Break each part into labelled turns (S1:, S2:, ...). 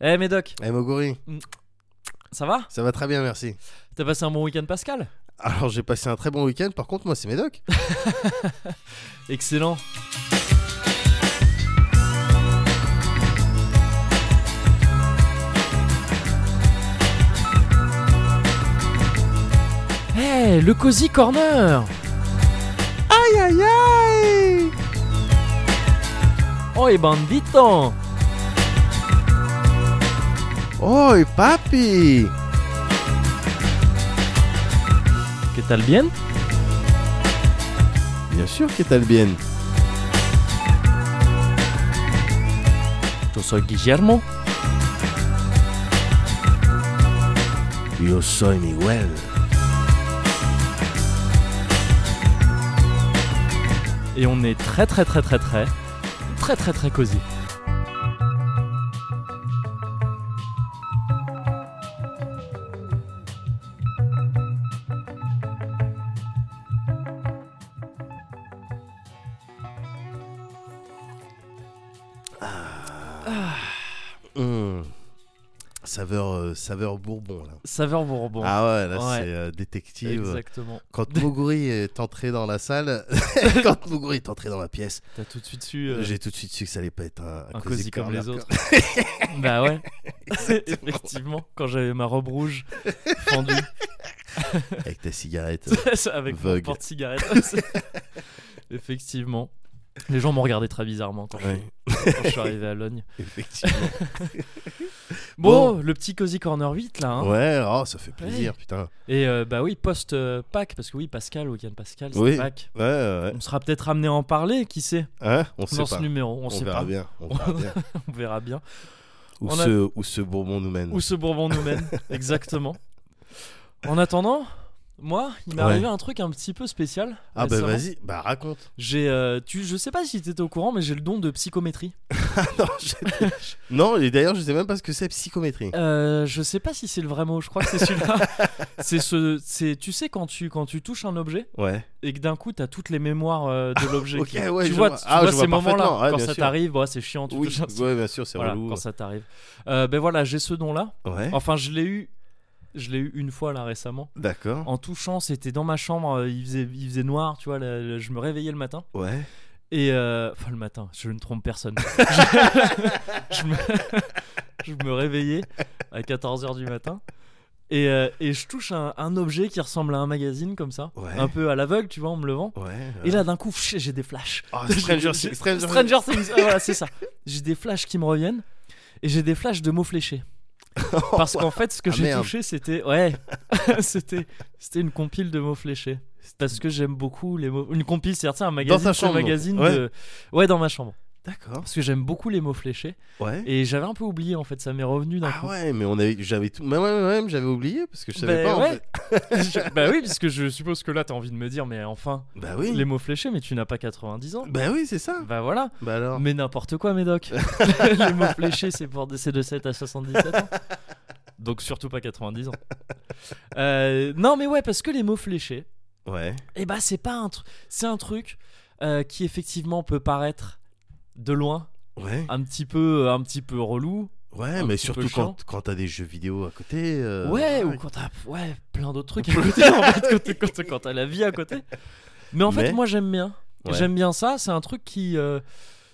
S1: Eh Médoc,
S2: Eh Moguri,
S1: ça va
S2: ça va très bien, merci.
S1: T'as passé un bon week-end Pascal
S2: Alors j'ai passé un très bon week-end, par contre moi c'est Médoc.
S1: Excellent. Eh, le Cozy Corner Aïe aïe aïe Oh, et bandito
S2: Oh et papi
S1: Que tal bien
S2: Bien sûr que t'as le bien.
S1: Je soy Guillermo.
S2: Yo soy Miguel.
S1: Et on est très très très très très très très très cosy.
S2: Hum. Saveur, euh, saveur bourbon là.
S1: Saveur bourbon.
S2: Ah ouais, là
S1: Ouais.
S2: c'est euh, détective.
S1: Exactement.
S2: Quand Moguri est entré dans la salle, quand Moguri est entré dans la pièce,
S1: T'as tout de suite su euh,
S2: j'ai tout de suite su que ça allait pas être un,
S1: un cosy comme
S2: corner,
S1: les autres.
S2: quoi.
S1: bah ouais. Effectivement, quand j'avais ma robe rouge fendue
S2: Avec ta cigarette. euh,
S1: avec mon
S2: Vogue.
S1: porte-cigarette. Effectivement. Les gens m'ont regardé très bizarrement quand,
S2: Ouais,
S1: je, quand je suis arrivé à Logne.
S2: effectivement.
S1: Bon,
S2: Bon.
S1: le petit Cozy Corner 8 là. hein.
S2: Ouais, oh, ça fait plaisir, putain.
S1: Et euh, bah oui, post-Pâques, parce que oui, Pascal, week-end Pascal, c'est
S2: Oui.
S1: Pâques.
S2: Ouais, ouais. ouais.
S1: On sera peut-être amené à en parler, qui sait,
S2: Hein on sait
S1: dans
S2: pas.
S1: ce numéro. On, sait
S2: verra
S1: pas.
S2: bien. On verra bien.
S1: On verra bien.
S2: Où,
S1: On a-
S2: ce, où ce bourbon nous mène.
S1: Où ce bourbon nous mène, exactement. En attendant, moi, il m'est
S2: Ouais.
S1: arrivé un truc un petit peu spécial.
S2: Ah bah
S1: récemment.
S2: vas-y, bah raconte.
S1: J'ai, euh, tu, je sais pas si t'étais au courant, mais j'ai le don de psychométrie.
S2: non, j'ai- non, et d'ailleurs je sais même pas ce que c'est psychométrie.
S1: Euh, je sais pas si c'est le vrai mot. Je crois que c'est celui-là. c'est ce, c'est, tu sais quand tu quand tu touches un objet
S2: Ouais.
S1: et que d'un coup t'as toutes les mémoires euh, de l'objet.
S2: Ah, ok,
S1: qui-
S2: ouais,
S1: tu
S2: je
S1: vois,
S2: vois.
S1: tu
S2: Ah,
S1: vois
S2: je vois
S1: ces moments-là
S2: parfaitement, ouais,
S1: quand
S2: bien
S1: ça
S2: sûr.
S1: t'arrive, bon, c'est chiant. Tu
S2: Oui,
S1: touches un truc.
S2: ouais, Eh. bien sûr, c'est
S1: Voilà,
S2: relou.
S1: quand ça t'arrive. Euh, ben voilà, j'ai ce don-là.
S2: Ouais.
S1: Enfin, je l'ai eu, je l'ai eu une fois là récemment.
S2: D'accord.
S1: en touchant, c'était dans ma chambre, euh, il faisait, il faisait noir, tu vois, le- le- je me réveillais le matin.
S2: Ouais.
S1: Et... euh, Enfin, le matin, je ne trompe personne. je, me, je me réveillais à 14h du matin. Et, euh, et je touche un, un objet qui ressemble à un magazine comme ça.
S2: Ouais.
S1: Un peu à l'aveugle, tu vois, en me levant.
S2: Ouais.
S1: Et là, d'un coup, pff, j'ai des flashs.
S2: Oh, Stranger
S1: J'ai-
S2: Things. Stranger,
S1: Stranger Things, ah, voilà, c'est ça. J'ai des flashs qui me reviennent. Et j'ai des flashs de mots fléchés. Parce qu'en fait, ce que
S2: Ah,
S1: j'ai
S2: merde.
S1: touché, c'était. Ouais. c'était c'était une compile de mots fléchés. Parce que j'aime beaucoup les mots. Une compile, c'est-à-dire tu sais, un magazine,
S2: ta
S1: c'est un
S2: chambre, donc.
S1: magazine
S2: Ouais.
S1: de. Ouais, dans ma chambre.
S2: D'accord.
S1: Parce que j'aime beaucoup les mots fléchés.
S2: Ouais.
S1: Et j'avais un peu oublié, en fait, ça m'est revenu d'un
S2: Ah
S1: coup.
S2: ouais, mais on avait, j'avais tout, mais ouais, ouais, ouais, j'avais oublié parce que je savais
S1: Bah
S2: pas. en
S1: ouais.
S2: fait.
S1: Je- bah oui, parce que je suppose que là, t'as envie de me dire, mais enfin,
S2: Bah oui.
S1: les mots fléchés, mais tu n'as pas 90 ans.
S2: Bah oui, c'est ça.
S1: Bah voilà.
S2: Bah alors.
S1: Mais n'importe quoi, Médoc. les mots fléchés, c'est pour c'est de 7 à 77 ans. Donc surtout pas 90 ans. Euh, non, mais ouais, parce que les mots fléchés,
S2: Ouais.
S1: eh bah c'est pas un truc. C'est un truc euh, qui effectivement peut paraître de loin
S2: Ouais.
S1: un petit peu, euh, un petit peu relou.
S2: Ouais,
S1: Ah, un
S2: mais
S1: petit peu
S2: surtout
S1: chiant.
S2: quand quand t'as des jeux vidéo à côté. euh,
S1: ouais, ou quand t'as ouais, plein d'autres trucs à côté, en fait, quand t'as- quand, t'as- quand t'as la vie à côté. Mais en fait,
S2: Mais-
S1: moi j'aime bien.
S2: Ouais.
S1: J'aime bien ça. C'est un truc qui. euh,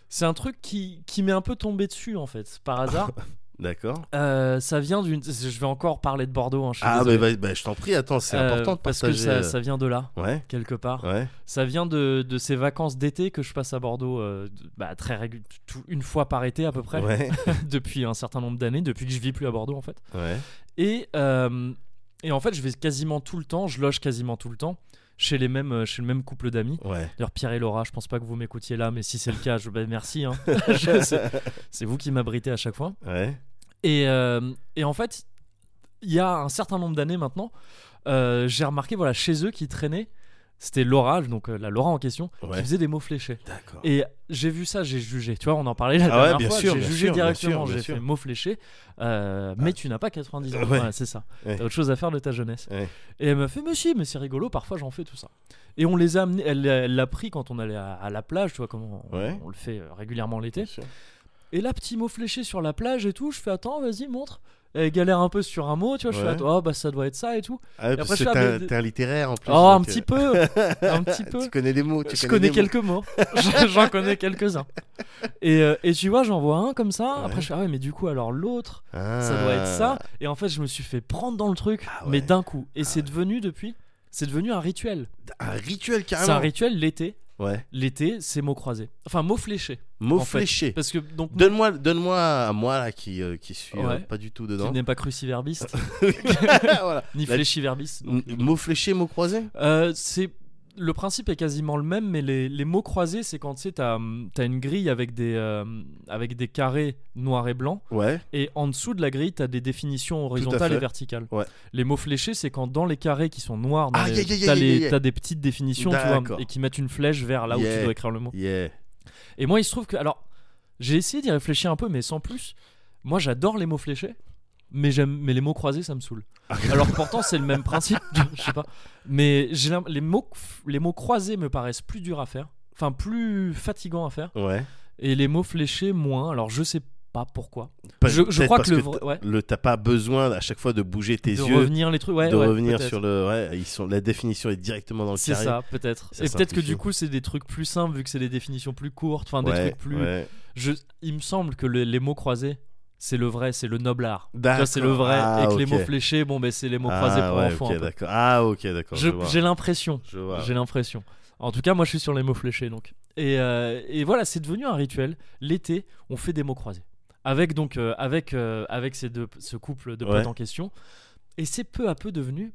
S1: c'est un truc qui, qui m'est un peu tombé dessus en fait, par hasard.
S2: D'accord.
S1: Euh, ça vient d'une. Je vais encore parler de Bordeaux. hein, je suis
S2: Ah bah,
S1: désolé.
S2: bah, bah, je t'en prie, attends, c'est
S1: Euh,
S2: important de
S1: parce
S2: partager.
S1: que ça,
S2: euh,
S1: ça vient de là,
S2: Ouais,
S1: quelque part.
S2: ouais,
S1: Ça vient de, de ces vacances d'été que je passe à Bordeaux, euh, de- bah, très régul- tout- une fois par été à peu près,
S2: ouais,
S1: depuis un certain nombre d'années, depuis que je vis plus à Bordeaux en fait.
S2: ouais.
S1: Et, euh, et en fait, je vais quasiment tout le temps, je loge quasiment tout le temps chez, les mêmes, euh, chez le même couple d'amis.
S2: ouais.
S1: D'ailleurs, Pierre et Laura, je pense pas que vous m'écoutiez là, mais si c'est le cas, je, bah, merci. hein. Je- c'est- c'est vous qui m'abritez à chaque fois.
S2: Ouais,
S1: Et, euh, et en fait, il y a un certain nombre d'années maintenant, euh, j'ai remarqué voilà, chez eux qui traînaient, c'était Laura, donc euh, la Laura en question, qui
S2: Ouais.
S1: faisait des mots fléchés.
S2: d'accord.
S1: Et j'ai vu ça, j'ai jugé. Tu vois, on en parlait la
S2: Ah ouais,
S1: dernière
S2: bien
S1: fois.
S2: sûr,
S1: j'ai
S2: bien
S1: jugé
S2: sûr, bien
S1: directement.
S2: sûr, bien
S1: J'ai
S2: sûr. Ah.
S1: fait mot fléché. euh, mais tu n'as pas 90 ans.
S2: Ouais.
S1: Voilà, c'est ça.
S2: Ouais.
S1: T'as autre chose à faire de ta jeunesse.
S2: Ouais.
S1: Et elle m'a fait, mais si, mais c'est rigolo. Parfois, j'en fais tout ça. Et on les a amenés. Elle elle l'a pris quand on allait à, à la plage. Tu vois comment on,
S2: Ouais.
S1: on le fait euh, régulièrement l'été.
S2: Bien sûr.
S1: Et là, petit mot fléché sur la plage et tout, je fais attends, vas-y, montre. Elle galère un peu sur un mot, tu vois. Je fais
S2: Ouais.
S1: attends, oh, bah ça doit être ça et tout.
S2: Ah, ouais, parce
S1: après,
S2: que
S1: je
S2: t'es
S1: fais, ah,
S2: un,
S1: mais-
S2: t'es un littéraire en plus.
S1: Oh, un
S2: donc,
S1: petit
S2: euh,
S1: peu, un petit peu.
S2: Tu connais des mots. Tu
S1: Je
S2: connais
S1: connais
S2: des mots.
S1: quelques mots, Je- j'en connais quelques-uns. Et, euh, et tu vois, j'en vois un comme ça.
S2: Ouais.
S1: Après, je fais ah ouais, mais du coup, alors l'autre,
S2: Ah.
S1: ça doit être ça. Et en fait, je me suis fait prendre dans le truc,
S2: Ah
S1: mais
S2: ouais.
S1: d'un coup. Et c'est devenu depuis, c'est devenu un rituel.
S2: Un rituel carrément.
S1: C'est un rituel l'été.
S2: Ouais.
S1: L'été, c'est mots croisés. Enfin, mots fléchés.
S2: Mot
S1: En fait.
S2: fléché.
S1: Parce que donc
S2: Donne-moi, donne-moi à moi là qui euh, qui suis euh,
S1: Ouais.
S2: pas du tout
S1: qui
S2: dedans.
S1: n'est pas cruciverbiste
S2: Voilà.
S1: ni
S2: La-
S1: fléchiverbiste.
S2: M- Mot fléché, mot croisé.
S1: Euh, c'est le principe est quasiment le même, mais les, les mots croisés, c'est quand tu sais, t'as hum, t'as une grille avec des, euh, avec des carrés noirs et blancs,
S2: Ouais.
S1: et en dessous de la grille, t'as des définitions horizontales
S2: fait.
S1: et verticales.
S2: Ouais.
S1: Les mots fléchés, c'est quand dans les carrés qui sont noirs, dans
S2: Ah,
S1: les-
S2: yeah, yeah, yeah,
S1: t'as
S2: yeah,
S1: les-
S2: yeah.
S1: t'as des petites définitions, tu vois,
S2: D'accord.
S1: et qui mettent une flèche vers là où
S2: Yeah.
S1: tu dois écrire le mot.
S2: Yeah.
S1: Et moi, il se trouve que. Alors, j'ai essayé d'y réfléchir un peu, mais sans plus. Moi, j'adore les mots fléchés, mais, j'aime, mais les mots croisés, ça me saoule. Alors, que pourtant, c'est le même principe, je sais pas. Mais j'ai l'im- les, mots, les mots croisés me paraissent plus durs à faire, enfin, plus fatigants à faire,
S2: Ouais.
S1: et les mots fléchés, moins. Alors, je sais pas pourquoi.
S2: Pe-
S1: Je- je
S2: peut-être
S1: crois
S2: parce
S1: que le
S2: t-
S1: vrai- ouais.
S2: le- t'as pas besoin à chaque fois de bouger tes
S1: de
S2: yeux,
S1: revenir les trucs, ouais.
S2: de
S1: ouais,
S2: revenir
S1: peut-être.
S2: sur le. Ouais, ils sont. La définition est directement dans le
S1: C'est
S2: carré.
S1: ça, peut-être.
S2: Ça
S1: Et peut-être que
S2: simplifie.
S1: du coup, c'est des trucs plus simples, vu que c'est des définitions plus courtes, enfin, des
S2: Ouais,
S1: trucs plus.
S2: ouais.
S1: Je- il me semble que le- les mots croisés, c'est le vrai, c'est le noble art. Tu
S2: D'accord.
S1: vois, C'est le vrai.
S2: Ah,
S1: et que les
S2: ok.
S1: mots fléchés, bon, ben, c'est les mots croisés
S2: ah,
S1: pour
S2: ouais,
S1: enfants.
S2: ok,
S1: un peu.
S2: d'accord. Ah ok d'accord.
S1: Je-
S2: Je, vois.
S1: J'ai l'impression.
S2: Je vois.
S1: J'ai l'impression. En tout cas, moi, je suis sur les mots fléchés, donc. Et, euh, et voilà, c'est devenu un rituel. L'été, on fait des mots croisés. Avec donc euh, avec euh, avec ces deux, ce couple de potes
S2: Ouais.
S1: en question. Et c'est peu à peu devenu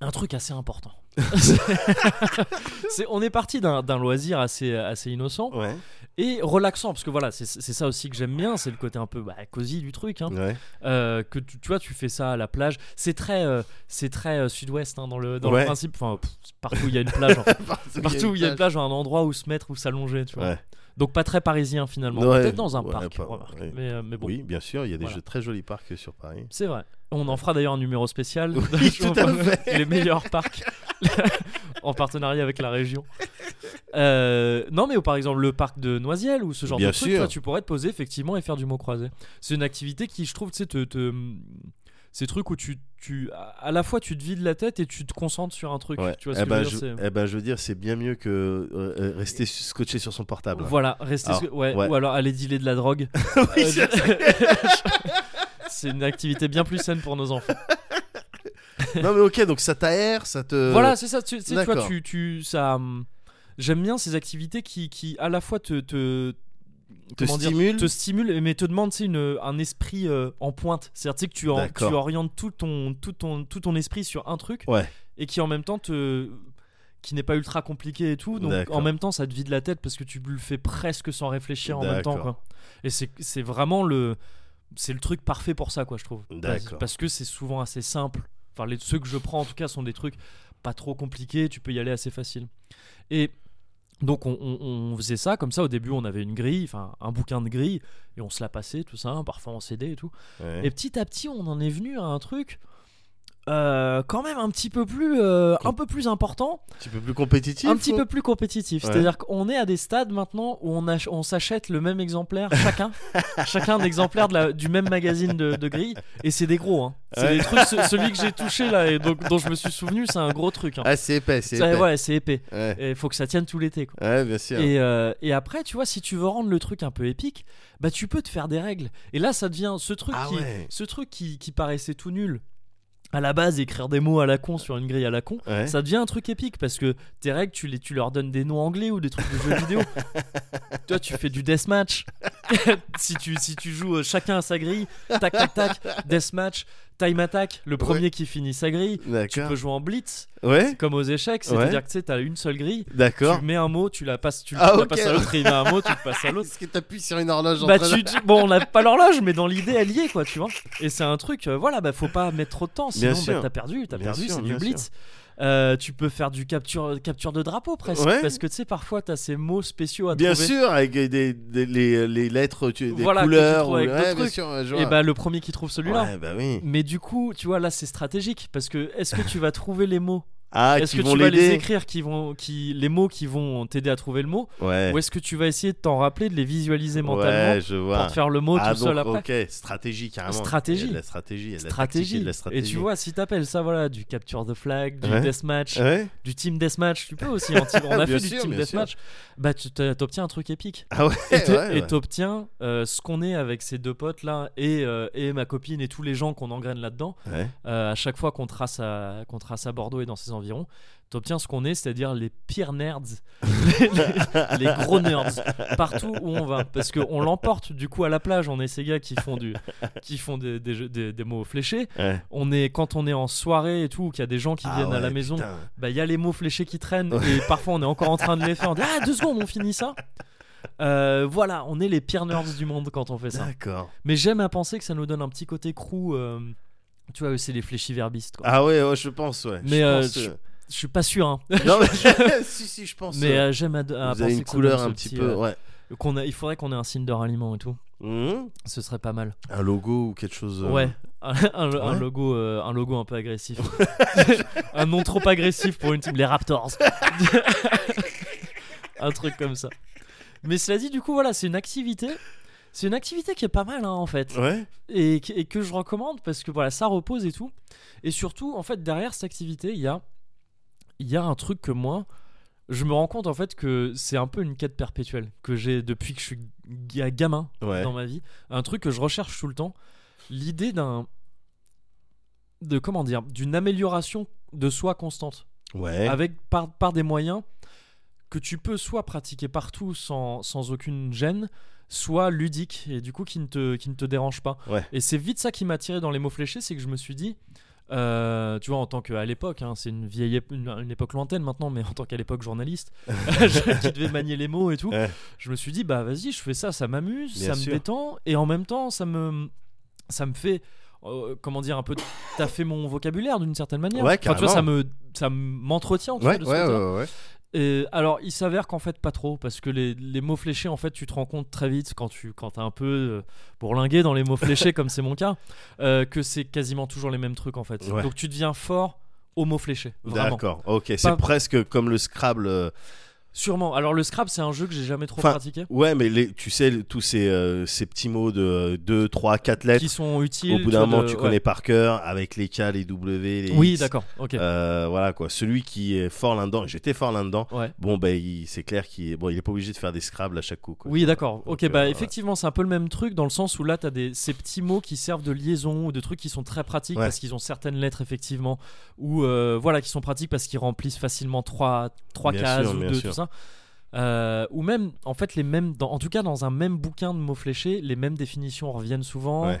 S1: un truc assez important. C'est- on est parti d'un d'un loisir assez assez innocent
S2: Ouais.
S1: et relaxant parce que voilà c'est c'est ça aussi que j'aime bien c'est le côté un peu bah, cosy du truc hein.
S2: Ouais.
S1: Euh, que tu, tu vois tu fais ça à la plage c'est très euh, c'est très euh, sud-ouest hein, dans le dans
S2: Ouais.
S1: le principe enfin pff, partout où il y a une plage en fait.
S2: Partout
S1: partout où il y a une plage un endroit où se mettre où s'allonger tu vois
S2: Ouais.
S1: donc pas très parisien finalement
S2: Ouais.
S1: peut-être dans un
S2: Ouais,
S1: parc
S2: pas-
S1: remarque.
S2: ouais.
S1: mais, euh, mais bon
S2: Oui, bien sûr, il y a des
S1: Voilà.
S2: jeux très jolis parcs sur Paris.
S1: c'est vrai on en fera d'ailleurs un numéro spécial
S2: Oui, tout à fait.
S1: les meilleurs parcs en partenariat avec la région. Euh, non, mais par exemple, le parc de Noisiel ou ce genre
S2: Bien
S1: de truc,
S2: sûr.
S1: toi, tu pourrais te poser effectivement et faire du mot croisé. C'est une activité qui, je trouve, tu sais, te. te- ces trucs où tu, tu. À la fois, tu te vides la tête et tu te concentres sur un truc.
S2: Ouais.
S1: Tu vois ce
S2: eh
S1: que
S2: ben,
S1: je veux dire c'est-
S2: eh ben, je veux dire, c'est bien mieux que euh, euh, rester scotché sur son portable.
S1: Voilà, rester.
S2: Ah, bah. Alors,
S1: ce que- ouais,
S2: ouais.
S1: Ou alors aller dealer de la drogue.
S2: Oui,
S1: Euh,
S2: c'est-
S1: c'est une activité bien plus saine pour nos enfants.
S2: non mais ok, donc ça t'aère, ça te.
S1: Voilà, c'est ça. Tu, tu sais, tu vois,
S2: Euh, d'accord.
S1: tu, tu- ça. hum, J'aime bien ces activités qui, qui à la fois te, te,
S2: te
S1: comment dire,
S2: stimule.
S1: te stimulent, mais te demandent tu sais, une, un esprit euh, en pointe. C'est-à-dire tu sais, que tu, en- tu
S2: D'accord.
S1: orientes tout ton, tout, ton, tout ton esprit sur un truc
S2: Ouais.
S1: et qui en même temps te qui n'est pas ultra compliqué et tout donc
S2: D'accord.
S1: en même temps ça te vide la tête parce que tu le fais presque sans réfléchir en même temps
S2: D'accord.
S1: quoi. et c'est c'est vraiment le c'est le truc parfait pour ça quoi je trouve Parce-
S2: D'accord.
S1: parce que c'est souvent assez simple enfin les, ceux que je prends en tout cas sont des trucs pas trop compliqués tu peux y aller assez facile et donc on, on- on faisait ça comme ça au début on avait une grille enfin un bouquin de grille et on se la passait tout ça parfois on s'aidait et tout
S2: Ouais.
S1: et petit à petit, on en est venu à un truc euh, quand même un petit peu plus, euh, un peu plus important,
S2: Un petit peu plus compétitif.
S1: un petit
S2: ou-
S1: peu plus compétitif.
S2: Ouais.
S1: C'est-à-dire qu'on est à des stades maintenant où on, ach- on s'achète le même exemplaire chacun, chacun un exemplaire de la- du même magazine de, de grille, et c'est des gros. hein. C'est
S2: Ouais.
S1: des trucs. ce- celui que j'ai touché là et donc- dont je me suis souvenu, c'est un gros truc. hein.
S2: Ah c'est épais, c'est
S1: Ça,
S2: épais.
S1: ouais, c'est épais.
S2: Ouais.
S1: Et faut que ça tienne tout l'été. quoi.
S2: Ouais, bien sûr.
S1: Et, euh, et après, tu vois, si tu veux rendre le truc un peu épique, bah tu peux te faire des règles. Et là, ça devient ce truc,
S2: Ah
S1: qui,
S2: ouais.
S1: ce truc qui, qui paraissait tout nul. À la base, écrire des mots à la con sur une grille à la con,
S2: Ouais.
S1: ça devient un truc épique parce que tes règles, tu, les, tu leur donnes des noms anglais ou des trucs de jeux vidéo. Toi, tu fais du deathmatch. si, tu, si tu joues euh, chacun à sa grille, tac tac tac, deathmatch, time attack, le premier qui finit sa grille. Tu
S2: D'accord.
S1: peux jouer en blitz,
S2: Ouais.
S1: comme aux échecs, c'est-à-dire que tu sais, t'as une seule grille,
S2: D'accord.
S1: tu mets un mot, tu la passes, tu,
S2: Ah,
S1: tu la
S2: ok.
S1: passes à l'autre, il met un mot, tu le passes à l'autre.
S2: Est-ce que t'appuies sur une horloge en
S1: Bah
S2: train de-
S1: tu dis- bon on n'a pas l'horloge mais dans l'idée elle y est quoi tu vois et c'est un truc euh, voilà bah faut pas mettre trop de temps sinon
S2: Bien sûr.
S1: bah, t'as perdu t'as
S2: Bien
S1: perdu
S2: sûr,
S1: c'est du
S2: bien
S1: blitz Euh, tu peux faire du capture capture de drapeau presque
S2: Ouais.
S1: parce que tu sais parfois t'as ces mots spéciaux à
S2: Bien
S1: trouver
S2: sûr, avec des, des- les, les lettres, tu, des
S1: Voilà, que tu
S2: couleurs.
S1: trouves avec
S2: ou-
S1: d'autres
S2: ouais, bien
S1: trucs.
S2: sûr, ouais, je
S1: et
S2: vois.
S1: bah le premier qui trouve celui-là
S2: Ouais, bah oui.
S1: mais du coup tu vois là c'est stratégique parce que est-ce que tu vas trouver les mots
S2: Ah,
S1: Est-ce
S2: qui
S1: que
S2: vont
S1: tu vas les
S2: l'aider
S1: écrire, qui vont, qui, les mots qui vont t'aider à trouver le mot,
S2: Ouais.
S1: ou est-ce que tu vas essayer de t'en rappeler, de les visualiser mentalement
S2: Ouais, je
S1: pour
S2: vois.
S1: te faire le mot
S2: ah,
S1: tout
S2: donc,
S1: seul après
S2: ok, stratégie carrément.
S1: Stratégie.
S2: Il y a de la stratégie. il y a de la tactique, il y
S1: Stratégie.
S2: a de la
S1: Et
S2: stratégie.
S1: tu vois, si t'appelles ça, voilà, du capture the flag, du
S2: Ouais.
S1: deathmatch,
S2: Ah Ouais.
S1: du team deathmatch, tu peux aussi. en team- On a
S2: Bien
S1: fait
S2: sûr,
S1: du team
S2: bien
S1: deathmatch. Bah, tu t'as- t'obtiens un truc épique.
S2: Ah ouais.
S1: Et t'es-
S2: ouais,
S1: et
S2: ouais.
S1: t'obtiens euh, ce qu'on est avec ces deux potes là et, euh, et ma copine et tous les gens qu'on engraine là-dedans.
S2: Ouais.
S1: Euh, à chaque fois qu'on trace, à, qu'on trace à Bordeaux et dans ses environs, t'obtiens ce qu'on est, c'est-à-dire les pires nerds, les, les- les gros nerds, partout où on va. Parce qu'on l'emporte du coup à la plage, on est ces gars qui font, du, qui font des, des jeux- des- des mots fléchés.
S2: Ouais.
S1: On est, quand on est en soirée et tout, qu'il y a des gens qui
S2: Ah
S1: viennent à la
S2: ouais,
S1: maison, bah,
S2: putain.
S1: il y a les mots fléchés qui traînent et parfois on est encore en train de les faire. On dit Ah, deux secondes, on finit ça. Euh, voilà, on est les pires nerds du monde quand on fait ça.
S2: D'accord.
S1: Mais j'aime à penser que ça nous donne un petit côté crew. euh, tu vois, c'est les fléchiverbistes. Quoi.
S2: Ah ouais, ouais, je pense, ouais.
S1: Mais, euh,
S2: je pense,
S1: je-
S2: euh,
S1: Je suis pas sûr, hein.
S2: Non, mais si, si, je pense.
S1: mais
S2: euh,
S1: euh, j'aime à, à
S2: vous
S1: penser
S2: avez une
S1: que ça
S2: couleur
S1: donne ce
S2: un petit peu,
S1: euh,
S2: ouais.
S1: qu'on a- il faudrait qu'on ait un signe de ralliement et tout.
S2: Mhm.
S1: Ce serait pas mal.
S2: Un logo ou quelque chose. euh,
S1: Ouais. Un, un- un
S2: Ouais.
S1: logo, euh, un logo un peu agressif. un nom trop agressif pour une team. Les Raptors. un truc comme ça. Mais cela dit, du coup, voilà, c'est une activité. C'est une activité qui est pas mal, hein, en fait.
S2: Ouais.
S1: et, que- et que je recommande parce que voilà, ça repose et tout. Et surtout, en fait, derrière cette activité, il y a, il y a un truc que moi, je me rends compte en fait que c'est un peu une quête perpétuelle que j'ai depuis que je suis ga- gamin
S2: Ouais.
S1: dans ma vie. Un truc que je recherche tout le temps. L'idée d'un. de comment dire D'une amélioration de soi constante.
S2: Ouais.
S1: Avec, par, par des moyens que tu peux soit pratiquer partout sans, sans aucune gêne, soit ludique et du coup qui ne te, qui ne te dérange pas.
S2: Ouais.
S1: Et c'est vite ça qui m'a attiré dans les mots fléchés, c'est que je me suis dit, euh, tu vois, en tant qu'à l'époque, hein, c'est une vieille ép- une, une époque lointaine maintenant, mais en tant qu'à l'époque journaliste, qui devait manier les mots et tout,
S2: Ouais.
S1: je me suis dit, bah vas-y, je fais ça, ça m'amuse, ça
S2: Bien sûr.
S1: me détend, et en même temps, ça me, ça me fait, euh, comment dire, un peu taffer mon vocabulaire d'une certaine manière.
S2: Ouais,
S1: Enfin, tu vois,
S2: carrément.
S1: ça me, ça m'entretient en tout cas,
S2: Ouais,
S1: de
S2: ouais,
S1: ce
S2: ouais,
S1: côté-là.
S2: ouais, ouais.
S1: Et alors, il s'avère qu'en fait, pas trop, parce que les, les mots fléchés, en fait, tu te rends compte très vite quand tu quand t'es un peu euh, bourlingué dans les mots fléchés, comme c'est mon cas, euh, que c'est quasiment toujours les mêmes trucs, en fait.
S2: Ouais.
S1: Donc, tu deviens fort aux mots fléchés, vraiment.
S2: D'accord. Ok, c'est presque comme le Scrabble. euh,
S1: Sûrement. Alors, le Scrabble, c'est un jeu que j'ai jamais trop
S2: Enfin,
S1: pratiqué,
S2: Ouais, mais les, tu sais, le- tous ces, euh, ces petits mots de euh, 2, 3, 4 lettres,
S1: qui sont utiles.
S2: au bout
S1: tu
S2: d'un
S1: vois,
S2: moment,
S1: de-
S2: tu
S1: ouais.
S2: connais par cœur, avec les K, les W, les
S1: Oui,
S2: X.
S1: d'accord, ok.
S2: Euh, voilà quoi. Celui qui est fort là-dedans, j'étais fort là-dedans.
S1: Ouais.
S2: Bon, ben, il- c'est clair qu'il est... Bon, il est pas obligé de faire des Scrabble à chaque coup. Quoi.
S1: Oui, d'accord.
S2: Donc,
S1: Ok,
S2: euh,
S1: bah
S2: ouais.
S1: effectivement, c'est un peu le même truc dans le sens où là, t'as des ces petits mots qui servent de liaison ou de trucs qui sont très pratiques
S2: Ouais.
S1: parce qu'ils ont certaines lettres effectivement ou euh, voilà qui sont pratiques parce qu'ils remplissent facilement trois trois
S2: Bien
S1: cases
S2: sûr,
S1: ou
S2: bien
S1: deux
S2: sûr.
S1: tout ça. Euh, ou même en fait les mêmes dans- en tout cas dans un même bouquin de mots fléchés les mêmes définitions reviennent souvent
S2: Ouais.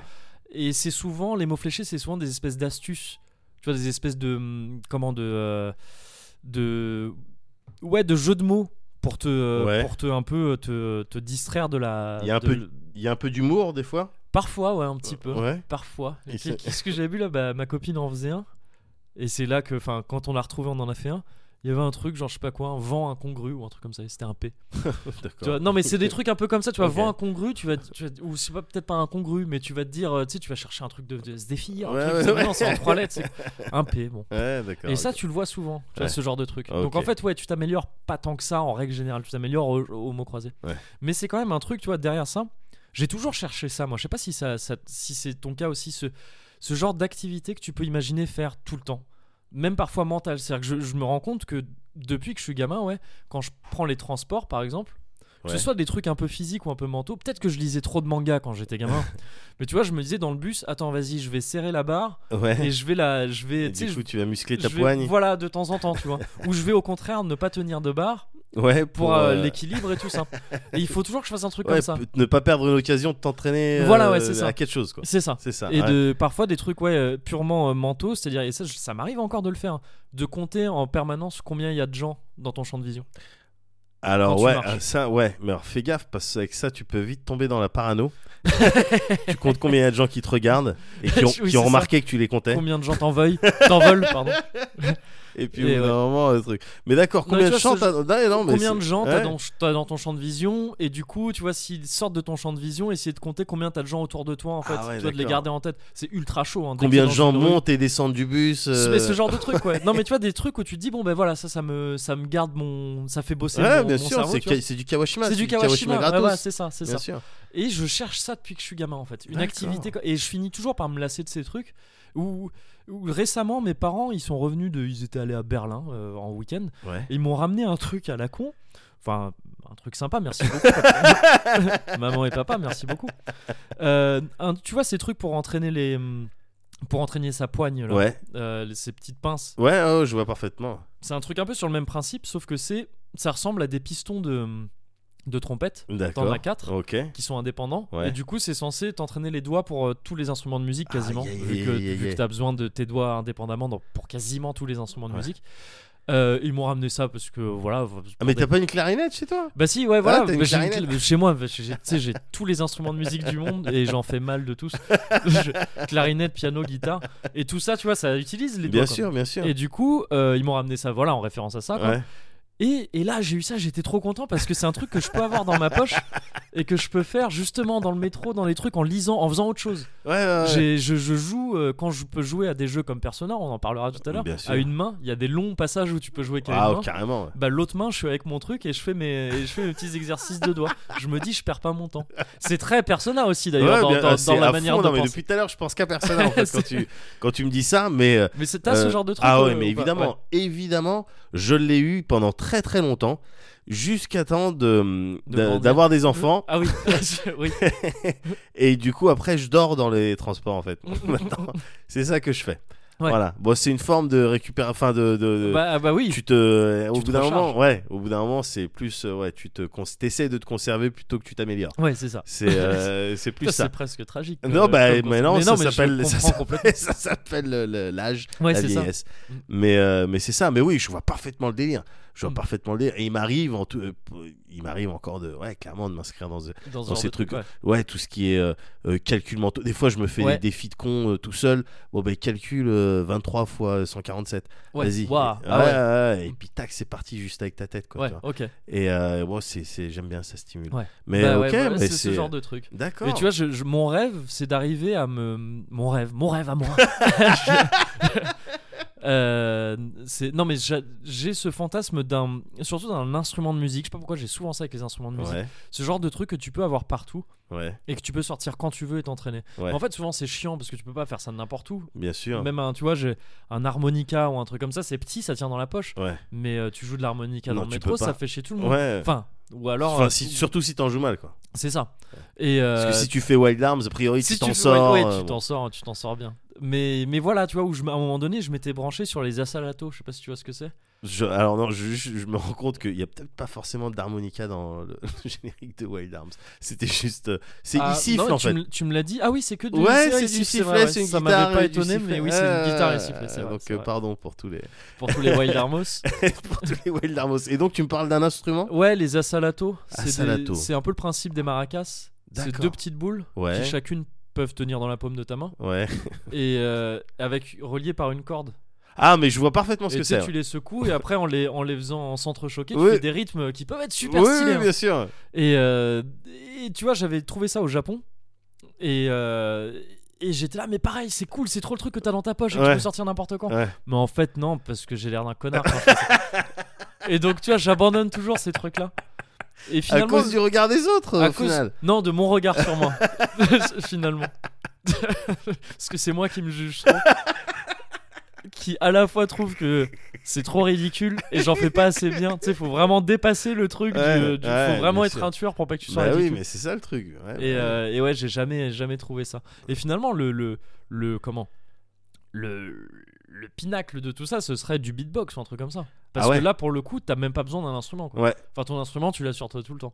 S1: et c'est souvent les mots fléchés c'est souvent des espèces d'astuces tu vois des espèces de hum, comment de euh, de ouais de jeux de mots pour te euh,
S2: Ouais.
S1: pour te un peu euh, te, te distraire de la
S2: Il y a un
S1: euh, de-
S2: peu- Il y a un peu d'humour des fois
S1: parfois ouais un petit peu
S2: Ouais.
S1: parfois
S2: Et c'est-
S1: qu'est-ce que j'avais vu là bah, ma copine en faisait un et c'est là que enfin quand on l'a retrouvé on en a fait un il y avait un truc genre je sais pas quoi un vent incongru ou un truc comme ça et c'était un P tu vois,
S2: D'accord.
S1: non mais c'est des trucs un peu comme ça tu vois
S2: Ok.
S1: vent incongru tu vas tu vas- ou c'est pas peut-être pas incongru mais tu vas te dire euh, tu sais tu vas chercher un truc de, de se défier un
S2: Ouais,
S1: truc
S2: ouais,
S1: c'est-
S2: ouais.
S1: non, c'est en trois lettres c'est un P bon
S2: Ouais, d'accord.
S1: et ça,
S2: ok.
S1: tu le vois souvent, tu vois,
S2: Ouais.
S1: ce genre de truc.
S2: Ok.
S1: Donc en fait, ouais, tu t'améliores pas tant que ça en règle générale, tu t'améliores au, au mot croisé.
S2: Ouais.
S1: Mais c'est quand même un truc, tu vois, derrière ça, j'ai toujours cherché ça, moi. Je sais pas si, ça, ça- si c'est ton cas aussi, ce, ce genre d'activité que tu peux imaginer faire tout le temps, même parfois mentale. C'est-à-dire que je, je me rends compte que depuis que je suis gamin, ouais, quand je prends les transports par exemple, que
S2: Ouais.
S1: ce soit des trucs un peu physiques ou un peu mentaux, peut-être que je lisais trop de mangas quand j'étais gamin, mais tu vois, je me disais dans le bus, attends, vas-y, je vais serrer la barre
S2: Ouais.
S1: et je vais la. Je vais,
S2: Et
S1: tu sais,
S2: du
S1: je-
S2: coup, tu vas muscler ta
S1: je vais-
S2: poigne.
S1: Voilà, de temps en temps, tu vois. Ou je vais au contraire ne pas tenir de barre
S2: Ouais,
S1: pour euh,
S2: euh,
S1: l'équilibre et tout ça. Et il faut toujours que je fasse un truc
S2: ouais,
S1: comme ça.
S2: peut- Ne pas perdre l'occasion de t'entraîner euh,
S1: Voilà, ouais, c'est ça.
S2: à quelque chose. quoi.
S1: C'est ça.
S2: C'est ça.
S1: Et
S2: ouais.
S1: de parfois des trucs ouais euh, purement euh, mentaux, c'est-à-dire et ça, je- ça m'arrive encore de le faire, hein, de compter en permanence combien il y a de gens dans ton champ de vision. quand
S2: Alors
S1: tu
S2: ouais,
S1: marches.
S2: euh, ça ouais, mais alors fais gaffe parce qu'avec ça tu peux vite tomber dans la parano. tu comptes combien il y a de gens qui te regardent et qui ont,
S1: Oui,
S2: qui ont
S1: c'est
S2: remarqué que tu les comptais.
S1: Combien de gens t'en veuillent, t'en veulent, pardon.
S2: Et puis,
S1: Et
S2: au bout d'un
S1: Eh ouais.
S2: moment, le truc. Mais d'accord,
S1: Non,
S2: combien
S1: tu
S2: de
S1: vois,
S2: gens
S1: ce-
S2: t'as non, non, mais
S1: combien
S2: c'est-
S1: de gens t'as
S2: Ouais.
S1: dans, t'as dans ton champ de vision et du coup tu vois s'ils sortent de ton champ de vision essayer de compter combien t'as de gens autour de toi en fait
S2: Ah ouais,
S1: tu dois de les
S2: d'accord.
S1: garder en tête c'est ultra chaud hein, dès
S2: Combien
S1: que
S2: de
S1: t'es dans
S2: gens
S1: une rue.
S2: montent et descendent du bus
S1: Ce-
S2: euh,
S1: mais ce genre de truc ouais non mais tu vois des trucs où tu te dis bon ben voilà ça ça me ça me garde mon ça fait bosser
S2: Ouais,
S1: mon,
S2: bien
S1: mon
S2: sûr,
S1: cerveau,
S2: c'est
S1: tu vois.
S2: ka- c'est du Kawashima.
S1: c'est du Kawashima, ouais, ouais,
S2: gratos.
S1: c'est ça, c'est
S2: Bien
S1: ça.
S2: sûr.
S1: Et je cherche ça depuis que je suis gamin en fait. Une
S2: D'accord.
S1: activité quoi. et je finis toujours par me lasser de ces trucs. Où, où récemment mes parents ils sont revenus de, ils étaient allés à Berlin euh, en week-end.
S2: Ouais.
S1: Et ils m'ont ramené un truc à la con. Enfin, un truc sympa, merci beaucoup. Maman et papa, merci beaucoup. Euh, un- tu vois ces trucs pour entraîner les, hum, pour entraîner sa poigne là,
S2: Ouais,
S1: Euh, ces petites pinces.
S2: ouais, oh, je vois parfaitement.
S1: C'est un truc un peu sur le même principe, sauf que c'est, ça ressemble à des pistons de, de trompette
S2: D'accord.
S1: as quatre.
S2: Ok. Ah,
S1: qui sont indépendants.
S2: Ouais.
S1: Et du coup, c'est censé t'entraîner les doigts pour euh, tous les instruments de musique quasiment,
S2: Aïe, aïe,
S1: vu
S2: aïe,
S1: que,
S2: aïe, aïe,
S1: vu que
S2: aïe.
S1: t'as besoin de tes doigts indépendamment dans- pour quasiment tous les instruments de
S2: Ouais.
S1: musique. Euh, ils m'ont ramené ça parce que voilà. pour
S2: Ah, mais
S1: des-
S2: t'as pas une clarinette chez toi
S1: bah si, ouais, voilà.
S2: t'as une
S1: bah, j'ai une
S2: clarinette.
S1: cla- Chez moi, bah, j'ai- tu sais, j'ai tous les instruments de musique du monde et j'en fais mal de tous. Je- Clarinette, piano, guitare. Et tout ça, tu vois, ça utilise les doigts.
S2: Bien
S1: quoi.
S2: sûr, bien sûr.
S1: Et du coup, euh, ils m'ont ramené ça, voilà, en référence à ça. quoi.
S2: Ouais.
S1: Et, et là, j'ai eu ça, j'étais trop content parce que c'est un truc que je peux avoir dans ma poche et que je peux faire justement dans le métro, dans les trucs, en lisant, en faisant autre chose.
S2: Ouais, ouais, ouais.
S1: J'ai- Je, je joue, euh, quand je peux jouer à des jeux comme Persona, on en parlera tout à l'heure,
S2: Bien sûr.
S1: à une main, il y a des longs passages où tu peux jouer avec
S2: Ah,
S1: une main.
S2: carrément. ouais.
S1: Bah, l'autre main, je suis avec mon truc et je fais mes, et je fais mes petits exercices de doigts. Je me dis, je perds pas mon temps. C'est très Persona aussi d'ailleurs,
S2: Ouais,
S1: dans,
S2: bien-
S1: dans-
S2: ah, c'est
S1: dans la
S2: à
S1: manière
S2: fond,
S1: de
S2: non, mais
S1: penser.
S2: depuis tout à l'heure, je pense qu'à personne en fait
S1: C'est-
S2: quand tu quand tu me dis ça, mais euh,
S1: Mais c'est t'as ce
S2: Euh,
S1: genre de truc.
S2: ah
S1: euh,
S2: ouais, mais
S1: ou pas
S2: évidemment,
S1: Ouais.
S2: évidemment, je l'ai eu pendant très très longtemps, jusqu'à temps de
S1: De
S2: d'a-
S1: grandir.
S2: d'avoir des enfants
S1: Ah oui, Je- oui.
S2: et du coup après je dors dans les transports en fait. Maintenant, c'est ça que je fais.
S1: Ouais.
S2: Voilà, bon, c'est une forme de récupération, enfin de, de- de-
S1: Bah, ah bah oui.
S2: Euh, tu te, euh, au
S1: te
S2: bout d'un
S1: recharges.
S2: moment, ouais, au bout d'un moment, c'est plus, euh, ouais, tu te, cons- t'essaies de te conserver plutôt que tu t'améliores.
S1: Ouais, c'est ça.
S2: C'est, euh, c'est plus
S1: Ça,
S2: ça.
S1: C'est presque tragique.
S2: Non,
S1: euh,
S2: bah,
S1: comme
S2: mais
S1: concept.
S2: non, ça
S1: mais je
S2: s'appelle-
S1: comprends
S2: ça s'appelle-
S1: complètement.
S2: ça s'appelle le- le- l'âge
S1: Ouais,
S2: la
S1: c'est ça.
S2: vieillesse.
S1: Mm.
S2: Mais, euh, mais c'est ça. Mais oui, je vois parfaitement le délire. Je vois
S1: Mm.
S2: parfaitement le délire. Et il m'arrive en tout, euh, il m'arrive encore de, ouais, clairement de m'inscrire dans, ce-
S1: Dans, ce
S2: dans
S1: genre
S2: ces
S1: de
S2: trucs.
S1: truc,
S2: ouais, tout ce qui est euh, euh, calcul mental. Des fois, je me fais
S1: Ouais.
S2: des défis de con euh, tout seul. Bon ben, calcul euh, 23 fois 147.
S1: ouais. Ouais.
S2: Vas-y.
S1: Waouh.
S2: Et,
S1: Ah ouais.
S2: ouais, ouais, Et puis tac, c'est parti juste avec ta tête, quoi.
S1: Ouais,
S2: tu vois.
S1: ok.
S2: Et euh, moi, c'est, c'est- j'aime bien, ça stimule.
S1: Ouais.
S2: Mais
S1: Bah
S2: ok,
S1: ouais, voilà,
S2: mais
S1: c'est ce genre de truc.
S2: D'accord.
S1: Et tu vois, je- je- mon rêve, c'est d'arriver à me. Mon rêve, mon rêve à moi. Euh, c'est- non, mais j'a- j'ai ce fantasme d'un. Surtout d'un instrument de musique. Je sais pas pourquoi j'ai souvent ça avec les instruments de musique.
S2: ouais,
S1: Ce genre de truc que tu peux avoir partout
S2: ouais,
S1: et que tu peux sortir quand tu veux et t'entraîner.
S2: Ouais.
S1: En fait, souvent, c'est chiant parce que tu peux pas faire ça n'importe où.
S2: bien sûr.
S1: Même un, tu vois, j'ai un harmonica ou un truc comme ça, c'est petit, ça tient dans la poche.
S2: Ouais.
S1: Mais euh, tu joues de l'harmonica
S2: Non,
S1: dans le
S2: tu
S1: métro,
S2: peux pas.
S1: ça fait chez tout le monde.
S2: Ouais.
S1: Enfin, ou alors.
S2: Enfin,
S1: euh,
S2: si- surtout si t'en joues mal, quoi.
S1: C'est ça. Et euh,
S2: Parce que si tu fais Wild Arms, a priori,
S1: si
S2: tu t'en
S1: fais-
S2: sors.
S1: ouais, ouais,
S2: euh,
S1: tu t'en sors, tu t'en sors bien. Mais, mais voilà, tu vois, où je, m- à un moment donné, je m'étais branché sur les assalatos. Je sais pas si tu vois ce que c'est.
S2: Je- alors non, je, je- je me rends compte qu'il n'y a peut-être pas forcément d'harmonica dans le, le générique de Wild Arms. C'était juste... euh, C'est
S1: Ah,
S2: ici
S1: non,
S2: en
S1: tu
S2: fait.
S1: me- Tu me l'as dit. Ah oui, c'est que du
S2: Ouais,
S1: vrai,
S2: c'est du
S1: sifflet,
S2: sifflet,
S1: ouais,
S2: c'est une
S1: Ça
S2: guitare.
S1: m'avait pas
S2: et du
S1: étonné,
S2: sifflet.
S1: mais oui, c'est une guitare et
S2: Euh,
S1: sifflet. c'est vrai,
S2: Donc
S1: c'est
S2: euh,
S1: vrai.
S2: pardon pour tous, les,
S1: Pour tous les Wild Armos.
S2: pour tous les Wild Arms. Et donc tu me parles d'un instrument
S1: Ouais, les assalatos. c'est des-
S2: Assalato.
S1: C'est un peu le principe des maracas. C'est
S2: D'accord.
S1: deux petites boules
S2: Ouais.
S1: qui chacune peuvent tenir dans la paume de ta main
S2: Ouais.
S1: et euh, avec reliées par une corde.
S2: Ah mais je vois parfaitement ce
S1: et
S2: que
S1: tu sais,
S2: c'est.
S1: tu les secoues et après en les, en les faisant en s'entrechoquer, tu
S2: Ouais.
S1: fais des rythmes qui peuvent être super
S2: oui,
S1: stylés.
S2: oui,
S1: hein.
S2: bien sûr.
S1: Et, euh, et tu vois, j'avais trouvé ça au Japon. Et, euh, et j'étais là, mais pareil, c'est cool, c'est trop le truc que t'as dans ta poche et que tu
S2: Ouais.
S1: peux sortir n'importe quand.
S2: Ouais.
S1: Mais en fait, non, parce que j'ai l'air d'un connard. quand je fais ça. et donc, tu vois, j'abandonne toujours ces trucs-là. Et
S2: À
S1: finalement,
S2: cause du regard des autres
S1: à
S2: au
S1: cause-
S2: final.
S1: Non, de mon regard sur moi, finalement. Parce que c'est moi qui me juge trop. qui à la fois trouve que c'est trop ridicule et j'en fais pas assez bien. Tu sais, faut vraiment dépasser le truc. du- euh,
S2: Ouais,
S1: du-
S2: ouais,
S1: faut vraiment
S2: bien
S1: être
S2: sûr.
S1: un tueur pour pas que tu sois
S2: Bah oui,
S1: ridicule.
S2: mais c'est ça le truc. Ouais,
S1: Et,
S2: bah,
S1: euh, et ouais, j'ai jamais, jamais trouvé ça. Et finalement, le, le, le comment le, le pinacle de tout ça, ce serait du beatbox ou un truc comme ça. Parce
S2: Ah ouais.
S1: que là, pour le coup, t'as même pas besoin d'un instrument. Quoi.
S2: Ouais.
S1: Enfin, ton instrument, tu l'as sur toi tout le temps.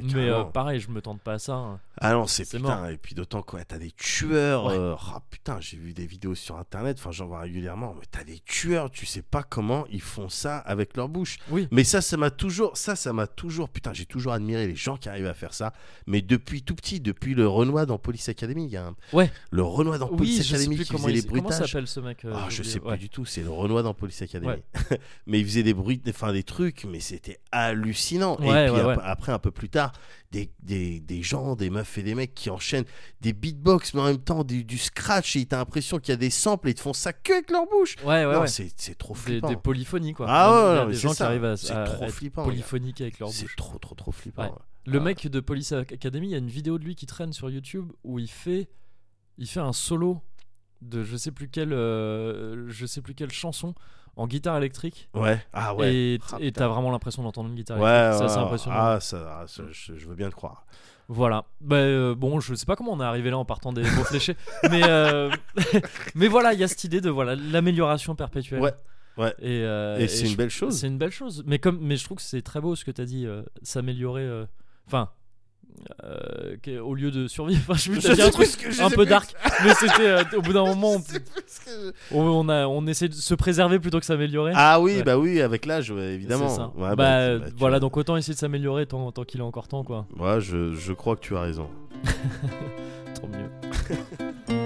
S1: Mais euh,
S2: carrément.
S1: pareil, je me tente pas à ça. hein.
S2: Ah non, c'est
S1: C'est
S2: putain.
S1: mort.
S2: Et puis d'autant quoi, t'as des tueurs.
S1: Ouais.
S2: euh, ah putain, j'ai vu des vidéos sur internet, enfin j'en vois régulièrement, mais t'as des tueurs, tu sais pas comment ils font ça avec leur bouche.
S1: Oui.
S2: Mais ça, ça m'a toujours, ça, ça m'a toujours, putain, j'ai toujours admiré les gens qui arrivent à faire ça. Mais depuis tout petit, depuis le Renoir dans Police Academy, il y a un.
S1: Ouais.
S2: Le Renoir dans
S1: Oui,
S2: Police
S1: je sais
S2: Academy
S1: plus
S2: qui
S1: comment
S2: faisait les
S1: il- comment
S2: bruitages.
S1: s'appelle ce mec. euh,
S2: Ah,
S1: j'ai
S2: je
S1: oublié
S2: sais
S1: ouais.
S2: plus du tout. C'est le Renoir dans Police Academy.
S1: Ouais.
S2: mais il faisait des bruits, des, enfin, des trucs, mais c'était hallucinant.
S1: Ouais,
S2: et puis
S1: ouais,
S2: ap-
S1: ouais.
S2: après, un peu plus tard, des, des, des gens, des meufs et des mecs qui enchaînent des beatbox, mais en même temps du, du scratch. Et t'as l'impression qu'il y a des samples et ils te font ça que avec leur bouche.
S1: Ouais, ouais,
S2: non,
S1: ouais.
S2: c'est c'est trop
S1: Des,
S2: flippant.
S1: des polyphonies, quoi.
S2: Ah
S1: Il y
S2: ouais,
S1: a
S2: non, mais
S1: des
S2: c'est
S1: gens qui
S2: ça.
S1: arrivent à,
S2: C'est
S1: à
S2: trop
S1: être
S2: flippant, gars.
S1: polyphoniques avec leur
S2: C'est
S1: bouche.
S2: trop, trop, trop flippant.
S1: Ouais.
S2: ouais.
S1: Le
S2: Ah.
S1: mec de Police Academy, il y a une vidéo de lui qui traîne sur YouTube où il fait, il fait un solo de je sais plus quelle, euh, je sais plus quelle chanson en guitare électrique.
S2: Ouais. Ah ouais.
S1: Et
S2: Ah,
S1: et
S2: putain.
S1: t'as vraiment l'impression d'entendre une guitare
S2: Ouais,
S1: électrique. ça,
S2: ouais,
S1: c'est
S2: ouais.
S1: impressionnant.
S2: Ah, ça, ah, ça, je, je veux bien le croire.
S1: Voilà. Bah, euh, bon, je sais pas comment on est arrivé là en partant des mots fléchés, mais euh, mais voilà, il y a cette idée de voilà l'amélioration perpétuelle.
S2: Ouais, ouais.
S1: Et, euh,
S2: et c'est
S1: je-
S2: une belle chose.
S1: C'est une belle chose. Mais comme, mais je trouve que c'est très beau ce que t'as dit, euh, s'améliorer. euh, Enfin. euh, que- au lieu de survivre, Enfin, je, sais plus, t'as dit un
S2: sais plus
S1: truc
S2: ce que- je
S1: un
S2: sais
S1: peu
S2: plus-
S1: dark, mais c'était euh, au bout d'un moment,
S2: je sais plus ce que je-
S1: on, on a, on essaie de se préserver plutôt que s'améliorer.
S2: Ah oui,
S1: Ouais.
S2: bah oui, avec l'âge, ouais,
S1: C'est
S2: évidemment.
S1: ça.
S2: Ouais, bah,
S1: bah,
S2: tu- bah, tu-
S1: voilà, donc autant essayer de s'améliorer tant, tant qu'il est encore temps, quoi.
S2: Ouais, je, je crois que tu as raison.
S1: Trop mieux.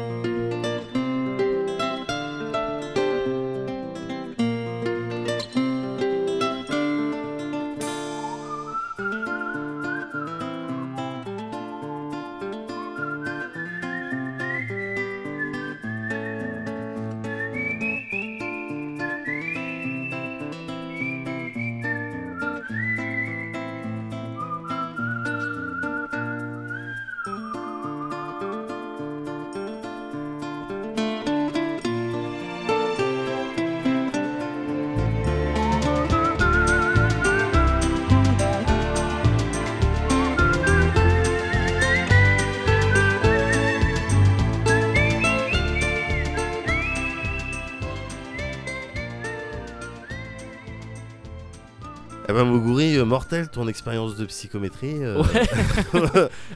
S2: Eh ben, Moguri, euh, mortel, ton expérience de psychométrie. euh,
S1: Ouais.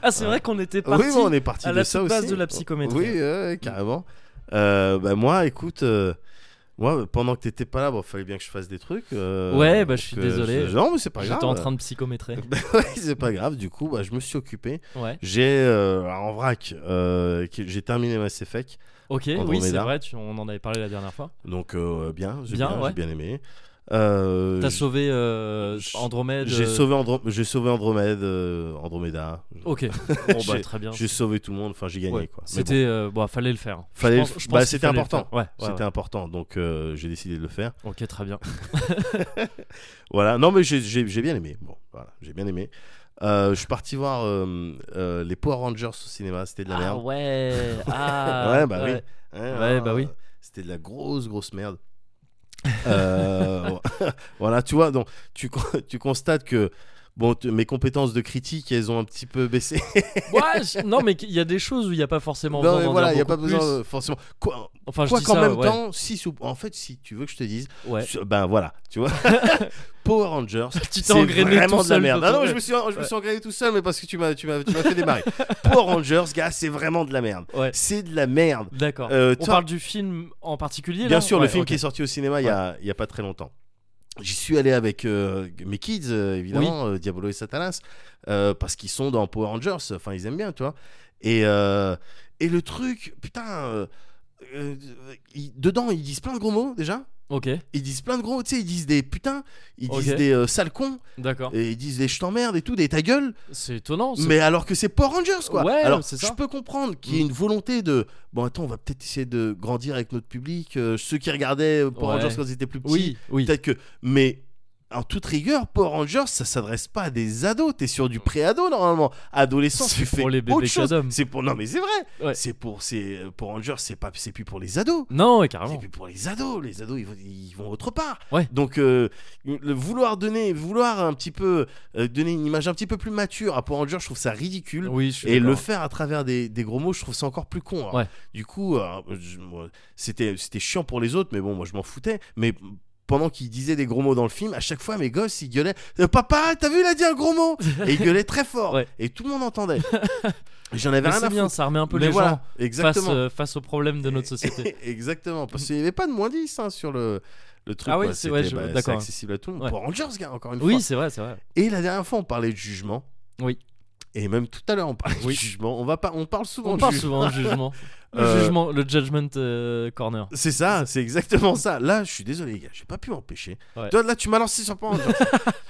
S1: Ah, c'est
S2: Ouais.
S1: vrai qu'on était
S2: oui,
S1: parti.
S2: mais on est parti
S1: à
S2: de
S1: la
S2: ça
S1: toute base
S2: aussi.
S1: de la psychométrie.
S2: Oui, euh, carrément. Euh, bah, moi, écoute, euh, moi, pendant que t'étais pas là, bon, fallait bien que je fasse des trucs. euh,
S1: Ouais, bah, je suis
S2: que
S1: désolé.
S2: je- Non, mais c'est pas grave.
S1: J'étais en train de psychométrer.
S2: Bah, ouais, c'est pas grave. Du coup, bah, je me suis occupé.
S1: Ouais.
S2: J'ai euh, alors, en vrac, euh, qui- j'ai terminé Mass Effect.
S1: Ok, oui,
S2: Andromeda.
S1: c'est vrai, tu- on en avait parlé la dernière fois.
S2: Donc euh, bien, j'ai bien,
S1: Bien, ouais.
S2: j'ai bien aimé. Euh,
S1: T'as
S2: j-
S1: sauvé euh,
S2: je-
S1: Andromède.
S2: J'ai
S1: euh,
S2: sauvé, Andro- j'ai sauvé Andromède, euh, Andromeda.
S1: Ok, bon, bah,
S2: J'ai-
S1: très bien.
S2: J'ai sauvé tout le monde. Enfin, j'ai gagné
S1: Ouais.
S2: quoi. Mais bon,
S1: C'était. euh, bon, fallait le faire. Je
S2: Fallait le
S1: pense-
S2: f-
S1: je pense
S2: bah,
S1: qu'il
S2: c'était
S1: fallait le
S2: important.
S1: faire. Ouais, ouais,
S2: c'était
S1: ouais.
S2: important, donc euh, j'ai décidé de le faire.
S1: Ok, très bien.
S2: Voilà. Non, mais j'ai j'ai- j'ai bien aimé. Bon, voilà, j'ai bien aimé. Euh, je suis parti voir euh, euh, les Power Rangers au cinéma. C'était de la
S1: Ah
S2: merde.
S1: ouais. Ah,
S2: Ouais, bah oui. Hein,
S1: Ouais,
S2: hein,
S1: bah oui.
S2: C'était de la grosse, grosse merde. Euh, voilà, tu vois, donc tu, con- tu constates que bon, t- mes compétences de critique, elles ont un petit peu baissé.
S1: Ouais, c'est- non, mais il y a des choses où il n'y a pas forcément
S2: non,
S1: besoin
S2: mais
S1: d'en
S2: voilà,
S1: dire
S2: il n'y a
S1: beaucoup
S2: pas besoin
S1: plus.
S2: euh, forcément. Quoi,
S1: Enfin, je
S2: quoi
S1: dis
S2: qu'en
S1: ça,
S2: même
S1: ouais.
S2: temps, si, sous- en fait, si tu veux que je te dise,
S1: Ouais.
S2: su- ben voilà, tu vois, Power Rangers,
S1: Tu t'es
S2: c'est
S1: engrainé
S2: vraiment
S1: tout
S2: de la
S1: seul
S2: merde.
S1: dans
S2: Ah
S1: ton-
S2: non, mais je me suis, je me
S1: Ouais.
S2: suis engrainé tout seul, mais parce que tu m'as, tu m'as, tu m'as fait démarrer. Power Rangers, gars, c'est vraiment de la merde.
S1: Ouais.
S2: C'est de la merde.
S1: D'accord.
S2: Euh,
S1: On
S2: toi-
S1: parle du film en particulier
S2: Bien
S1: là
S2: sûr, le
S1: Ouais,
S2: film
S1: ok.
S2: qui est sorti au cinéma il y a, il y a pas très longtemps. J'y suis allé avec euh, mes kids, euh, évidemment, euh, Diabolo et Satanas, euh, parce qu'ils sont dans Power Rangers. Enfin, ils aiment bien, tu vois. Et, euh, et le truc, putain, euh, euh, ils- dedans, ils disent plein de gros mots déjà.
S1: Ok,
S2: Ils disent plein de gros, tu sais, ils disent des putains, ils
S1: Ok. Ah.
S2: disent des euh, sales cons,
S1: d'accord.
S2: et ils disent des je t'emmerde et tout, des ta gueule.
S1: C'est étonnant. c'est-
S2: Mais alors que c'est Power Rangers, quoi.
S1: Ouais,
S2: alors,
S1: c'est
S2: je
S1: ça. Mm.
S2: peux comprendre qu'il y ait une volonté de. Bon, attends, on va peut-être essayer de grandir avec notre public. euh, ceux qui regardaient euh, Power
S1: Ouais.
S2: Rangers quand ils étaient plus petits.
S1: Oui, oui.
S2: Peut-être que. Mais. En toute rigueur, Power Rangers, ça s'adresse pas à des ados. T'es sur du pré-ado normalement. Adolescent,
S1: C'est
S2: tu fais
S1: pour les bébés
S2: autre chose.
S1: cadomes.
S2: C'est pour non, mais c'est vrai.
S1: Ouais.
S2: C'est pour c'est euh, Power Rangers, c'est pas c'est plus pour les ados.
S1: Non, ouais,
S2: C'est
S1: carrément.
S2: plus pour les ados. Les ados, ils vont, ils vont autre part.
S1: Ah Ouais.
S2: Donc, euh, le vouloir donner, vouloir un petit peu euh, donner une image un petit peu plus mature à Power Rangers, je trouve ça ridicule.
S1: Ah Oui, je suis
S2: Et le
S1: d'accord.
S2: faire à travers des, des gros mots, je trouve ça encore plus con. Alors,
S1: Ouais.
S2: Du coup, euh, je- moi, c'était c'était chiant pour les autres, mais bon, moi je m'en foutais. Mais pendant qu'ils disaient des gros mots dans le film, à chaque fois mes gosses ils gueulaient euh, Papa, t'as vu, il a dit un gros mot Et ils gueulaient très fort.
S1: Ouais.
S2: Et tout le monde entendait. J'en avais
S1: Mais
S2: rien
S1: c'est
S2: à
S1: bien,
S2: foutre.
S1: ça remet un peu
S2: mais
S1: les
S2: voilà,
S1: gens
S2: exactement.
S1: face, euh, face aux problèmes de notre société.
S2: Exactement, parce qu'il n'y avait pas de moins 10 hein, sur le, le truc.
S1: Ah oui,
S2: quoi.
S1: c'est- ouais,
S2: C'était,
S1: je-
S2: bah,
S1: d'accord.
S2: c'est accessible à tout le monde.
S1: Ouais.
S2: Pour Rangers, gars, encore une
S1: oui,
S2: fois.
S1: c'est vrai, c'est vrai.
S2: Et la dernière fois, on parlait de jugement.
S1: Oui.
S2: Et même tout à l'heure, on parle
S1: Oui.
S2: du jugement. On, va pas, on parle souvent
S1: On
S2: du
S1: parle
S2: jugement.
S1: souvent du jugement. Le
S2: Euh,
S1: jugement, le judgment euh, corner.
S2: C'est ça, c'est exactement ça. Là, je suis désolé, les gars, j'ai pas pu m'empêcher.
S1: Ouais.
S2: Toi, là, tu m'as lancé sur Power Rangers.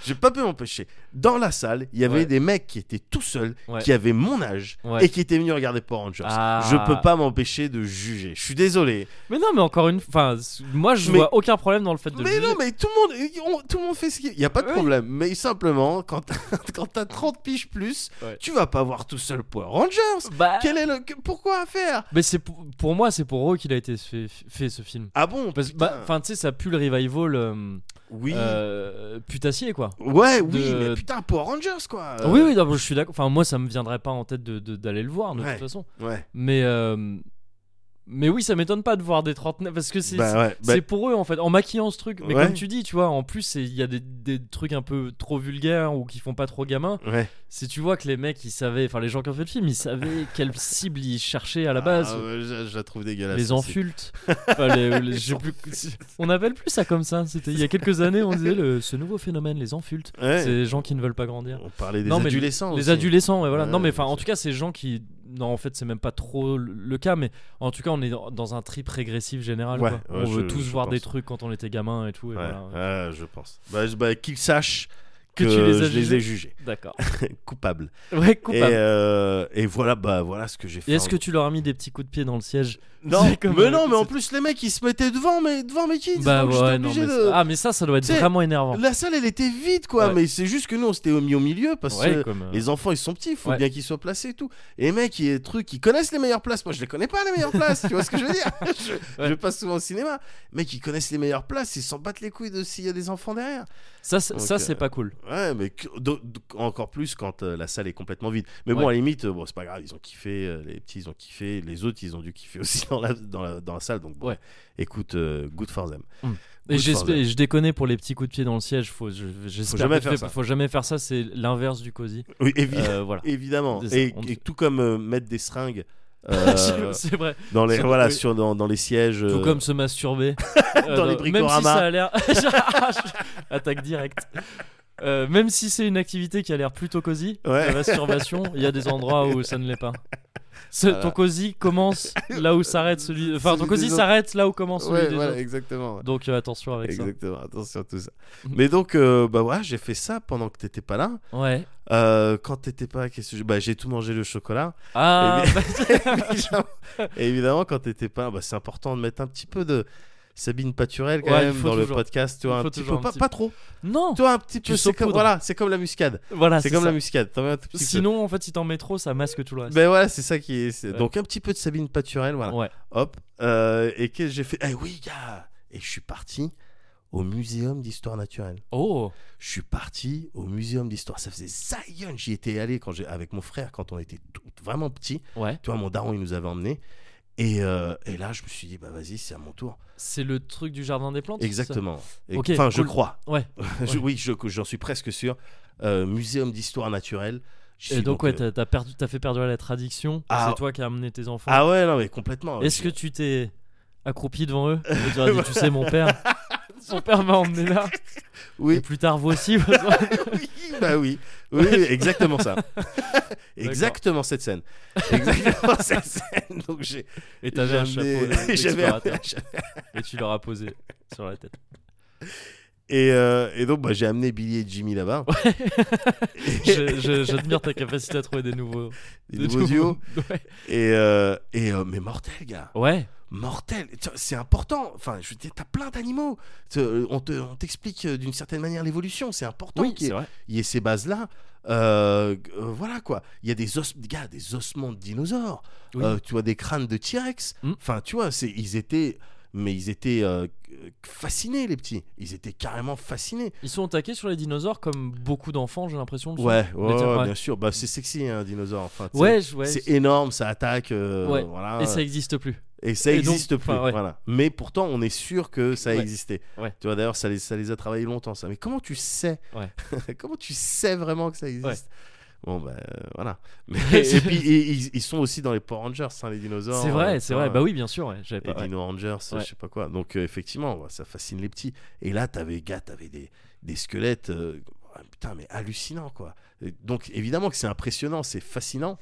S2: j'ai pas pu m'empêcher. Dans la salle, il y avait
S1: Ouais.
S2: des mecs qui étaient tout seuls,
S1: Ouais.
S2: qui avaient mon âge
S1: Ouais.
S2: et qui étaient venus regarder Power Rangers.
S1: Ah.
S2: Je peux pas m'empêcher de juger. Je suis désolé.
S1: Mais non, mais encore une fois, moi je
S2: Mais-
S1: vois aucun problème dans le fait de.
S2: Mais
S1: juger.
S2: non, mais tout le monde, on- tout le monde fait ce qu'il y a. Il y a pas de
S1: Ouais.
S2: problème. Mais simplement, quand t'as, quand t'as 30 piges plus,
S1: Ouais.
S2: tu vas pas voir tout seul Power Rangers.
S1: Bah,
S2: Quel est le, que- pourquoi faire
S1: mais c'est pour, pour moi, c'est pour eux qu'il a été fait, fait ce film.
S2: Ah bon
S1: Parce
S2: putain.
S1: bah, enfin, tu sais, ça pue le revival euh,
S2: Oui.
S1: euh, putassier quoi.
S2: Ouais, oui,
S1: de-
S2: mais putain, Power Rangers, quoi.
S1: Oui, oui, non, bon, je suis d'accord. Enfin, moi, ça me viendrait pas en tête de- de- d'aller le voir de
S2: Ouais.
S1: toute façon.
S2: Ouais.
S1: Mais euh, mais oui, ça m'étonne pas de voir des trentenaires parce que c'est
S2: Bah ouais. bah-
S1: c'est pour eux en fait, en maquillant ce truc. Mais
S2: Ouais.
S1: comme tu dis, tu vois, en plus c'est- il y a des, des trucs un peu trop vulgaires ou qui font pas trop gamin.
S2: Ouais.
S1: Si tu vois que les mecs ils savaient, enfin les gens qui ont fait le film, ils savaient quelle cible ils cherchaient à la base.
S2: Ah ouais, je, je la trouve dégueulasse.
S1: les
S2: aussi.
S1: enfultes. Enfin, les- les- je sais plus- on appelle plus ça comme ça. C'était il y a quelques années, on disait le- ce nouveau phénomène, les enfultes.
S2: Ouais.
S1: C'est les gens qui ne veulent pas grandir.
S2: On parlait des
S1: Non, mais les-
S2: adolescents.
S1: Les
S2: aussi.
S1: adolescents, ouais, voilà.
S2: Oh, Ouais,
S1: non, mais enfin,
S2: c'est-
S1: en tout cas, ces gens qui. Non, en fait, c'est même pas trop le- le cas, mais en tout cas, on est dans- dans un trip régressif général.
S2: Ouais,
S1: quoi.
S2: ouais,
S1: on
S2: je-
S1: veut tous
S2: je
S1: voir des
S2: pense.
S1: trucs quand on était gamin et tout. Et
S2: Ouais,
S1: voilà.
S2: ouais, je pense. Bah, je- bah, qu'ils sachent
S1: Que
S2: que,
S1: tu les as
S2: je les
S1: jugés.
S2: ai jugés
S1: D'accord.
S2: coupables.
S1: Ouais,
S2: Et,
S1: coupable. Et,
S2: euh, et voilà, bah voilà ce que j'ai fait.
S1: est-ce
S2: en-
S1: que tu leur as mis des petits coups de pied dans le siège
S2: non,
S1: C'est comme-
S2: mais non, mais en plus les mecs ils se mettaient devant, mais devant mes kids.
S1: Bah
S2: donc j'étais
S1: ouais, non,
S2: obligé
S1: mais
S2: de-
S1: ça- Ah, mais ça, ça doit être
S2: Tu sais,
S1: vraiment énervant.
S2: La salle elle était vide quoi,
S1: Ouais.
S2: mais c'est juste que nous on s'était mis au milieu parce
S1: Ouais,
S2: que
S1: comme, euh,
S2: les enfants ils sont petits, faut
S1: Ouais.
S2: bien qu'ils soient placés et tout. Et les mecs ils, trucs, ils connaissent les meilleures places. Moi je les connais pas les meilleures places, tu vois ce que je veux dire je,
S1: Ouais.
S2: je passe souvent au cinéma. Les mecs ils connaissent les meilleures places, ils s'en battent les couilles de s'il y a des enfants derrière.
S1: Ça, c'est-
S2: Donc,
S1: ça, c'est
S2: euh,
S1: pas cool.
S2: Ouais, mais que- do- do- encore plus quand euh, la salle est complètement vide. Mais bon,
S1: Ouais.
S2: à la limite, euh, bon, c'est pas grave, ils ont kiffé, euh, les petits ils ont kiffé, les autres ils ont dû kiffer aussi dans la, dans la, dans la salle. Donc bon,
S1: Ouais.
S2: écoute, euh, good for them.
S1: Mm. Et
S2: Good
S1: j'espère-
S2: for them.
S1: et je déconne pour les petits coups de pied dans le siège. Faut, je- j'espère
S2: Faut jamais
S1: que tu
S2: faire
S1: fais-
S2: ça.
S1: Faut jamais faire ça. C'est l'inverse du cosy.
S2: Oui, évi-
S1: Euh, voilà.
S2: évidemment.
S1: c'est ça,
S2: Et,
S1: on-
S2: et tout comme euh, mettre des seringues euh,
S1: c'est vrai.
S2: dans les,
S1: Sur-
S2: voilà,
S1: oui.
S2: sur, dans, dans les sièges.
S1: Tout
S2: euh,
S1: comme se masturber. Euh,
S2: Dans les
S1: Même si
S2: bricoramas.
S1: ça a l'air. Attaque directe. Euh, même si c'est une activité qui a l'air plutôt cosy,
S2: Ouais.
S1: la masturbation, il y a des endroits où ça ne l'est pas. Ce-
S2: Voilà.
S1: Ton cosy commence là où s'arrête celui. Enfin,
S2: Celui
S1: ton cosy
S2: des autres.
S1: s'arrête là où commence celui
S2: Ouais,
S1: des
S2: voilà,
S1: autres.
S2: exactement.
S1: Donc euh, attention avec
S2: Exactement, attention à tout ça.
S1: Mhm.
S2: Mais donc, euh, bah ouais, j'ai fait ça pendant que t'étais pas là.
S1: ça. Ouais.
S2: Euh, quand t'étais pas, qu'est-ce que j'ai- bah, j'ai tout mangé le chocolat.
S1: Ah,
S2: Eh
S1: bah,
S2: évidemment, Et évidemment, quand t'étais pas, bah, c'est important de mettre un petit peu de Sabine Paturel quand
S1: Ouais, il
S2: même
S1: faut
S2: dans le
S1: toujours.
S2: podcast, tu vois,
S1: Il
S2: un
S1: faut
S2: petit peu,
S1: toujours un
S2: pas,
S1: petit
S2: pas trop.
S1: non.
S2: Tu vois, un petit
S1: Tu
S2: peu, c'est comme,
S1: saupoudres.
S2: voilà, c'est comme la muscade.
S1: Voilà,
S2: c'est comme
S1: Ah, ça.
S2: la muscade, t'en mets un tout petit peu.
S1: Sinon, en fait, si t'en mets trop, ça masque tout le reste.
S2: Ben voilà, c'est ça qui est. c'est-
S1: Ouais.
S2: Donc un petit peu de Sabine Paturel, voilà.
S1: Ouais.
S2: Hop. Euh, et qu'est-ce que j'ai fait Eh oui, gars Et je suis parti au Muséum d'histoire naturelle.
S1: Oh.
S2: Je suis parti au Muséum d'histoire. Ça faisait ça, gueule, j'y étais allé quand j'ai avec mon frère quand on était tout, vraiment petit.
S1: Ouais.
S2: Tu vois, mon daron, il nous avait emmenés. Et, euh, et là, je me suis dit, bah vas-y, c'est à mon tour.
S1: C'est le truc du jardin des plantes.
S2: Exactement. Et-
S1: Ok,
S2: Enfin, je
S1: cool.
S2: crois.
S1: Ouais.
S2: Je- oui, je- j'en suis presque sûr. Euh, Muséum d'histoire naturelle. J'y
S1: Et
S2: suis
S1: donc, ouais, t'as
S2: euh,
S1: t'as perdu, t'as fait perdre la tradition.
S2: Ah.
S1: C'est toi qui as amené tes enfants.
S2: Ah ouais, non, mais complètement.
S1: Est-ce que
S2: Je-
S1: tu t'es accroupi devant eux et tu leur as dit, tu sais, mon père, son père m'a emmené là. Et
S2: Oui,
S1: plus tard, vous aussi.
S2: oui, bah oui. Oui, oui, exactement ça. exactement cette scène. Exactement cette scène. Donc j'ai.
S1: et t'avais un
S2: j'ai
S1: chapeau
S2: amené-
S1: de-
S2: j'avais un-
S1: d'explorateur. Et tu leur as posé sur la tête.
S2: Et, euh, et donc, bah, j'ai amené Billy et Jimmy là-bas.
S1: Je- je- J'admire ta capacité à trouver des nouveaux.
S2: Des nouveaux duos.
S1: Ouais.
S2: Et, euh, et euh, mais mortel, gars.
S1: Ouais.
S2: mortel. Tu vois, C'est important. Enfin, je veux dire, t'as plein d'animaux. Tu- On te- on t'explique euh, d'une certaine manière l'évolution. C'est important
S1: Oui,
S2: qu'il y,
S1: c'est
S2: ait-
S1: vrai.
S2: il y ait ces bases-là. Euh, euh, voilà quoi. Il y a des os, des gars, des ossements de dinosaures.
S1: Oui.
S2: Euh, tu vois des crânes de T-Rex.
S1: Mm.
S2: Enfin, tu vois, c'est ils étaient, mais ils étaient euh, fascinés les petits. Ils étaient carrément fascinés.
S1: Ils sont attaqués sur les dinosaures comme beaucoup d'enfants, j'ai l'impression. le sont.
S2: Ouais, ouais,
S1: tiens,
S2: ouais,
S1: ouais.
S2: bien sûr. Bah, c'est sexy un dinosaure. Enfin, tu sais.
S1: Ouais, je- ouais.
S2: C'est énorme, ça attaque. euh,
S1: Ouais.
S2: Voilà.
S1: Et ça existe plus.
S2: Et ça
S1: Et donc,
S2: existe plus,
S1: enfin, ouais.
S2: voilà. Mais pourtant, on est sûr que ça a
S1: Ouais.
S2: existé.
S1: Ouais.
S2: Tu vois, d'ailleurs, ça les, ça les a travaillés longtemps, ça. Mais comment tu sais
S1: Ouais.
S2: Comment tu sais vraiment que ça existe Bon, ben voilà. Mais-
S1: Et-
S2: et puis, et- ils, ils sont aussi dans les Power Rangers, hein, les dinosaures.
S1: C'est
S2: euh,
S1: vrai, c'est
S2: tu
S1: vrai.
S2: vois,
S1: Bah oui, bien sûr. ouais, J'avais
S2: Les
S1: pas. ouais.
S2: Dino Rangers,
S1: Ouais.
S2: je sais pas quoi. Donc, euh, effectivement, ouais, ça fascine les petits. Et là, t'avais, gars, t'avais des, des squelettes. euh, ah, putain, mais hallucinant, quoi. Et donc, évidemment que c'est impressionnant, c'est fascinant.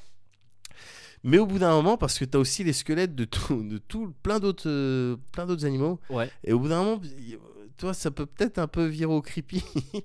S2: Mais au bout d'un moment, parce que tu as aussi les squelettes de tout, de tout plein d'autres euh, plein d'autres animaux.
S1: Ouais.
S2: Et au bout d'un moment, y- toi, ça peut peut-être un peu virer au creepy.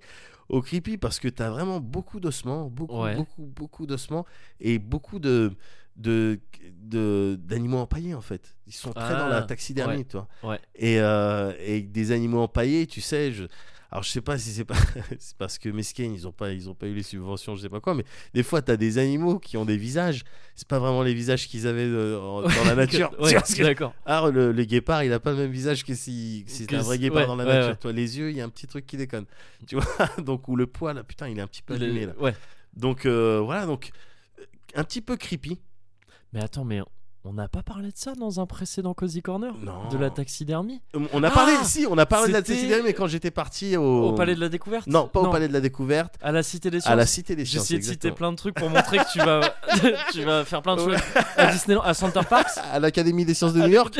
S2: au creepy, parce que tu as vraiment beaucoup d'ossements, beaucoup,
S1: Ouais.
S2: beaucoup, beaucoup d'ossements et beaucoup de de de- d'animaux empaillés en fait ils sont très dans la
S1: Ah,
S2: taxidermie
S1: ouais.
S2: toi
S1: Ouais.
S2: et euh, et des animaux empaillés tu sais je alors je sais pas si c'est pas c'est parce que mesquins ils ont pas ils ont pas eu les subventions je sais pas quoi mais des fois tu as des animaux qui ont des visages c'est pas vraiment les visages qu'ils avaient euh, en- dans la nature
S1: Ouais,
S2: Tu vois ce que-
S1: d'accord.
S2: ah, le, le guépard, il a pas le même visage que si, que si c'était
S1: Que
S2: un vrai
S1: si-
S2: guépard
S1: ouais,
S2: dans la
S1: ouais,
S2: nature.
S1: ouais.
S2: Toi, les yeux, il y a un petit truc qui déconne. Tu vois Donc, ou le poil, là, putain, il est un petit peu
S1: Le-
S2: allumé, là.
S1: Ouais.
S2: Donc, euh, voilà, donc, euh, un petit peu creepy.
S1: Mais attends, mais on n'a pas parlé de ça dans un précédent Cozy Corner
S2: Non.
S1: De la taxidermie
S2: On on a parlé,
S1: Ah
S2: si, on a parlé de la
S1: C'était-
S2: taxidermie, mais quand j'étais parti au.
S1: Au Palais de la Découverte
S2: Oh. Non, pas au Palais de la Découverte,
S1: À la Cité des Sciences
S2: à la Cité des
S1: J'ai
S2: Sciences.
S1: essayé de citer
S2: exactement.
S1: plein de trucs pour montrer que tu vas, tu vas faire plein de
S2: Ouais.
S1: choses à Disneyland, à Center Parks.
S2: À l'Académie des Sciences de New York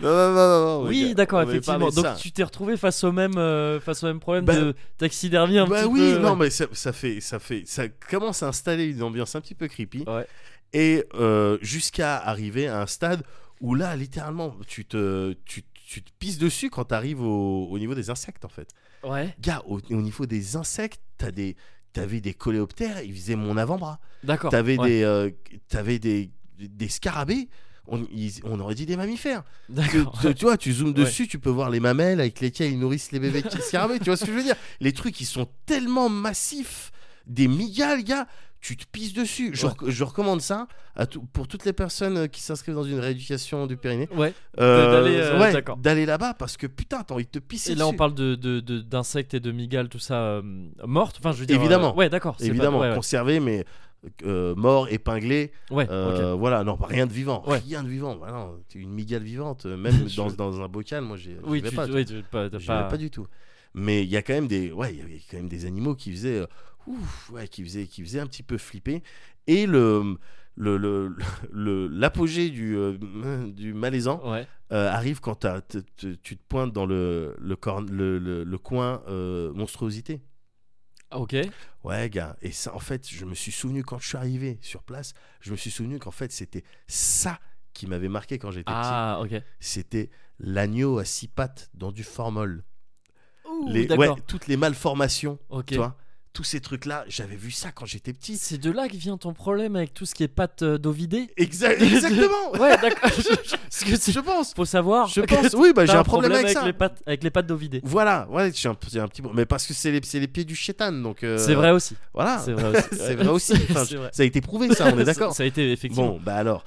S2: Non, non, non, non, non,
S1: Oui,
S2: regarde,
S1: d'accord,
S2: Oh, on avait parlé
S1: effectivement.
S2: de
S1: Donc
S2: ça.
S1: tu t'es retrouvé face au même, euh, face au même problème
S2: Bah-
S1: de taxidermie un
S2: bah
S1: petit
S2: oui,
S1: peu.
S2: non, mais ça, ça fait, ça fait, ça commence à installer une ambiance un petit peu creepy.
S1: Ouais.
S2: Et euh, jusqu'à arriver à un stade où là, littéralement, tu te, tu, tu te pisses dessus quand t'arrives au, au niveau des insectes, en fait.
S1: Ouais,
S2: Gars, au, au niveau des insectes, t'as des, t'avais des coléoptères, ils faisaient mon avant-bras.
S1: d'accord.
S2: T'avais
S1: ouais.
S2: des, euh, t'avais des, des scarabées. On, ils- on aurait dit des mammifères. Tu,
S1: D'accord.
S2: tu- tu vois, tu zoomes
S1: Ouais.
S2: dessus, tu peux voir les mamelles avec lesquelles ils nourrissent les bébés qui- scarabées. tu vois ce que je veux dire Les trucs, ils sont tellement massifs, des méga, les gars. Tu te pisses dessus. Je,
S1: Ouais.
S2: rec- je recommande ça à tout- pour toutes les personnes euh, qui s'inscrivent dans une rééducation du périnée.
S1: Ouais.
S2: Euh,
S1: d'aller, euh,
S2: ouais,
S1: d'accord.
S2: d'aller là-bas parce que putain, t'as envie de te pisser
S1: Et là, on
S2: dessus.
S1: parle de de- de- d'insectes et de migales, tout ça euh, mortes. Enfin, je veux dire.
S2: Évidemment.
S1: euh, ouais, d'accord. c'est pas-
S2: Évidemment,
S1: ouais, ouais.
S2: conservé, mais euh, mort, épinglé.
S1: Ouais,
S2: euh, Voilà, non, pas rien de vivant.
S1: Ouais.
S2: Rien de vivant. Voilà, non, t'es une migale vivante, euh, même
S1: Je-
S2: dans, dans un bocal. Moi, j'ai.
S1: ok. Oui,
S2: vais
S1: tu,
S2: pas, tu
S1: oui, tu- pas, t'as
S2: Je
S1: pas-
S2: l'avais pas du tout. Mais il y a quand même des, ouais, il y avait quand même des animaux qui faisaient, euh, ouf, ouais, qui faisaient, qui faisaient un petit peu flipper. Et le, le, le, le- l'apogée du, euh, du malaisant
S1: Ouais.
S2: euh, arrive quand t'as- te- te- tu te pointes dans le, le, corn- le, le- le coin euh, monstruosité.
S1: Ah, Ok.
S2: Ouais, gars. Et ça, en fait, je me suis souvenu quand je suis arrivé sur place, je me suis souvenu qu'en fait, c'était ça qui m'avait marqué quand j'étais
S1: Ah, ok.
S2: petit. C'était l'agneau à six pattes dans du formol.
S1: Ouh,
S2: Les- ouais,
S1: d'accord.
S2: toutes les malformations
S1: Ok.
S2: tu vois tous ces trucs là j'avais vu ça quand j'étais petit
S1: C'est de là que vient ton problème avec tout ce qui est pâte euh, d'ovidé
S2: Exa- exactement
S1: Ouais, d'accord. Parce que c'est-
S2: je pense
S1: faut savoir.
S2: je
S1: que
S2: pense oui bah
S1: t'as
S2: j'ai un problème, avec, ça
S1: les pattes, avec les pattes d'ovidé.
S2: voilà ouais j'ai un, j'ai un petit mais parce que c'est les, c'est les pieds du chétan donc euh,
S1: C'est vrai aussi.
S2: voilà
S1: C'est vrai aussi.
S2: c'est vrai aussi Enfin,
S1: C'est vrai.
S2: ça a été prouvé ça on est d'accord
S1: Ça a été effectivement.
S2: bon bah alors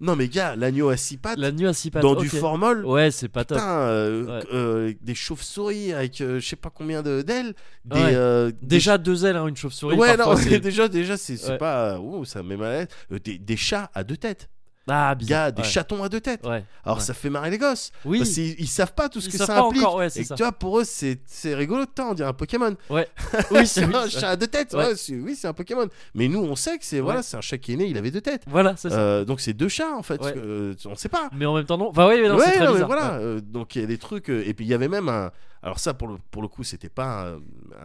S2: non mais gars l'agneau à six pattes
S1: La nuit à six pattes.
S2: dans
S1: ok.
S2: du formol
S1: Ouais, c'est pas top.
S2: Putain, euh,
S1: Ouais.
S2: euh, des chauves-souris avec euh, je sais pas combien de- d'ailes, des,
S1: Ouais.
S2: euh, des
S1: Déjà deux ailes, hein, une chauve-souris.
S2: Ouais, non,
S1: parfois, c'est-
S2: déjà, déjà, c'est c'est
S1: Ouais.
S2: pas. euh, Ouh, ça me met mal à l'aise. Euh, Des, des chats à deux têtes.
S1: Ah,
S2: Il y a
S1: bizarre.
S2: des
S1: ouais.
S2: chatons à deux têtes.
S1: Ouais.
S2: Alors
S1: ouais.
S2: ça fait marrer les gosses.
S1: Oui.
S2: Parce qu'ils ils savent pas tout ce
S1: Ils
S2: que
S1: savent
S2: ça
S1: pas
S2: implique.
S1: encore, ouais, c'est
S2: Et
S1: ça.
S2: tu vois, pour eux, c'est c'est rigolo de temps, on dirait un Pokémon.
S1: oui, c'est-
S2: C'est un
S1: oui, c'est-
S2: chat à deux têtes.
S1: Ouais.
S2: ouais, c'est- oui, c'est un Pokémon. Mais nous, on sait que c'est voilà,
S1: Ouais.
S2: c'est un chat qui est né, il avait deux têtes.
S1: Voilà, c'est ça.
S2: Euh, donc c'est deux chats en fait.
S1: Ouais.
S2: Euh, on sait pas.
S1: Mais en même temps, non. Bah ouais, mais non,
S2: Ouais,
S1: c'est très
S2: non, mais
S1: bizarre.
S2: voilà.
S1: Ouais.
S2: Euh, donc il y a des trucs. euh, et puis il y avait même un. Alors ça, pour le, pour le coup, c'était pas un,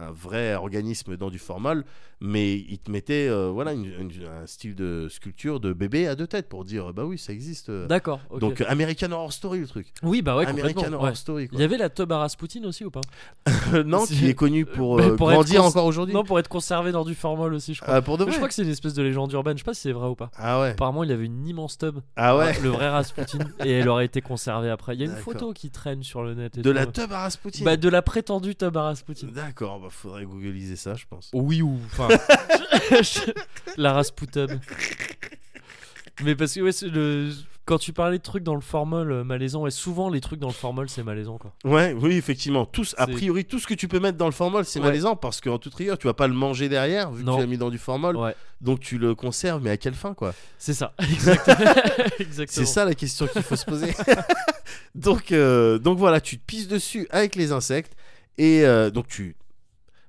S2: un vrai organisme dans du formol, mais il te mettait euh, voilà, une- une- un style de sculpture de bébé à deux têtes pour dire euh, bah oui, ça existe. euh.
S1: D'accord. ok.
S2: Donc euh, American Horror Story le truc.
S1: oui, bah ouais,
S2: American
S1: complètement.
S2: Horror
S1: ouais.
S2: Story.
S1: Il
S2: Quoi. Euh,
S1: y avait la tub à Rasputin aussi ou pas
S2: non, qui
S1: C'est-
S2: est connu pour,
S1: Mais
S2: euh,
S1: bah, pour être
S2: grandir
S1: cons-
S2: encore aujourd'hui.
S1: Non, pour être conservé dans du formol aussi, je crois.
S2: Ah, pour de
S1: je
S2: vrai.
S1: crois que c'est une espèce de légende urbaine. Je sais pas si c'est vrai ou pas.
S2: Ah ouais.
S1: Apparemment, il y avait une immense tub,
S2: Ah ouais.
S1: le vrai Rasputin, et elle aurait été conservée après. Il y a une
S2: D'accord.
S1: photo qui traîne sur le net. et
S2: De
S1: tout.
S2: la tub à Rasputin.
S1: bah, de la prétendue tub à Rasputin.
S2: D'accord, bah faudrait googliser ça, je pense.
S1: Oui ou enfin la Rasputum. Mais parce que ouais, c'est le... quand tu parlais de trucs dans le formol euh, malaisant, ouais, souvent les trucs dans le formol c'est malaisant quoi.
S2: Ouais, oui, effectivement. Tous, a
S1: C'est-
S2: priori, tout ce que tu peux mettre dans le formol, c'est
S1: Ouais.
S2: malaisant parce qu'en toute rigueur, tu vas pas le manger derrière vu
S1: Non.
S2: que tu l'as mis dans du formol.
S1: Ouais.
S2: Donc tu le conserves, mais à quelle fin, quoi
S1: C'est ça. Exactement.
S2: C'est
S1: Exactement.
S2: ça la question qu'il faut se poser. donc, euh, donc voilà, tu te pisses dessus avec les insectes et euh, donc tu.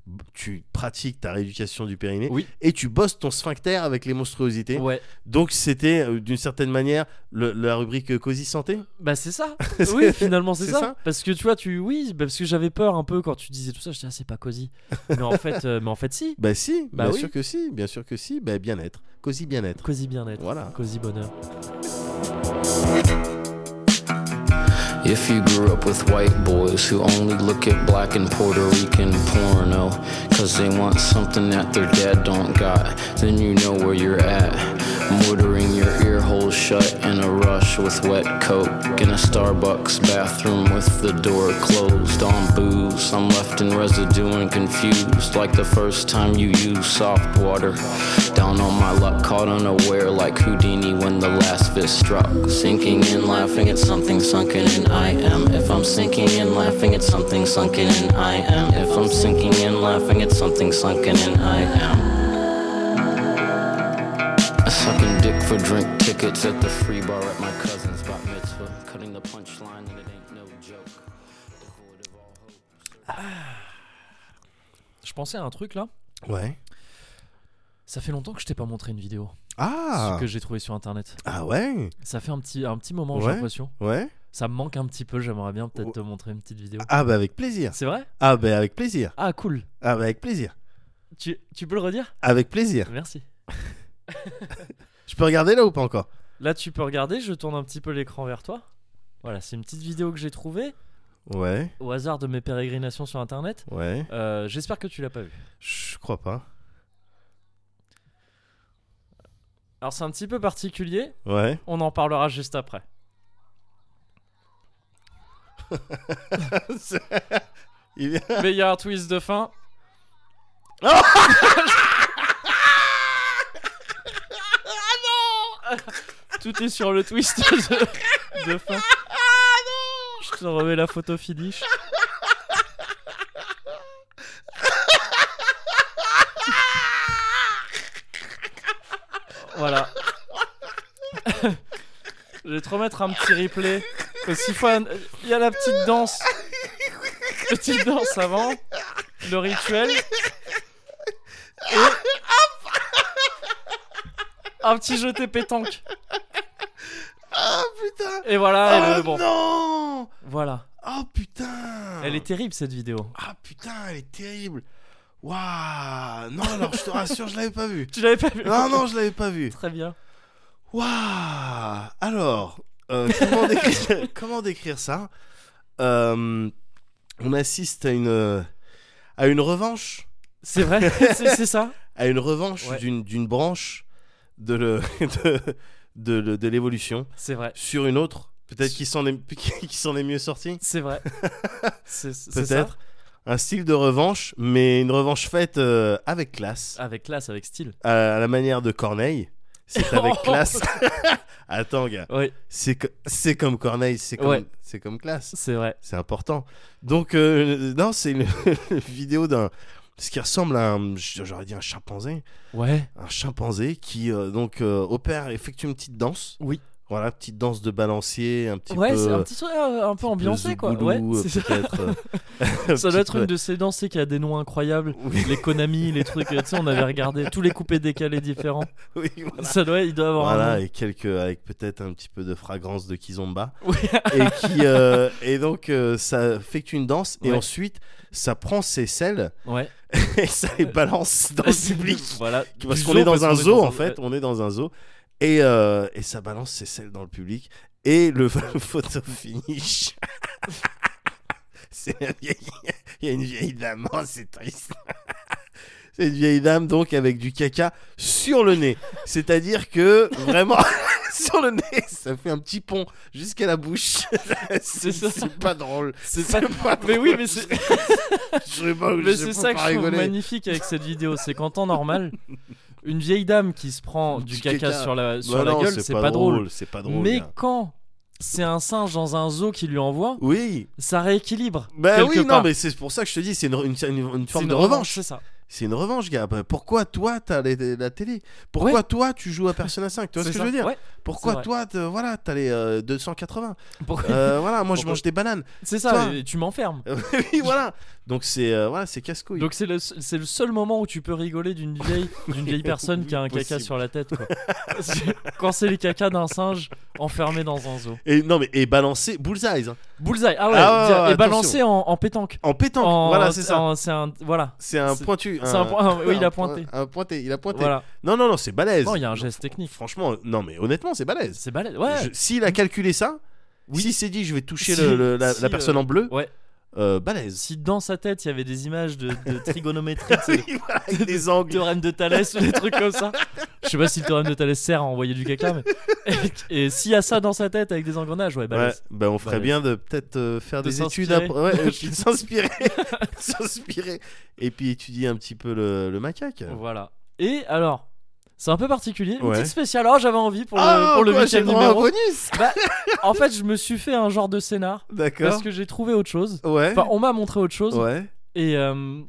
S2: b- tu pratiques ta rééducation du périnée
S1: Oui.
S2: et tu bosses ton sphincter avec les monstruosités.
S1: Ouais,
S2: Donc c'était euh, d'une certaine manière le- la rubrique euh, Cosy Santé.
S1: bah c'est ça.
S2: C'est-
S1: Oui, finalement c'est
S2: c'est
S1: ça.
S2: ça
S1: Parce que tu vois, tu oui, bah, parce que j'avais peur un peu quand tu disais tout ça. Je disais ah, c'est pas cosy. mais en fait, euh, mais en fait si.
S2: Bah si,
S1: Bah
S2: bien
S1: oui.
S2: sûr que si, bien sûr que si, bah bien-être, Cosy bien-être.
S1: Cosy bien-être.
S2: Voilà.
S1: Cosy bonheur.
S3: If you grew up with white boys who only look at black and Puerto Rican porno 'cause they want something that their dad don't got, then you know where you're at. Mortaring your ear holes shut in a rush with wet coke in a Starbucks bathroom with the door closed on booze. I'm left in residue and confused like the first time you used soft water. Down on my luck, caught unaware like Houdini when the last fist struck. Sinking in, laughing at something sunken in I am. If I'm sinking in, laughing at something sunken in I am. If I'm sinking in, laughing at something sunken in I am. Sucking dick for drink tickets at the free bar at my cousin's bat mitzvah. Cutting the punchline and it ain't no joke. Devoid of all hope.
S1: Je pensais à un truc là.
S2: Ouais.
S1: Ça fait longtemps que je t'ai pas montré une vidéo
S2: Ah
S1: ce que j'ai trouvé sur internet.
S2: Ah ouais
S1: Ça fait un petit un petit moment,
S2: Ouais.
S1: j'ai l'impression.
S2: Ouais
S1: Ça me manque un petit peu. J'aimerais bien peut-être
S2: Ouais.
S1: te montrer une petite vidéo.
S2: Ah bah avec plaisir.
S1: C'est vrai
S2: Ah bah avec plaisir.
S1: Ah cool.
S2: Ah bah avec plaisir.
S1: Tu, tu peux le redire
S2: Avec plaisir.
S1: Merci.
S2: Je peux regarder là ou pas encore
S1: Là, tu peux regarder, je tourne un petit peu l'écran vers toi. Voilà, c'est une petite vidéo que j'ai trouvée
S2: Ouais,
S1: au hasard de mes pérégrinations sur internet.
S2: ouais.
S1: Euh, J'espère que tu l'as pas vue.
S2: Je crois pas.
S1: Alors, c'est un petit peu particulier,
S2: Ouais.
S1: on en parlera juste après.
S2: Il vient-
S1: Mais il y a un twist de fin. ah non Tout est sur le twist de, de fin. Je te remets la photo finish. voilà. Je vais te remettre un petit replay. Parce qu'il faut un- Il y a la petite danse. Petite danse avant. Le rituel. Et- Un petit jeté pétanque.
S2: Ah putain
S1: Et voilà, et
S2: Oh
S1: le- bon.
S2: non
S1: Voilà.
S2: Oh putain
S1: Elle est terrible cette vidéo.
S2: Ah putain, elle est terrible Waouh Non, alors je te rassure, je l'avais pas vue.
S1: Tu l'avais pas vu
S2: Non, non, je l'avais pas vue.
S1: Très bien.
S2: Waouh Alors, euh, comment, décrire, comment décrire ça Euh, On assiste à une, à une revanche,
S1: C'est vrai, c'est c'est ça.
S2: à une revanche
S1: Ouais.
S2: d'une d'une branche de le- de, de, le- de l'évolution
S1: C'est vrai.
S2: sur une autre. Peut-être qui s'en est, qui s'en est mieux sorti.
S1: C'est vrai. C'est c'est ça.
S2: Peut-être. Un style de revanche, mais une revanche faite euh, avec classe.
S1: Avec classe, avec style.
S2: à la manière de Corneille. C'est avec
S1: Oh.
S2: classe. Attends, gars.
S1: Oui,
S2: C'est co- c'est comme Corneille, c'est comme,
S1: Ouais.
S2: c'est comme classe.
S1: c'est vrai.
S2: C'est important. Donc, euh, non, c'est une vidéo d'un. Ce qui ressemble à un. J'aurais dit un chimpanzé.
S1: Ouais.
S2: Un chimpanzé qui, euh, donc, euh, opère, effectue une petite danse.
S1: Oui.
S2: Voilà, petite danse de balancier, un petit
S1: Ouais,
S2: peu.
S1: c'est un petit truc euh, un peu ambiancé quoi. Ouais,
S2: euh,
S1: c'est ça. Ça doit être une de ces danses qui a des noms incroyables.
S2: Oui,
S1: Les Konami, les trucs, euh, tu sais, on avait regardé tous les coupés décalés différents.
S2: oui, voilà.
S1: Ça doit, il doit avoir
S2: Voilà,
S1: un nom.
S2: et quelques, avec peut-être un petit peu de fragrance de kizomba.
S1: Oui.
S2: et qui euh, et donc euh, ça effectue une danse et
S1: Ouais.
S2: ensuite ça prend ses selles
S1: Ouais.
S2: et ça les balance dans le public
S1: voilà.
S2: parce
S1: Du
S2: qu'on
S1: zoo,
S2: est dans un zoo en
S1: ouais.
S2: fait on est dans un zoo et euh, et ça balance ses selles dans le public et le photo finish c'est la vieille- il y a une vieille dame oh, c'est triste c'est une vieille dame donc avec du caca sur le nez c'est à dire que vraiment sur le nez ça fait un petit pont jusqu'à la bouche c'est
S1: ça.
S2: c'est pas drôle
S1: C'est
S2: C'est
S1: pas.
S2: pas
S1: Mais
S2: drôle.
S1: oui, mais c'est.
S2: Je sais pas-
S1: Mais
S2: je
S1: c'est
S2: peux
S1: ça que
S2: pas
S1: je trouve
S2: rigoler.
S1: magnifique avec cette vidéo, c'est qu'en temps normal, une vieille dame qui se prend du
S2: Du
S1: caca,
S2: caca.
S1: sur la, sur
S2: Bah
S1: la
S2: non,
S1: gueule, c'est pas, drôle.
S2: c'est pas drôle
S1: Mais
S2: gars.
S1: quand c'est un singe dans un zoo qui lui envoie,
S2: oui
S1: ça rééquilibre.
S2: Bah
S1: quelque
S2: oui, non,
S1: part.
S2: mais c'est pour ça que je te dis, c'est une, une- une- une
S1: C'est
S2: forme
S1: une
S2: de revanche.
S1: c'est ça.
S2: c'est une revanche, gars. Bah, Pourquoi toi, t'as les- la télé Pourquoi
S1: Ouais.
S2: toi, tu joues à Persona 5 Tu vois ce que
S1: C'est ça.
S2: je veux dire
S1: Ouais, c'est
S2: Pourquoi
S1: vrai.
S2: toi, te- voilà, t'as les euh, 280
S1: pourquoi-
S2: Euh, Voilà, moi, je
S1: Pourquoi-
S2: mange des bananes.
S1: c'est ça,
S2: toi.
S1: et tu m'enfermes.
S2: oui, voilà. Donc, c'est euh, voilà, c'est casse-couille.
S1: Donc c'est le, c'est le seul moment où tu peux rigoler d'une vieille, d'une vieille personne qui a un caca
S2: Possible.
S1: sur la tête. Quoi. Quand c'est les cacas d'un singe enfermé dans un zoo.
S2: Et non, mais et balancer bullseye hein.
S1: Bullseye, ah ouais,
S2: Ah ouais,
S1: dire-
S2: ouais,
S1: et
S2: attention.
S1: balancé en, en pétanque.
S2: en pétanque.
S1: En-
S2: voilà, c'est ça.
S1: en- c'est un, voilà.
S2: C'est un
S1: c'est-
S2: pointu.
S1: c'est un point- ah, oui, il a
S2: un point-
S1: pointé.
S2: Un pointé. Il a pointé.
S1: voilà.
S2: Non, non, non, c'est balèze.
S1: Non, il y a un geste technique.
S2: Franchement, non, mais honnêtement, c'est balèze.
S1: C'est balèze. Ouais.
S2: Je- S'il a calculé ça,
S1: Oui.
S2: s'il s'est dit je vais toucher
S1: Si-
S2: le- le- la,
S1: si,
S2: la personne
S1: euh,
S2: en bleu,
S1: ouais.
S2: euh, balèze.
S1: Si dans sa tête il y avait des images de, de trigonométrie, tu sais,
S2: Oui, voilà, avec des angles.
S1: théorème de Thalès ou des trucs comme ça. Je sais pas si le théorème de Thalès sert à envoyer du caca, mais. Et, et s'il y a ça dans sa tête avec des engrenages, ouais,
S2: Ouais,
S1: balèze.
S2: ben on ferait
S1: Balèze.
S2: bien de peut-être euh, faire
S1: De
S2: des études
S1: s'inspirer.
S2: après, ouais, euh, puis de s'inspirer, de s'inspirer, et puis étudier un petit peu le, le macaque.
S1: Voilà. Et alors, c'est un peu particulier. Une
S2: Ouais.
S1: petite spéciale. Alors, j'avais envie pour le,
S2: Ah,
S1: pour le
S2: quoi, j'ai
S1: huitième
S2: le droit à un
S1: numéro.
S2: bonus.
S1: En fait, je me suis fait un genre de scénar
S2: D'accord.
S1: parce que j'ai trouvé autre chose.
S2: Ouais.
S1: Enfin, on m'a montré autre chose.
S2: ouais.
S1: Et, euh,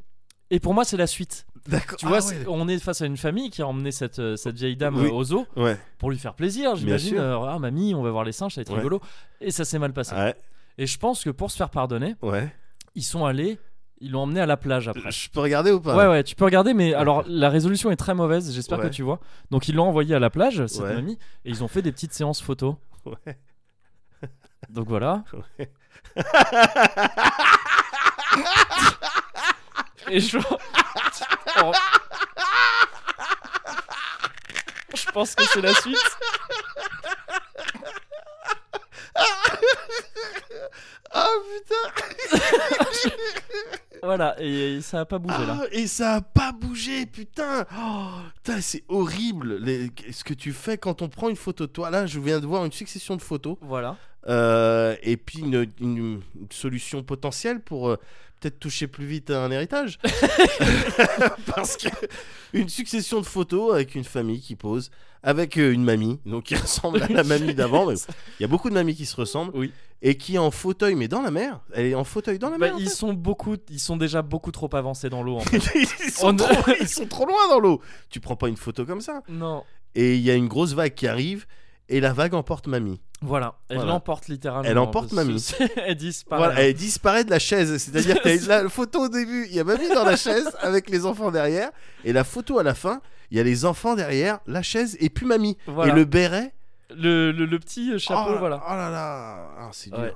S1: et pour moi, c'est la suite.
S2: D'accord.
S1: Tu
S2: Ah
S1: vois,
S2: ouais.
S1: c'est- on est face à une famille qui a emmené cette, euh, cette vieille dame
S2: Oui.
S1: euh, au zoo
S2: Ouais.
S1: pour lui faire plaisir. J'imagine,
S2: sûr.
S1: euh, ah, mamie, on va voir les singes, ça va être
S2: Ouais. Ah.
S1: rigolo. Et ça s'est mal passé.
S2: Ouais.
S1: Et je pense que pour se faire pardonner,
S2: Ouais.
S1: ils sont allés, ils l'ont emmené à la plage après.
S2: Je peux regarder ou pas
S1: Ouais, ouais, tu peux regarder, mais alors la résolution est très mauvaise, j'espère
S2: Ouais.
S1: que tu vois. Donc ils l'ont envoyé à la plage, cette
S2: Ouais.
S1: mamie, et ils ont fait des petites séances photos.
S2: Ouais.
S1: Donc voilà. et je. Oh. Je pense que c'est la suite.
S2: Ah putain.
S1: Voilà, et, et ça a pas bougé là.
S2: Ah, et ça a pas bougé, putain. Oh, putain, c'est horrible. les- Ce que tu fais quand on prend une photo de toi. Là, je viens de voir une succession de photos.
S1: Voilà.
S2: Euh, et puis une, une- une solution potentielle pour euh, peut-être toucher plus vite à un héritage. Parce que une succession de photos avec une famille qui pose, avec euh, une mamie, donc qui ressemble à la mamie d'avant. mais Il y a beaucoup de mamies qui se ressemblent.
S1: Oui.
S2: Et qui est en fauteuil, mais dans la mer. Elle est en fauteuil dans la
S1: Bah,
S2: mer. en
S1: ils
S2: fait.
S1: sont beaucoup, ils sont déjà beaucoup trop avancés dans l'eau. en fait.
S2: Ah, ils, sont
S1: On-
S2: trop, ils sont trop loin dans l'eau. Tu prends pas une photo comme ça.
S1: Non.
S2: Et il y a une grosse vague qui arrive. Et la vague emporte mamie.
S1: Voilà, elle
S2: Voilà.
S1: l'emporte littéralement.
S2: Elle emporte
S1: Parce-
S2: mamie.
S1: elle disparaît.
S2: Voilà, elle disparaît de la chaise. C'est-à-dire que t'as la photo au début, il y a mamie dans la chaise avec les enfants derrière, et la photo à la fin, il y a les enfants derrière, la chaise et puis mamie.
S1: Voilà.
S2: Et le béret.
S1: le, le- le petit euh, chapeau,
S2: oh, là-
S1: voilà.
S2: Oh là là, Ah, c'est dur.
S1: Ouais.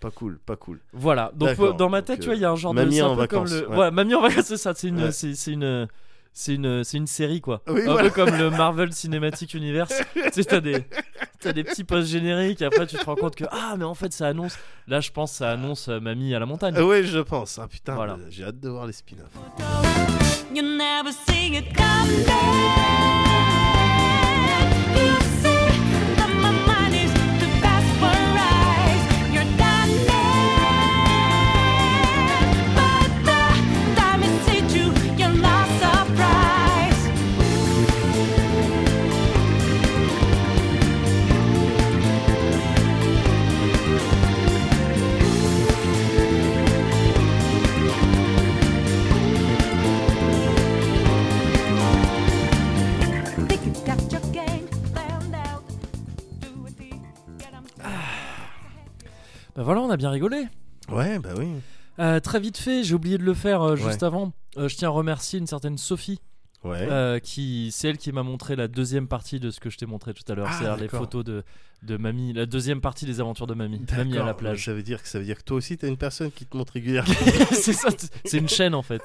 S2: Pas cool, pas cool.
S1: Voilà, donc
S2: D'accord,
S1: euh, dans ma tête,
S2: donc,
S1: tu vois, il y a un genre de.
S2: Mamie
S1: c'est un
S2: en
S1: peu comme
S2: vacances,
S1: le-
S2: ouais.
S1: Voilà, Mamie en vacances, c'est ça, c'est une,
S2: Ouais.
S1: c'est c'est une. C'est une, c'est une série quoi.
S2: Oui,
S1: un peu
S2: voilà.
S1: comme le Marvel Cinematic Universe. tu sais, t'as des, t'as des petits postes génériques et après tu te rends compte que ah, mais en fait ça annonce. Là, je pense ça annonce euh, Mamie à la montagne.
S2: Euh, ouais, je pense. Ah putain,
S1: Voilà.
S2: euh, j'ai hâte de voir les spin-offs.
S4: You never see it come back. You see that my mind is too pasteurized. You're done there. But the time is set you, you're not surprised. Think you got your game planned out. Do a deed, get 'em
S1: Bah voilà, on a bien rigolé.
S2: Ouais, bah oui.
S1: Euh, très vite fait, j'ai oublié de le faire euh, juste
S2: Ouais.
S1: avant. Euh, je tiens à remercier une certaine Sophie
S2: Ouais.
S1: Euh, qui c'est elle qui m'a montré la deuxième partie de ce que je t'ai montré tout à l'heure,
S2: Ah,
S1: c'est-à-dire les
S2: d'accord.
S1: photos de de mamie, la deuxième partie des aventures de mamie, mamie à la
S2: D'accord.
S1: plage.
S2: Ça veut dire que ça veut dire que toi aussi t'as une personne qui te montre régulièrement.
S1: c'est ça, t- c'est une chaîne en fait.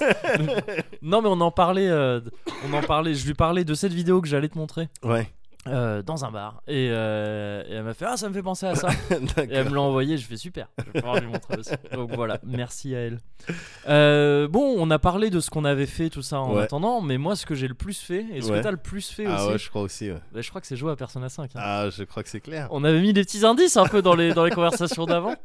S1: non mais on en parlait, euh, on en parlait, je lui parlais de cette vidéo que j'allais te montrer
S2: ouais.
S1: euh, dans un bar et, euh, et elle m'a fait ah ça me fait penser à ça et elle
S2: D'accord.
S1: me l'a envoyé, je fais super, je vais pouvoir lui montrer aussi. Donc voilà, merci à elle. Euh, bon, on a parlé de ce qu'on avait fait tout ça en
S2: Ouais.
S1: attendant, mais moi ce que j'ai le plus fait et ce
S2: Ouais.
S1: que t'as le plus fait
S2: Ah
S1: aussi,
S2: ouais, je crois aussi. ouais.
S1: bah, je crois que c'est jouer à Persona 5. hein.
S2: Ah, je crois que c'est clair.
S1: On avait mis des petits indices un peu dans les, dans les conversations d'avant.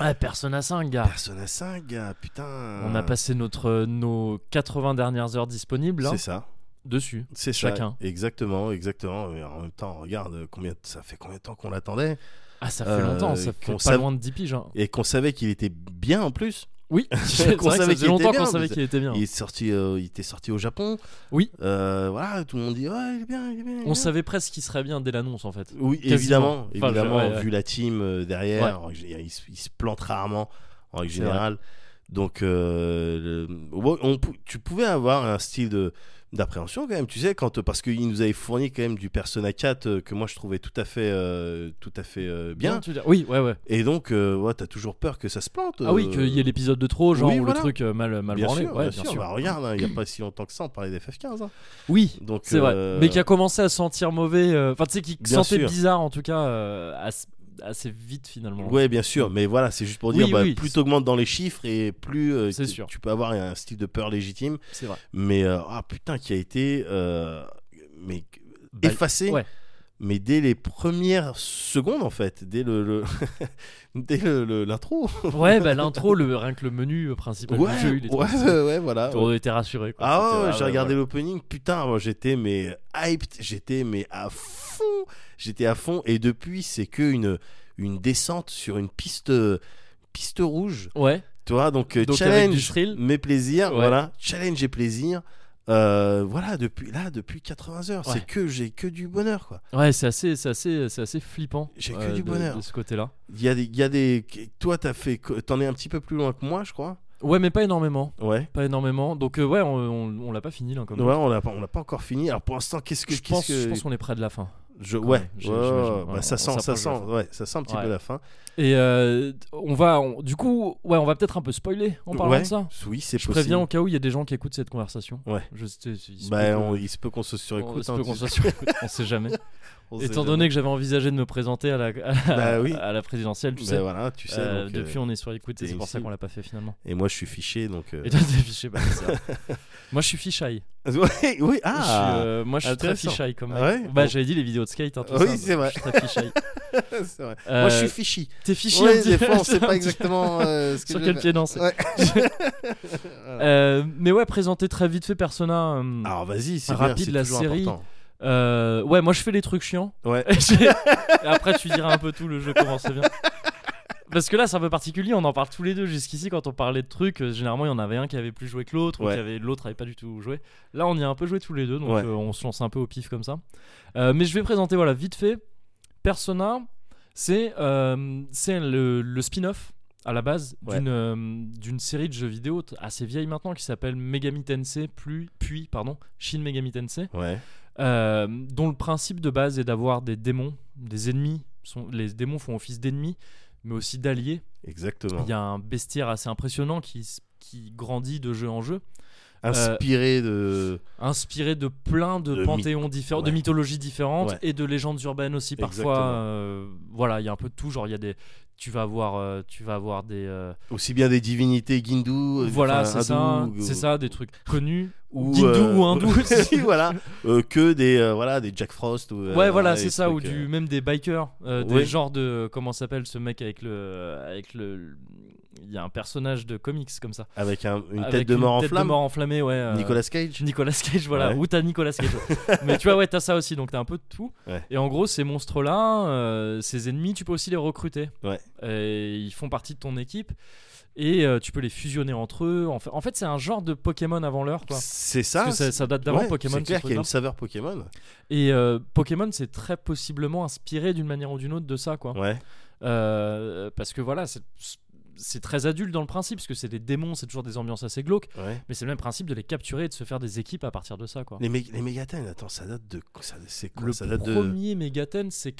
S1: Ah, Persona 5, gars.
S2: Persona 5, gars, putain.
S1: On a passé notre, euh, nos 80 dernières heures disponibles hein,
S2: C'est ça.
S1: dessus.
S2: C'est
S1: Chacun.
S2: Ça. Exactement, exactement. Mais en même temps, regarde combien ça fait combien de temps qu'on l'attendait
S1: Ah, ça fait
S2: Euh,
S1: longtemps, ça fait
S2: qu'on
S1: pas
S2: sav-
S1: loin de 10 piges. hein.
S2: et qu'on savait qu'il était bien en plus.
S1: Oui, c'est vrai que ça
S2: qu'on savait
S1: faisait
S2: qu'il était
S1: longtemps
S2: bien,
S1: qu'on savait
S2: mais-
S1: qu'il était bien.
S2: Il, est sorti, euh, il était sorti au Japon.
S1: Oui.
S2: Euh, voilà, tout le monde dit Ouais, il est bien, il est bien. il est
S1: On
S2: bien.
S1: savait presque qu'il serait bien dès l'annonce en fait.
S2: Oui,
S1: Quasiment.
S2: évidemment.
S1: Enfin,
S2: évidemment,
S1: je- ouais, ouais.
S2: vu la team euh, derrière, en règle générale, il, se- il se plante rarement en règle
S1: C'est vrai.
S2: générale. Donc, euh, le- ouais, on pou- tu pouvais avoir un style de d'appréhension quand même tu sais quand parce qu'il nous avait fourni quand même du Persona 4 euh, que moi je trouvais tout à fait euh, tout à fait euh, bien
S1: tu veux dire Oui, ouais, ouais.
S2: et donc euh, ouais, t'as toujours peur que ça se plante
S1: Ah oui,
S2: euh,
S1: qu'il y ait l'épisode de trop, genre
S2: oui,
S1: ou
S2: voilà.
S1: le truc euh, mal mal
S2: bien
S1: branlé.
S2: sûr,
S1: Ouais,
S2: bien sûr. Bah, regarde hein, il n'y a pas si longtemps que ça on parlait d'FF15 hein.
S1: Oui,
S2: donc
S1: c'est vrai.
S2: euh,
S1: Mais qui a commencé à sentir mauvais. euh, Enfin, tu sais, qui
S2: Bien
S1: sentait
S2: sûr.
S1: bizarre en tout cas euh, as- assez vite finalement.
S2: Ouais, bien sûr, mais voilà, c'est juste pour
S1: Oui,
S2: dire, bah,
S1: oui,
S2: plus
S1: c'est-
S2: t'augmentes dans les chiffres et plus euh,
S1: C'est
S2: tu-
S1: sûr.
S2: tu peux avoir un style de peur légitime,
S1: C'est vrai.
S2: mais euh, ah putain, qui a été euh, mais
S1: Bah,
S2: effacé,
S1: ouais.
S2: mais dès les premières secondes en fait, dès le, le- dès le- le- l'intro.
S1: Ouais, bah l'intro, le rien que le menu euh, principal
S2: Ouais,
S1: du jeu, il est
S2: ouais,
S1: trop stylé.
S2: ouais, voilà.
S1: On était rassuré.
S2: Ah ouais, ouais, j'ai regardé l'opening, putain, moi j'étais mais hyped, j'étais mais à fond, j'étais à fond, et depuis c'est que une, une descente sur une piste, piste rouge.
S1: Ouais.
S2: Tu vois, donc, euh,
S1: Donc, avec du
S2: challenge,
S1: thrill.
S2: mes plaisirs,
S1: Ouais.
S2: voilà, challenge et plaisir. Euh, voilà, depuis là, depuis 80 heures,
S1: Ouais.
S2: c'est que j'ai que du bonheur, quoi.
S1: Ouais, c'est assez, c'est assez, c'est assez flippant.
S2: J'ai que
S1: euh,
S2: du
S1: de-
S2: bonheur.
S1: de ce côté-là.
S2: Il y a des, il y a des, toi, t'as fait, t'en es un petit peu plus loin que moi, je crois.
S1: Ouais, mais pas énormément.
S2: Ouais.
S1: Pas énormément. Donc, euh, ouais, on, on, on l'a pas fini là. Comme
S2: Ouais, on l'a pas, on l'a pas encore fini. Alors pour l'instant, qu'est-ce que,
S1: je, pense,
S2: qu'est-ce que-
S1: je pense qu'on est près de la fin.
S2: je-
S1: quand
S2: ouais,
S1: même, j'ai-
S2: ouais,
S1: j'imagine.
S2: ouais, bah,
S1: Ouais,
S2: ça
S1: on
S2: sent, ça
S1: s'approche de
S2: sent,
S1: la fin.
S2: ouais, ça sent un petit
S1: Ouais.
S2: peu la fin.
S1: Et euh, on va, on- du coup, ouais, on va peut-être un peu spoiler en parlant
S2: Ouais.
S1: de ça.
S2: Oui, c'est
S1: Je
S2: possible.
S1: préviens au cas où il y a des gens qui écoutent cette conversation.
S2: Ouais.
S1: Je sais, il se peut
S2: Bah,
S1: que-
S2: on- il se peut qu'on se
S1: on- il
S2: surécoute.
S1: se
S2: hein,
S1: peut
S2: tu-
S1: qu'on soit sur écoute, on sait jamais.
S2: on sait
S1: Étant
S2: jamais.
S1: donné que j'avais envisagé de me présenter à la, à la,
S2: Bah oui.
S1: à la présidentielle, tu
S2: Bah,
S1: sais.
S2: voilà, tu sais.
S1: euh,
S2: donc, euh,
S1: depuis, on est sur écoute et
S2: t'es
S1: c'est pour ça
S2: ici.
S1: qu'on l'a pas fait finalement.
S2: Et moi, je suis fiché, donc. euh,
S1: Et toi, t'es fiché, bah, c'est ça. Moi, je suis fichaille.
S2: oui, oui,
S1: Je suis,
S2: ah.
S1: euh, moi, je suis très
S2: intéressant.
S1: fichaille comme
S2: Ah ouais
S1: Bah,
S2: Bon.
S1: j'avais dit les vidéos de skate, hein, tout
S2: Oui,
S1: ça,
S2: c'est vrai.
S1: Je suis très fichaille.
S2: C'est vrai. Moi, je
S1: Euh,
S2: suis fichi.
S1: T'es fiché
S2: Ouais,
S1: un petit
S2: des
S1: peu,
S2: fois, on
S1: un
S2: sait pas
S1: petit-
S2: exactement euh, ce que
S1: Sur
S2: je
S1: quel
S2: vais
S1: pied danser.
S2: Ouais.
S1: Euh, mais ouais, présenter très vite fait Persona. euh,
S2: faire. Alors, vas-y, c'est
S1: Rapide,
S2: bien, c'est
S1: la
S2: toujours
S1: série.
S2: important.
S1: euh, ouais, moi je fais les trucs chiants.
S2: Ouais.
S1: Et après, tu diras un peu tout le jeu, comment c'est bien. Parce que là, c'est un peu particulier, on en parle tous les deux. Jusqu'ici, quand on parlait de trucs, euh, généralement, il y en avait un qui avait plus joué que l'autre, ou
S2: Ouais.
S1: qui avait- l'autre avait pas du tout joué. Là, on y a un peu joué tous les deux, donc
S2: Ouais.
S1: euh, on se lance un peu au pif comme ça. Euh, mais je vais présenter, voilà, vite fait. Persona, c'est euh, c'est le, le spin-off à la base
S2: Ouais.
S1: d'une euh, d'une série de jeux vidéo t- assez vieille maintenant qui s'appelle Megami Tensei, plus, puis pardon, Shin Megami Tensei.
S2: Ouais.
S1: Euh, dont le principe de base est d'avoir des démons, des ennemis. Sont- les démons font office d'ennemis, mais aussi d'alliés.
S2: Exactement.
S1: Il y a un bestiaire assez impressionnant qui, s- qui grandit de jeu en jeu, Euh,
S2: Inspiré de.
S1: inspiré de plein de,
S2: De mythes.
S1: panthéons différents, de
S2: Ouais.
S1: mythologies différentes
S2: Ouais.
S1: et de légendes urbaines aussi parfois.
S2: Exactement.
S1: Euh, voilà, il y a un peu de tout. Genre, il y a des. Tu vas avoir, euh, tu vas avoir des. euh,
S2: Aussi bien des divinités Gindu. euh,
S1: voilà,
S2: enfin,
S1: c'est ça,
S2: hindous,
S1: c'est
S2: euh,
S1: ça, des trucs connus.
S2: Ou,
S1: Gindu
S2: euh,
S1: ou hindou.
S2: oui, voilà. euh, que des, euh, voilà, des Jack Frost. Ou, euh,
S1: Ouais, voilà,
S2: des
S1: c'est ça, ou
S2: trucs,
S1: du,
S2: euh,
S1: même des bikers, euh, des
S2: Oui.
S1: genres de. Comment s'appelle ce mec avec le. Avec le. Il y a un personnage de comics comme ça.
S2: Avec un- une
S1: Avec
S2: tête de mort en
S1: tête
S2: flamme.
S1: mort enflammée, ouais. euh,
S2: Nicolas Cage.
S1: Nicolas Cage, voilà.
S2: Ouais.
S1: Ou t'as Nicolas Cage. Mais tu vois, ouais, t'as ça aussi, donc t'as un peu de tout.
S2: Ouais.
S1: Et en gros, ces monstres-là, euh, ces ennemis, tu peux aussi les recruter.
S2: Ouais.
S1: Et ils font partie de ton équipe. Et euh, tu peux les fusionner entre eux. En fait, en fait c'est un genre de Pokémon avant l'heure, quoi.
S2: C'est ça.
S1: Parce que ça,
S2: c'est-
S1: ça date d'avant
S2: ouais,
S1: Pokémon.
S2: C'est
S1: ce
S2: clair qu'il y a
S1: truc-là.
S2: une saveur Pokémon.
S1: Et euh, Pokémon c'est très possiblement inspiré d'une manière ou d'une autre de ça, quoi.
S2: Ouais.
S1: Euh, parce que voilà, c'est- c'est très adulte dans le principe, parce que c'est des démons, c'est toujours des ambiances assez glauques,
S2: Ouais.
S1: mais c'est le même principe de les capturer et de se faire des équipes à partir de ça, quoi.
S2: Les, mé- les Megaten, attends, ça date de. ça- C'est quoi
S1: le
S2: Ça date de.
S1: premier Megaten, c'est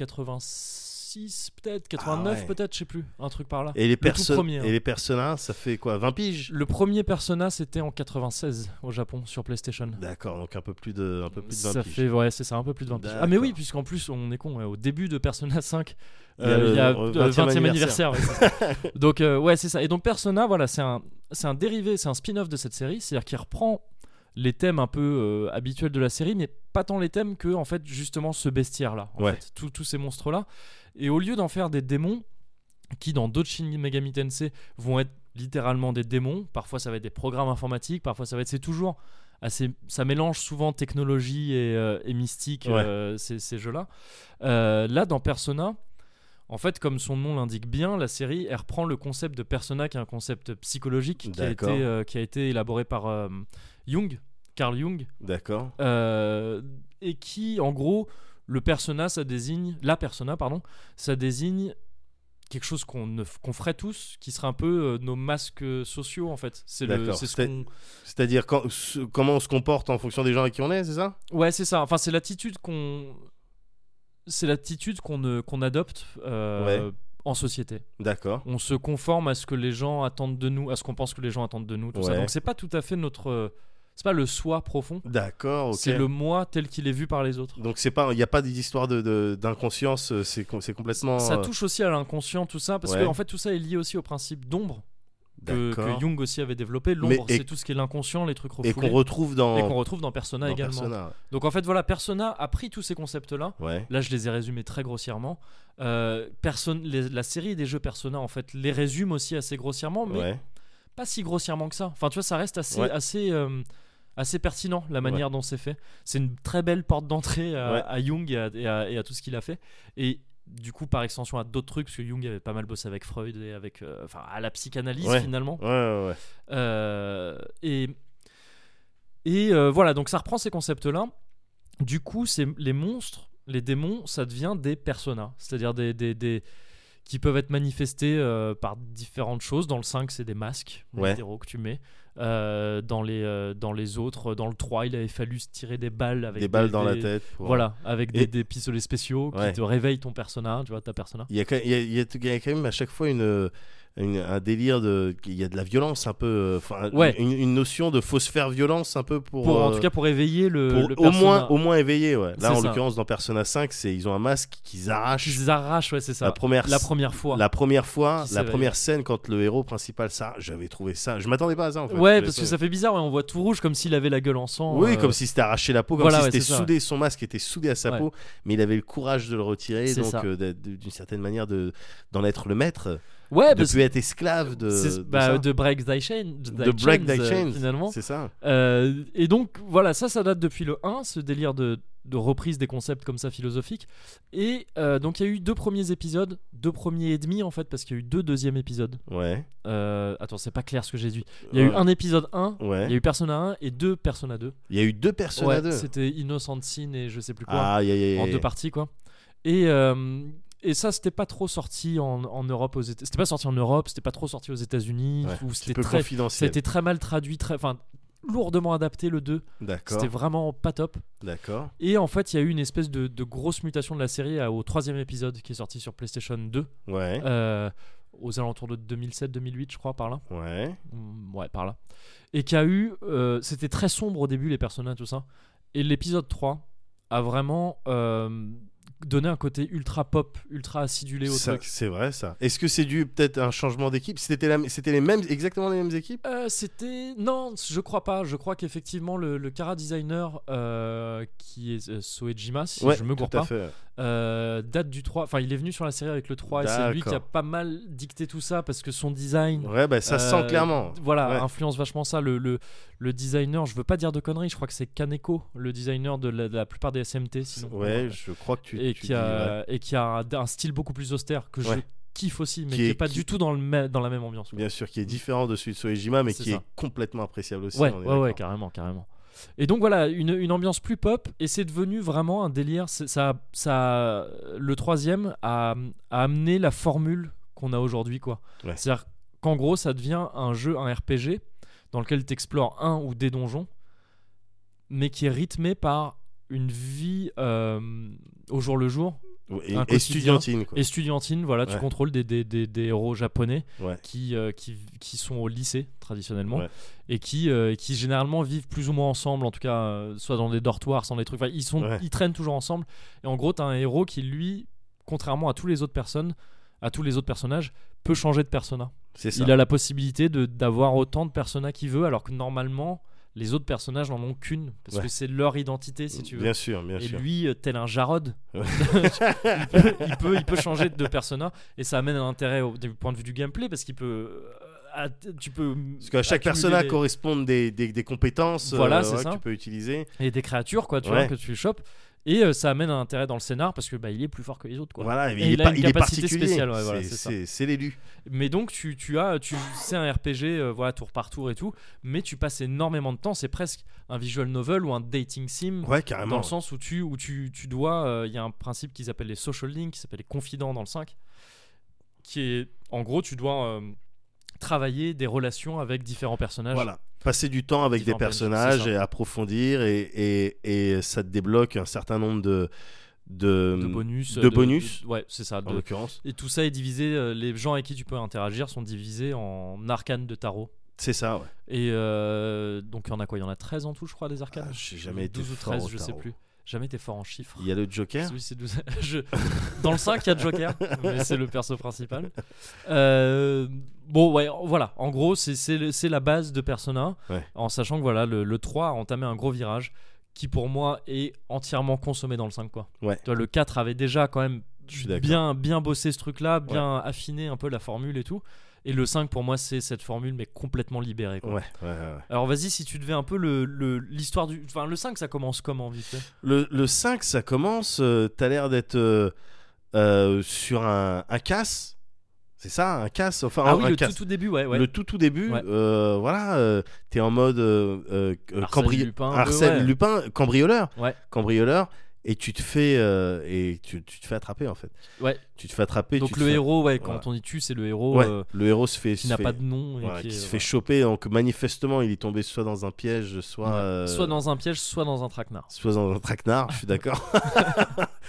S1: 86 peut-être, 89
S2: Ah ouais.
S1: peut-être, je sais plus, un truc par là.
S2: Et les,
S1: tout
S2: perso-
S1: premier, hein.
S2: et les personnages, ça fait quoi 20 piges
S1: Le premier Persona, c'était en 96 au Japon sur PlayStation.
S2: D'accord, donc un peu plus de, un peu plus de 20
S1: Ça
S2: piges.
S1: fait, ouais, c'est ça, un peu plus de 20 piges. Ah, mais
S2: D'accord.
S1: oui, puisqu'en plus, on est con, ouais, au début de Persona 5,
S2: Il y a
S1: euh,
S2: le-
S1: il y a
S2: le
S1: euh,
S2: 20e
S1: 20e anniversaire. ouais, c'est ça. donc, euh, ouais, c'est ça. Et donc, Persona, voilà, c'est un, c'est un dérivé, c'est un spin-off de cette série, c'est-à-dire qu'il reprend les thèmes un peu euh, habituels de la série, mais pas tant les thèmes que, en fait, justement, ce bestiaire-là, en
S2: Ouais.
S1: fait, tous- tous ces monstres-là. Et au lieu d'en faire des démons, qui dans d'autres Shin Megami Tensei vont être littéralement des démons, parfois ça va être des programmes informatiques, parfois ça va être, c'est toujours assez, ça mélange souvent technologie et, euh, et mystique,
S2: Ouais.
S1: euh, ces, ces jeux-là. Euh, là, dans Persona, En fait, comme son nom l'indique bien, la série elle reprend le concept de persona qui est un concept psychologique qui a, été,
S2: D'accord.
S1: euh, qui a été élaboré par euh, Jung, Carl Jung,
S2: D'accord.
S1: euh, et qui, en gros, le persona, ça désigne, la persona, pardon, ça désigne quelque chose qu'on ne f- qu'on ferait tous, qui serait un peu euh, nos masques euh, sociaux en fait. C'est le,
S2: D'accord.
S1: c'est ce
S2: C'est-
S1: qu'on-
S2: C'est-à-dire quand- ce- comment on se comporte en fonction des gens avec qui on est, c'est ça
S1: Ouais, c'est ça. Enfin, c'est l'attitude qu'on, c'est l'attitude qu'on euh, qu'on adopte euh, en société.
S2: D'accord.
S1: On se conforme à ce que les gens attendent de nous, à ce qu'on pense que les gens attendent de nous. Tout ça.
S2: Ouais.
S1: Donc c'est pas tout à fait notre, euh, c'est pas le soi profond.
S2: D'accord, ok.
S1: C'est le moi tel qu'il est vu par les autres.
S2: Donc c'est pas, il n'y a pas d'histoire de- de- d'inconscience, de, c'est com- c'est complètement.
S1: ça
S2: euh,
S1: touche aussi à l'inconscient tout ça parce
S2: Ouais.
S1: que en fait tout ça est lié aussi au principe d'ombre que,
S2: d'accord.
S1: que Jung aussi avait développé l'ombre
S2: Mais- et-
S1: c'est tout ce qui est l'inconscient les trucs
S2: Et
S1: refoulés
S2: qu'on retrouve dans.
S1: et qu'on retrouve dans Persona
S2: dans
S1: également
S2: Persona.
S1: donc en fait voilà Persona a pris tous ces concepts là
S2: Ouais.
S1: là je les ai résumés très grossièrement Euh, Person- les- la série des jeux Persona en fait les résume aussi assez grossièrement mais
S2: ouais.
S1: pas si grossièrement que ça enfin tu vois ça reste assez
S2: Ouais.
S1: assez euh, assez pertinent la manière dont c'est fait c'est une très belle porte d'entrée à,
S2: Ouais.
S1: à Jung et à, et à- et à tout ce qu'il a fait et du coup par extension à d'autres trucs parce que Jung avait pas mal bossé avec Freud et avec euh, enfin à la psychanalyse
S2: Ouais.
S1: finalement
S2: Ouais, ouais, ouais.
S1: Euh, et et euh, voilà donc ça reprend ces concepts là du coup c'est les monstres les démons ça devient des personas c'est-à-dire des, des, des- qui peuvent être manifestés euh, par différentes choses dans le 5 c'est des masques
S2: Ouais.
S1: latéraux que tu mets Euh, dans les euh, dans les autres dans le 3 il avait fallu se tirer des balles avec
S2: Des balles dans la
S1: des-
S2: tête. pour-
S1: voilà avec des,
S2: Et-
S1: des pistolets spéciaux qui
S2: Ouais.
S1: te réveillent ton persona tu vois ta persona
S2: Il y, a, quand- il y a- il y a- il y a quand même à chaque fois une, une- un délire de. Il y a de la violence un peu. euh, enfin,
S1: Ouais.
S2: une, une notion de faut se faire violence un peu pour.
S1: pour en
S2: euh,
S1: tout cas pour éveiller le,
S2: pour
S1: le
S2: au,
S1: persona.
S2: moins, au moins éveiller, ouais.
S1: C'est
S2: Là, en
S1: ça.
S2: l'occurrence, dans Persona 5, c'est ils ont un masque qu'ils arrachent.
S1: ils arrachent ouais c'est ça
S2: la première,
S1: la première fois
S2: la première fois,
S1: Qui
S2: la
S1: s'éveille.
S2: première scène quand le héros principal, ça, j'avais trouvé ça. Je m'attendais pas à ça en fait.
S1: ouais,
S2: J'avais
S1: parce que
S2: pas-
S1: ça fait bizarre, ouais, on voit tout rouge comme s'il avait la gueule en sang.
S2: Oui,
S1: euh,
S2: comme si c'était arraché la peau, comme
S1: voilà,
S2: si
S1: ouais,
S2: c'était
S1: c'est ça.
S2: soudé, son masque était soudé à sa
S1: Ouais.
S2: peau, mais il avait le courage de le retirer,
S1: C'est
S2: donc
S1: ça.
S2: euh, d'être- d'une certaine manière de d'en être le maître,
S1: Ouais,
S2: de
S1: Eh, parce que
S2: plus être esclave de,
S1: c'est-
S2: euh, de
S1: bah,
S2: ça.
S1: de Break Thy Chain.
S2: De break thy
S1: euh,
S2: chains,
S1: Finalement.
S2: C'est ça.
S1: Euh, et donc, voilà, ça, ça date depuis le 1, ce délire de, de reprise des concepts comme ça philosophiques. Et euh, donc, il y a eu deux premiers épisodes, deux premiers et demi en fait, parce qu'il y a eu deux deuxièmes épisodes.
S2: Ouais.
S1: Euh, attends, c'est pas clair ce que j'ai dit. Il y a eu
S2: Ouais.
S1: un épisode 1. Il y a
S2: Ouais.
S1: eu Persona 1 et deux Persona 2.
S2: Il y a eu deux personnes
S1: ouais,
S2: à deux.
S1: C'était Innocent Sin et je sais plus quoi.
S2: Ah, aïe, aïe, aïe,
S1: en
S2: aïe.
S1: deux parties quoi et euh, et ça c'était pas trop sorti en, en Europe aux Éta- c'était pas sorti en Europe c'était pas trop sorti aux États-Unis
S2: Ouais,
S1: où
S2: Petit
S1: c'était
S2: peu
S1: très ça a
S2: confidentiel.
S1: été très mal traduit très enfin lourdement adapté le 2
S2: D'accord.
S1: c'était vraiment pas top
S2: D'accord.
S1: et en fait il y a eu une espèce de, de grosse mutation de la série à- au troisième épisode qui est sorti sur PlayStation 2
S2: Ouais.
S1: euh, aux alentours de 2007-2008 je crois par là
S2: Ouais.
S1: Mm, ouais par là et qui a eu euh, c'était très sombre au début les personnages tout ça et l'épisode 3 a vraiment euh, donné un côté ultra pop ultra acidulé au
S2: Ça,
S1: truc
S2: C'est vrai ça. Est-ce que c'est dû peut-être à un changement d'équipe C'était la- c'était les mêmes, exactement les mêmes équipes
S1: Euh, c'était non je crois pas je crois qu'effectivement le, le Kara designer euh, qui est euh, Soejima si je me gourre
S2: tout à
S1: pas
S2: fait.
S1: euh, date du 3 enfin il est venu sur la série avec le 3 et c'est lui qui a
S2: D'accord.
S1: pas mal dicté tout ça parce que son design
S2: Ouais, bah ça se
S1: Euh,
S2: sent clairement.
S1: Voilà,
S2: Ouais.
S1: influence vachement ça. Le, le, le designer, je veux pas dire de conneries, je crois que c'est Kaneko, le designer de la, de la plupart des SMT. Sinon,
S2: Ouais, je crois que tu.
S1: et,
S2: tu
S1: qui
S2: dis vrai.
S1: a, et qui a un, un style beaucoup plus austère que je
S2: Ouais.
S1: kiffe aussi, mais
S2: Qui
S1: qui, est
S2: est-
S1: pas
S2: qui-
S1: du tout dans, le ma- dans la même ambiance. quoi.
S2: Bien sûr, qui est différent de celui de Soejima, mais
S1: C'est
S2: qui
S1: ça.
S2: est complètement appréciable aussi.
S1: Ouais,
S2: on est
S1: ouais, ouais,
S2: d'accord.
S1: carrément, carrément. Et donc voilà, une, une ambiance plus pop, et c'est devenu vraiment un délire. C'est- Ça, ça, le troisième a, a amené la formule qu'on a aujourd'hui, quoi.
S2: Ouais.
S1: C'est-à-dire qu'en gros, ça devient un jeu, un RPG, dans lequel tu explores un ou des donjons, mais qui est rythmé par une vie euh, au jour le jour,
S2: Ouais,
S1: Un
S2: Et, et
S1: quotidien.
S2: Studiantine, quoi.
S1: estudiantine. Voilà, tu
S2: Ouais.
S1: contrôles des, des, des, des héros japonais
S2: Ouais.
S1: qui, euh, qui, qui sont au lycée traditionnellement
S2: Ouais.
S1: et qui, euh, qui généralement vivent plus ou moins ensemble, en tout cas, euh, soit dans des dortoirs, sans des trucs. Enfin, ils, sont,
S2: Ouais.
S1: ils traînent toujours ensemble. Et en gros, t'as un héros qui, lui, contrairement à tous les autres personnes, à tous les autres personnages, peut changer de persona.
S2: C'est ça.
S1: Il a la possibilité de d'avoir autant de personas qu'il veut, alors que normalement, les autres personnages n'en ont qu'une, parce
S2: Ouais. Mm.
S1: que c'est leur identité, si tu veux.
S2: Bien sûr, bien
S1: Et
S2: sûr.
S1: lui, euh, tel un Jarod,
S2: Ouais.
S1: il, peut, il, peut, il peut changer de persona et ça amène un intérêt au, du point de vue du gameplay parce qu'il peut. euh, att- tu peux.
S2: Parce qu'à chaque
S1: accumuler
S2: persona
S1: des-
S2: correspondent des, des, des compétences euh,
S1: Voilà, c'est
S2: ouais,
S1: ça.
S2: que tu peux utiliser.
S1: et des créatures quoi tu vois
S2: Ouais.
S1: que tu chopes Et euh, ça amène un intérêt dans le scénar parce que bah, il est plus fort que les autres. Quoi.
S2: Voilà,
S1: Et
S2: il,
S1: il a
S2: est, pas-
S1: une
S2: il est
S1: capacité
S2: particulier.
S1: spéciale, ouais, voilà,
S2: C'est-
S1: c'est ça.
S2: c'est c'est l'élu.
S1: Mais donc tu, tu as tu c'est un RPG euh, voilà tour par tour et tout, mais tu passes énormément de temps. C'est presque un visual novel ou un dating sim
S2: Ouais,
S1: Mmh. dans
S2: carrément.
S1: le sens où tu où tu, tu dois euh, il y a un principe qu'ils appellent les social links, qui s'appelle les confidents dans le 5, qui est en gros tu dois euh, travailler des relations avec différents personnages.
S2: Voilà. Passer du temps avec des
S1: Différents
S2: personnages
S1: personnages,
S2: et
S1: c'est
S2: approfondir et, et, et ça te débloque un certain nombre de de,
S1: De bonus.
S2: Mm. de
S1: euh,
S2: bonus. Ah
S1: ouais, c'est ça.
S2: en
S1: de-
S2: l'occurrence.
S1: Et tout ça est divisé, euh, les gens avec qui tu peux interagir sont divisés en arcanes de tarot.
S2: C'est ça. Ouais.
S1: Et euh, donc il y en a quoi Il y en a 13 en tout, je crois, des arcanes.
S2: Ah, J'ai jamais été
S1: 12 ou
S2: fort
S1: 13,
S2: au
S1: je sais
S2: tarot.
S1: plus. Jamais été fort en chiffres.
S2: Il y a le Joker.
S1: Oui, c'est 12. Je- Dans le 5, il y a Joker, mais c'est le perso principal. Euh, Bon, ouais, voilà. En gros, c'est- c'est le- c'est la base de Persona.
S2: Ouais.
S1: En sachant que voilà, le, le 3 a entamé un gros virage qui, pour moi, est entièrement consommé dans le 5. Quoi.
S2: Ouais.
S1: Tu vois, le 4 avait déjà quand même
S2: Je suis d'accord.
S1: bien, bien bossé ce truc-là, bien affiné un peu la formule et tout. Et le 5, pour moi, c'est cette formule, mais complètement libérée. quoi.
S2: Ouais, ouais, ouais, ouais.
S1: Alors, vas-y, si tu devais un peu le- le- l'histoire du. Enfin, le 5, ça commence comment, vite fait
S2: Le, le 5, ça commence. euh, T'as l'air d'être euh, euh, sur un, un casse. C'est ça, un casse. Enfin,
S1: Ah
S2: un-
S1: oui,
S2: un
S1: le tout,
S2: casse.
S1: tout début, ouais. ouais.
S2: Le tout tout début,
S1: Ouais.
S2: euh, voilà, euh, t'es en mode euh, euh, euh,
S1: Arsène
S2: cambri-
S1: Lupin, un peu,
S2: Arsène
S1: ouais.
S2: Lupin, cambrioleur,
S1: Ouais.
S2: cambrioleur, et tu te fais euh, et tu, tu te fais attraper en fait.
S1: Ouais.
S2: Tu te fais attraper. tu
S1: Donc
S2: te
S1: le
S2: fais-
S1: héros, ouais, quand
S2: Voilà.
S1: on y tue, c'est le héros
S2: Ouais,
S1: euh,
S2: le héros se fait,
S1: qui
S2: se
S1: n'a
S2: fait-
S1: pas de nom. et
S2: voilà,
S1: qui,
S2: qui
S1: est-
S2: se
S1: voilà.
S2: fait choper. Donc manifestement, il est tombé soit dans un piège, soit
S1: Ouais.
S2: euh,
S1: Soit dans un piège, soit dans un traquenard.
S2: soit dans un traquenard, je suis d'accord.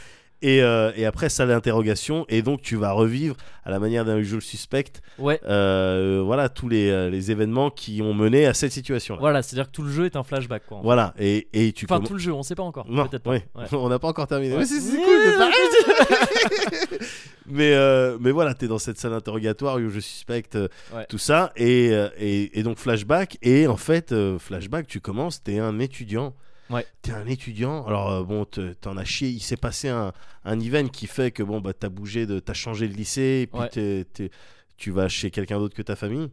S2: Et, euh, et après, ça l'interrogation, et donc tu vas revivre à la manière d'un usual suspect,
S1: Ouais.
S2: euh, voilà tous les, euh, les événements qui ont mené à cette situation.
S1: Voilà, c'est-à-dire que tout le jeu est un flashback, quoi. en fait.
S2: Voilà, et, et tu
S1: Enfin,
S2: commen-
S1: tout le jeu, on sait pas encore.
S2: Non,
S1: Peut-être pas.
S2: ouais.
S1: Ouais.
S2: on n'a pas encore terminé.
S1: Ouais.
S2: Mais c'est c'est cool, mais pareil. mais, euh, mais voilà, t'es dans cette salle d'interrogatoire où je suspecte euh,
S1: Ouais.
S2: tout ça, et, euh, et, et donc flashback, et en fait, euh, flashback, tu commences, t'es un étudiant.
S1: Ouais.
S2: T'es un étudiant, alors euh, bon, te- t'en as chié, il s'est passé un, un event qui fait que bon, bah, t'as bougé, de, t'as changé de lycée, et puis
S1: Ouais.
S2: t'es- t'es- tu vas chez quelqu'un d'autre que ta famille.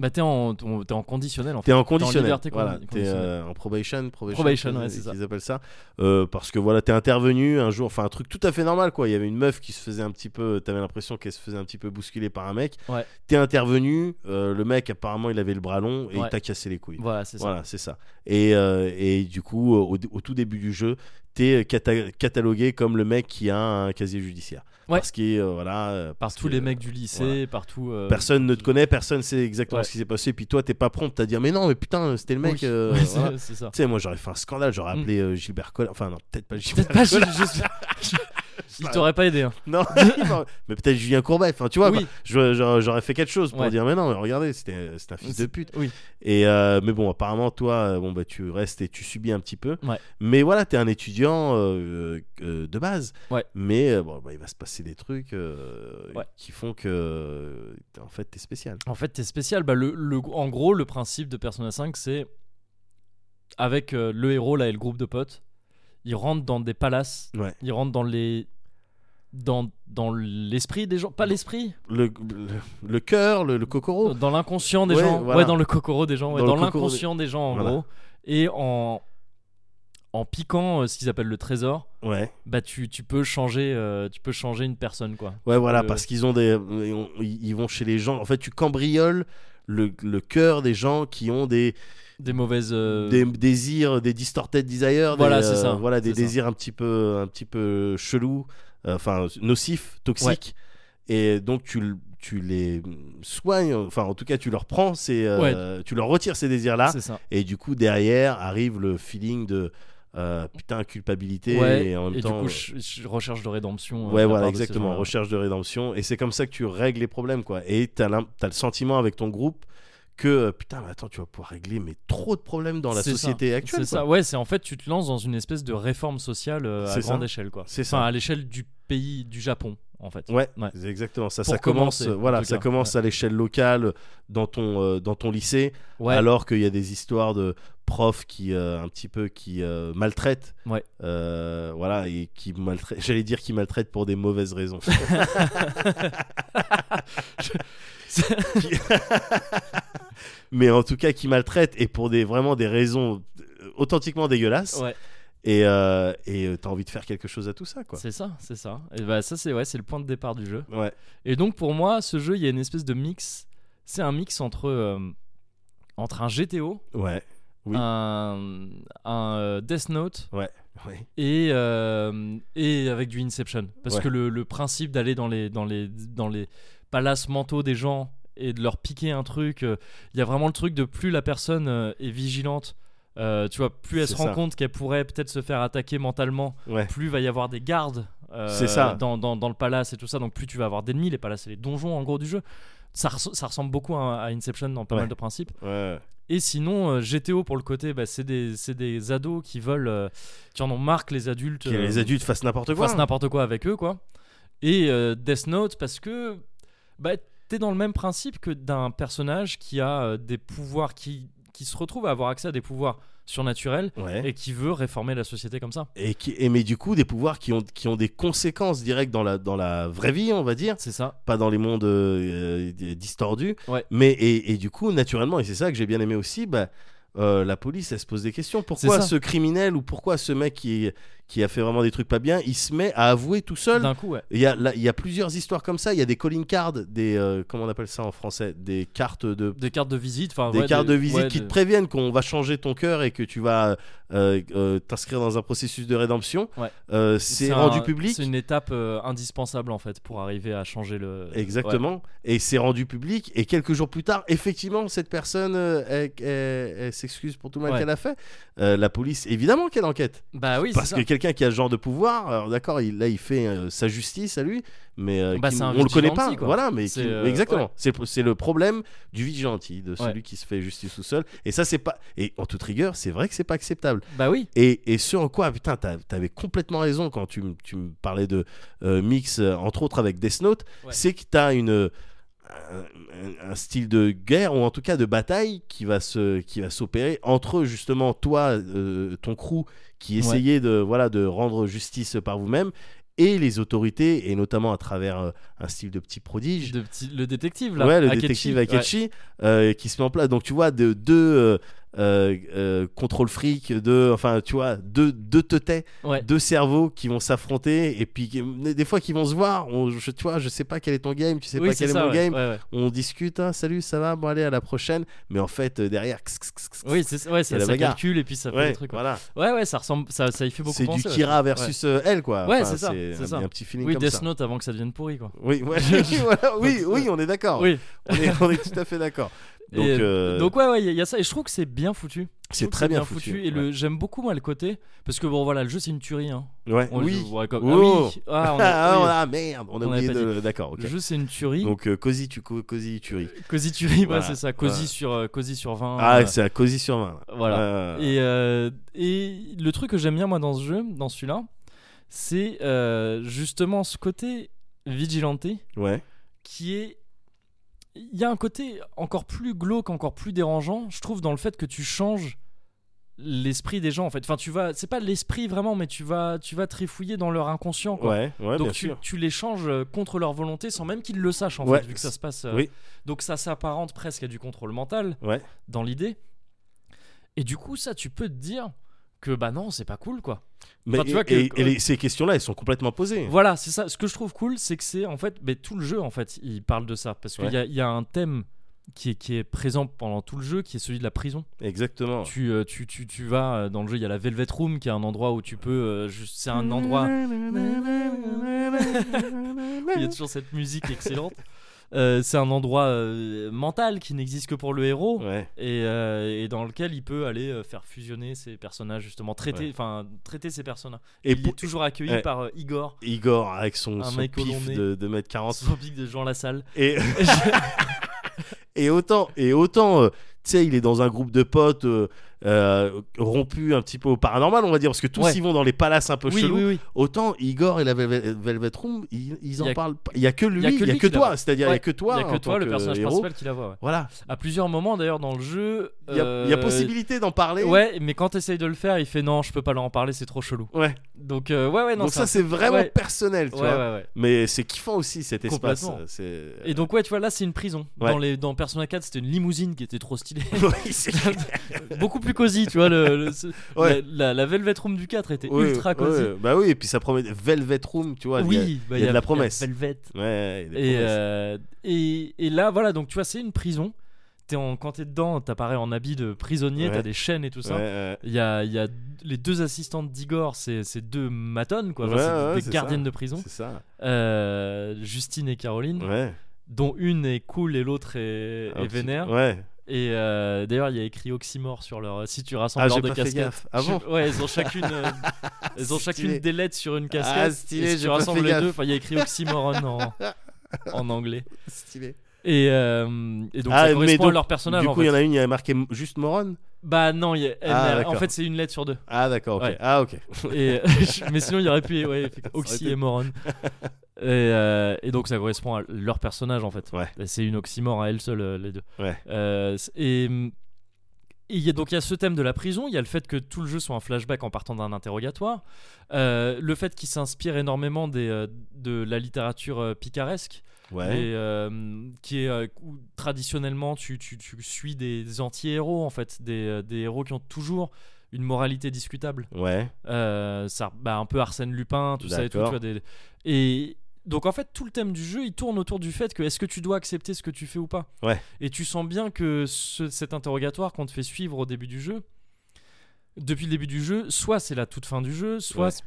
S1: Bah, t'es en, on- t'es en conditionnel, en fait.
S2: T'es en conditionnel.
S1: liberté
S2: voilà,
S1: condi-
S2: t'es euh, en probation, probation,
S1: Probation,
S2: ils-
S1: ouais, c'est
S2: ils
S1: ça.
S2: appellent ça. Euh, parce que voilà, t'es intervenu un jour, enfin un truc tout à fait normal quoi. Il y avait une meuf qui se faisait un petit peu, t'avais l'impression qu'elle se faisait un petit peu bousculer par un mec.
S1: Ouais.
S2: T'es intervenu, euh, le mec apparemment il avait le bras long et il
S1: Ouais.
S2: t'a cassé les couilles.
S1: Voilà, c'est ça.
S2: Voilà, c'est ça. Et, euh, et du coup, au, au tout début du jeu, t'es cata- catalogué comme le mec qui a un casier judiciaire.
S1: Ouais.
S2: Parce que euh, voilà. euh,
S1: Par
S2: parce
S1: tous
S2: que,
S1: les
S2: euh,
S1: mecs du lycée, partout. euh,
S2: Personne ne te connaît, personne sait exactement
S1: Ouais.
S2: ce qui s'est passé. Puis toi, t'es pas prompt à dire mais non, mais putain, c'était le
S1: oui.
S2: mec. euh,
S1: Ouais, c'est-
S2: voilà.
S1: C'est ça.
S2: Tu sais, moi j'aurais fait un scandale, j'aurais
S1: Mm.
S2: appelé euh, Gilbert Collin. Enfin, non, peut-être pas Gilbert
S1: Peut-être pas,
S2: Collin.
S1: je- je- Il t'aurait pas aidé. hein.
S2: Non, non, mais peut-être Julien Courbet. Enfin, tu vois, bah,
S1: oui.
S2: quoi. Je- j'aurais j'aurais fait quelque chose pour
S1: Ouais.
S2: dire, mais non, mais regardez, c'était c'était un fils de pute.
S1: Oui.
S2: Et, euh, mais bon, apparemment, toi, euh, bon, bah, tu restes et tu subis un petit peu.
S1: Ouais.
S2: Mais voilà, t'es un étudiant euh, euh, de base.
S1: Ouais.
S2: Mais euh, bon, bah, il va se passer des trucs euh,
S1: Ouais.
S2: qui font que, euh, en fait, t'es spécial.
S1: En fait, t'es spécial. Bah, le, le- en gros, le principe de Persona 5, c'est avec euh, le héros là et le groupe de potes, ils rentrent dans des palaces,
S2: Ouais.
S1: ils rentrent dans les dans, dans l'esprit des gens, pas l'esprit,
S2: Le, le, le cœur, le, le
S1: dans-
S2: kokoro.
S1: dans l'inconscient des
S2: Ouais,
S1: gens,
S2: voilà.
S1: ouais, dans le kokoro des gens, ouais,
S2: Dans
S1: dans
S2: le kokoro
S1: l'inconscient des... gens en
S2: Voilà.
S1: gros, et en en piquant euh, ce qu'ils appellent le trésor,
S2: Ouais.
S1: bah tu, tu peux changer euh, tu peux changer une personne quoi.
S2: Ouais, voilà,
S1: Le-
S2: parce qu'ils ont des, ils ont- ils vont chez les gens. En fait, tu cambrioles le, le cœur des gens qui ont des,
S1: Des mauvaises euh,
S2: des désirs, des distorted desires,
S1: Voilà,
S2: des, euh,
S1: c'est ça,
S2: voilà, des
S1: c'est ça.
S2: désirs un petit peu, un petit peu chelous, euh, enfin nocifs, toxiques. Et donc tu, l- tu les soignes, enfin en tout cas tu leur prends ces, euh, tu leur retires ces désirs-là.
S1: c'est ça.
S2: Et du coup derrière arrive le feeling de euh, putain culpabilité
S1: Ouais,
S2: et en même temps. euh,
S1: du coup, je, je recherche de rédemption. euh, de
S2: Ouais,
S1: la
S2: voilà,
S1: part de ces
S2: exactement.
S1: gens-là.
S2: Recherche de rédemption. Et c'est comme ça que tu règles les problèmes, quoi. Et t'as l'im- t'as le sentiment avec ton groupe que, euh, putain, mais attends, tu vas pouvoir régler mais trop de problèmes dans la
S1: C'est ça.
S2: société actuelle.
S1: C'est ça,
S2: quoi.
S1: ouais, c'est en fait tu te lances dans une espèce de réforme sociale euh, à
S2: C'est
S1: grande
S2: ça.
S1: échelle quoi.
S2: C'est
S1: Enfin,
S2: ça.
S1: à l'échelle du pays du Japon en fait.
S2: Ouais,
S1: Ouais.
S2: c'est exactement ça.
S1: Pour
S2: ça commence,
S1: commencer,
S2: euh,
S1: en
S2: voilà,
S1: tout
S2: ça
S1: cas,
S2: commence à l'échelle locale, dans ton, euh, dans ton lycée,
S1: Ouais.
S2: alors qu'il y a des histoires de profs qui, euh, un petit peu, qui euh, maltraitent.
S1: Ouais.
S2: Euh, voilà, et qui maltraitent. J'allais dire qui maltraitent pour des mauvaises raisons. mais en tout cas qui maltraite et pour des vraiment des raisons euh, authentiquement dégueulasses
S1: Ouais.
S2: Et euh, et euh, t'as envie de faire quelque chose à tout ça, quoi.
S1: C'est ça, c'est ça. Et bah ça c'est ouais, c'est le point de départ du jeu.
S2: Ouais.
S1: Et donc pour moi, ce jeu, il y a une espèce de mix. C'est un mix entre euh, entre un GTO,
S2: Ouais. Oui.
S1: un, un, euh, Death Note
S2: Ouais.
S1: et euh, et avec du Inception. Parce
S2: Ouais.
S1: que le, le principe d'aller dans les dans les dans les palaces mentaux des gens et de leur piquer un truc, euh, il y a vraiment le truc de plus la personne euh, est vigilante. euh, tu vois, plus elle se
S2: C'est
S1: rend
S2: ça.
S1: compte qu'elle pourrait peut-être se faire attaquer mentalement
S2: Ouais.
S1: plus il va y avoir des gardes euh,
S2: C'est ça.
S1: Dans, dans- dans le palace et tout ça, donc plus tu vas avoir d'ennemis, les palaces et les donjons en gros du jeu. Ça, res- ça ressemble beaucoup à, à Inception dans pas
S2: Ouais.
S1: mal de principes.
S2: Ouais.
S1: Et sinon, euh, GTO pour le côté, bah, c'est des, c'est des ados qui veulent, euh, qui en ont marre que les adultes,
S2: Que les
S1: euh,
S2: adultes fassent n'importe quoi.
S1: fassent n'importe quoi avec eux, quoi. Et euh, Death Note parce que bah, t'es dans le même principe que d'un personnage qui a euh, des pouvoirs, qui, qui se retrouve à avoir accès à des pouvoirs surnaturels
S2: Ouais.
S1: et qui veut réformer la société comme ça.
S2: Et, qui, et mais du coup, des pouvoirs qui ont, qui ont des conséquences directes dans la, dans la vraie vie, on va dire,
S1: C'est ça.
S2: pas dans les mondes euh, euh, distordus.
S1: Ouais.
S2: Mais et, et du coup, naturellement, et c'est ça que j'ai bien aimé aussi, bah, euh, la police, elle se pose des questions. Pourquoi
S1: ça.
S2: ce criminel ou pourquoi ce mec qui, qui a fait vraiment des trucs pas bien, il se met à avouer tout seul
S1: D'un coup, ouais.
S2: il y, a, là, il y a plusieurs histoires comme ça. Il y a des calling cards, des euh, comment on appelle ça en français, des cartes de
S1: des cartes de visite enfin
S2: des
S1: Ah ouais,
S2: cartes de visite
S1: ouais,
S2: qui
S1: de-
S2: te préviennent qu'on va changer ton cœur et que tu vas euh, euh, t'inscrire dans un processus de rédemption.
S1: Ouais.
S2: Euh, c'est
S1: un-
S2: rendu public.
S1: c'est une étape euh, indispensable en fait pour arriver à changer le Ouais.
S2: Exactement. Et c'est rendu public. Et quelques jours plus tard, effectivement, cette personne euh, elle- elle- elle s'excuse pour tout le mal
S1: Ouais.
S2: qu'elle a fait. Euh, la police, évidemment qu'elle enquête.
S1: bah oui c'est
S2: Parce
S1: ça
S2: que quelqu'un qui a ce genre de pouvoir, alors d'accord, il, là, il fait euh, sa justice à lui, mais euh,
S1: Bah,
S2: qui-
S1: c'est un
S2: on le connaît
S1: vigilante,
S2: pas.
S1: quoi.
S2: Voilà, mais qui-
S1: C'est, euh,
S2: exactement.
S1: ouais.
S2: C'est le- C'est le problème du vigilanti, de celui
S1: Ouais.
S2: qui se fait justice tout seul. Et ça, c'est pas. Et en toute rigueur, c'est vrai que c'est pas acceptable.
S1: bah oui
S2: Et, et ce en quoi, putain, t'as- t'avais complètement raison quand tu, m- tu me parlais de euh, mix, euh, entre autres avec Death Note,
S1: Ouais.
S2: c'est que t'as une, euh, un, un style de guerre, ou en tout cas de bataille, qui va se- qui va s'opérer entre justement toi, euh, ton crew, qui essayait de, voilà, de rendre justice par vous-même, et les autorités, et notamment à travers euh, un style de petit prodige.
S1: de petit- le détective là
S2: Ouais, le
S1: Akechi,
S2: détective
S1: ouais.
S2: Akechi euh, qui se met en place. Donc tu vois de deux euh, euh, euh, contrôle fric, deux enfin tu vois deux deux teutés,
S1: Ouais.
S2: deux cerveaux qui vont s'affronter et puis qui- des fois qui vont se voir. On, je, tu vois, je sais pas quel est ton game, tu sais
S1: oui
S2: pas
S1: c'est
S2: quel est
S1: ça
S2: mon
S1: ouais,
S2: game.
S1: ouais, ouais.
S2: On discute, hein, salut, ça va, bon allez à la prochaine. Mais en fait euh, derrière, kss, kss, kss, kss,
S1: oui c'est ouais, ça,
S2: la
S1: ça
S2: bagarre.
S1: calcule et puis ça fait
S2: ouais,
S1: des trucs ouais.
S2: voilà.
S1: ouais ouais, ça ressemble ça, ça y fait beaucoup
S2: C'est du
S1: penser ouais.
S2: Kira versus euh, elle quoi.
S1: Ouais,
S2: Enfin,
S1: c'est ça, c'est
S2: un,
S1: ça.
S2: un petit feeling
S1: oui
S2: comme
S1: Death
S2: ça.
S1: Note avant que ça devienne pourri quoi
S2: Oui, ouais, voilà, oui, oui, on est d'accord.
S1: oui
S2: On, est, on est tout à fait d'accord.
S1: Et,
S2: Ah. Donc, euh,
S1: donc ouais ouais il y, a- il y a ça et je trouve que c'est bien foutu Je
S2: c'est
S1: trouve que
S2: très bien foutu.
S1: et le j'aime beaucoup moi le côté parce que bon voilà le jeu c'est une tuerie hein
S2: Ouais,
S1: On-
S2: oui.
S1: je- ouais, comme-
S2: Oh.
S1: ah oui ah, on a-
S2: Ah,
S1: oui.
S2: ah, merde, on a
S1: On
S2: oublié
S1: avait pas
S2: de. D'accord, ok.
S1: le jeu c'est une tuerie
S2: Donc, euh, Cozy, tu co- Cozy, tu ris.
S1: Cosy Tuerie, ouais,
S2: Voilà,
S1: c'est ça. Cosy
S2: voilà.
S1: sur euh, Cosy sur 20.
S2: Ah,
S1: euh,
S2: c'est à Cozy sur 20. là.
S1: voilà.
S2: Euh,
S1: Et, euh, et le truc que j'aime bien moi dans ce jeu, dans celui-là, c'est euh, justement ce côté vigilanté
S2: Ouais,
S1: qui est il y a un côté encore plus glauque, encore plus dérangeant, je trouve dans le fait que tu changes l'esprit des gens en fait. Enfin, tu vas c'est pas l'esprit vraiment mais tu vas tu vas trifouiller dans leur inconscient quoi.
S2: ouais, ouais,
S1: Donc
S2: bien
S1: tu,
S2: sûr.
S1: tu les changes euh, contre leur volonté sans même qu'ils le sachent en
S2: Ouais.
S1: fait, vu que ça se passe. euh,
S2: Oui.
S1: Donc ça s'apparente presque à du contrôle mental
S2: Ouais.
S1: dans l'idée. Et du coup, ça, tu peux te dire que bah non, c'est pas cool quoi.
S2: Mais
S1: tu vois
S2: et-
S1: que-
S2: et, et les- ces questions-là, elles sont complètement posées.
S1: Voilà, c'est ça. Ce que je trouve cool, c'est que c'est en fait, mais tout le jeu en fait, il parle de ça parce qu'il
S2: Ouais.
S1: y, a, il y a un thème. Qui est, qui est présent pendant tout le jeu, qui est celui de la prison.
S2: Exactement.
S1: Tu, euh, tu, tu, tu vas euh, dans le jeu, il y a la Velvet Room qui est un endroit où tu peux. euh, juste- c'est un endroit il y a toujours cette musique excellente. Euh, c'est un endroit euh, mental qui n'existe que pour le héros
S2: Ouais,
S1: et, euh, et dans lequel il peut aller euh, faire fusionner ses personnages justement traiter
S2: Ouais.
S1: enfin traiter ses personnages.
S2: Et
S1: il
S2: pour-
S1: est toujours accueilli
S2: ouais.
S1: par euh, Igor,
S2: Igor avec son,
S1: Un
S2: son
S1: mec au long
S2: pif
S1: nez.
S2: de, de mètre 40.
S1: son pic de Jean Lassalle.
S2: Et, et autant, et autant euh, tu sais, il est dans un groupe de potes euh, euh, rompus un petit peu au paranormal, on va dire, parce que tous
S1: Ouais.
S2: ils vont dans les palaces un peu
S1: oui,
S2: chelous.
S1: oui, oui.
S2: Autant Igor et la Velvet, Velvet Room, ils, ils en
S1: Y a-
S2: parlent pas. Il y a que lui, il y a que,
S1: lui qui la
S2: toi.
S1: voit.
S2: C'est-à-dire, il y
S1: Ouais.
S2: a que toi.
S1: il y a
S2: en
S1: que
S2: tant
S1: toi le personnage
S2: héros.
S1: principal qui la voit. ouais.
S2: Voilà.
S1: À plusieurs moments d'ailleurs dans le jeu.
S2: Il y, a- il y a
S1: euh,
S2: possibilité d'en parler.
S1: Ouais, mais quand t'essayes de le faire, il fait non, je peux pas leur en parler, c'est trop chelou.
S2: Ouais.
S1: Donc euh, ouais, ouais, non.
S2: Donc ça,
S1: un-
S2: c'est vraiment
S1: ouais.
S2: personnel, tu
S1: ouais,
S2: vois.
S1: ouais, ouais.
S2: Mais c'est kiffant aussi cet espace.
S1: Complètement.
S2: C'est.
S1: Et donc ouais, tu vois là c'est une prison.
S2: Ouais.
S1: Dans les dans Persona 4, c'était une limousine qui était trop stylée.
S2: Oui, c'est-
S1: Beaucoup plus plus cosy, tu vois. Le, le- ce-
S2: Ouais.
S1: la, la- la Velvet Room du 4 était
S2: Ouais,
S1: ultra cosy.
S2: ouais, Bah oui, et puis ça promet Velvet Room, tu vois. il y a-
S1: oui, bah,
S2: il y a de la promesse.
S1: Velvet.
S2: Ouais, il y a des
S1: Et,
S2: promesses.
S1: euh, et, et là, voilà, donc tu vois, c'est une prison. Es en, quand t'es dedans, t'apparais en habit de prisonnier,
S2: Ouais.
S1: t'as des chaînes et tout ça.
S2: Ouais, ouais.
S1: Il y a, il y a les deux assistantes d'Igor, c'est c'est deux matones, quoi. Enfin,
S2: Ouais,
S1: c'est
S2: ouais,
S1: des
S2: c'est
S1: gardiennes
S2: ça.
S1: de prison.
S2: C'est ça.
S1: Euh, Justine et Caroline,
S2: Ouais.
S1: dont une est cool et l'autre est,
S2: Un
S1: est
S2: petit-
S1: vénère.
S2: Ouais.
S1: Et euh, d'ailleurs, il y a écrit oxymore sur leur. Si tu rassembles
S2: Ah,
S1: leurs
S2: j'ai
S1: deux
S2: pas fait
S1: casquettes.
S2: gaffe. Ah bon
S1: Je- Ouais, elles ont chacune, euh, elles ont
S2: Stylé.
S1: chacune des lettres sur une casquette.
S2: Ah, stylé,
S1: et si
S2: j'ai
S1: tu
S2: pas
S1: rassembles
S2: fait
S1: les
S2: gaffe.
S1: deux, enfin, il y a écrit oxymoron en, en anglais.
S2: Stylé.
S1: Et, euh, et donc
S2: Ah,
S1: ça
S2: mais
S1: correspond
S2: donc,
S1: à leur personnage.
S2: du
S1: en
S2: coup, il y
S1: fait.
S2: en a une, il y a marqué m- juste Moron.
S1: Bah non, il y a- elle-
S2: Ah,
S1: elle- en
S2: d'accord.
S1: fait c'est une lettre sur deux.
S2: Ah, d'accord, ok.
S1: Ouais.
S2: Ah, ok.
S1: Et, euh, mais sinon il y aurait pu, ouais, effectivement, oxy
S2: été-
S1: et moron. Et, euh, et donc ça correspond à leur personnage en fait.
S2: Ouais.
S1: Et C'est une oxymore à elle seule euh, les deux.
S2: Ouais.
S1: Euh, c- et hum, et il y a, donc il y a ce thème de la prison, il y a le fait que tout le jeu soit un flashback en partant d'un interrogatoire, euh, le fait qu'il s'inspire énormément des, euh, de la littérature euh, picaresque.
S2: Ouais.
S1: Et, euh, qui est euh, où traditionnellement tu, tu- tu suis des anti-héros en fait, des, euh, des héros qui ont toujours une moralité discutable.
S2: Ouais.
S1: Euh, ça, bah, un peu Arsène Lupin, tout ça et tout. tu
S2: D'accord.
S1: vois, des- Et donc en fait tout le thème du jeu il tourne autour du fait que est-ce que tu dois accepter ce que tu fais ou pas.
S2: Ouais.
S1: Et tu sens bien que ce- cet interrogatoire qu'on te fait suivre au début du jeu, depuis le début du jeu, soit c'est la toute fin du jeu, soit
S2: Ouais.
S1: c'est-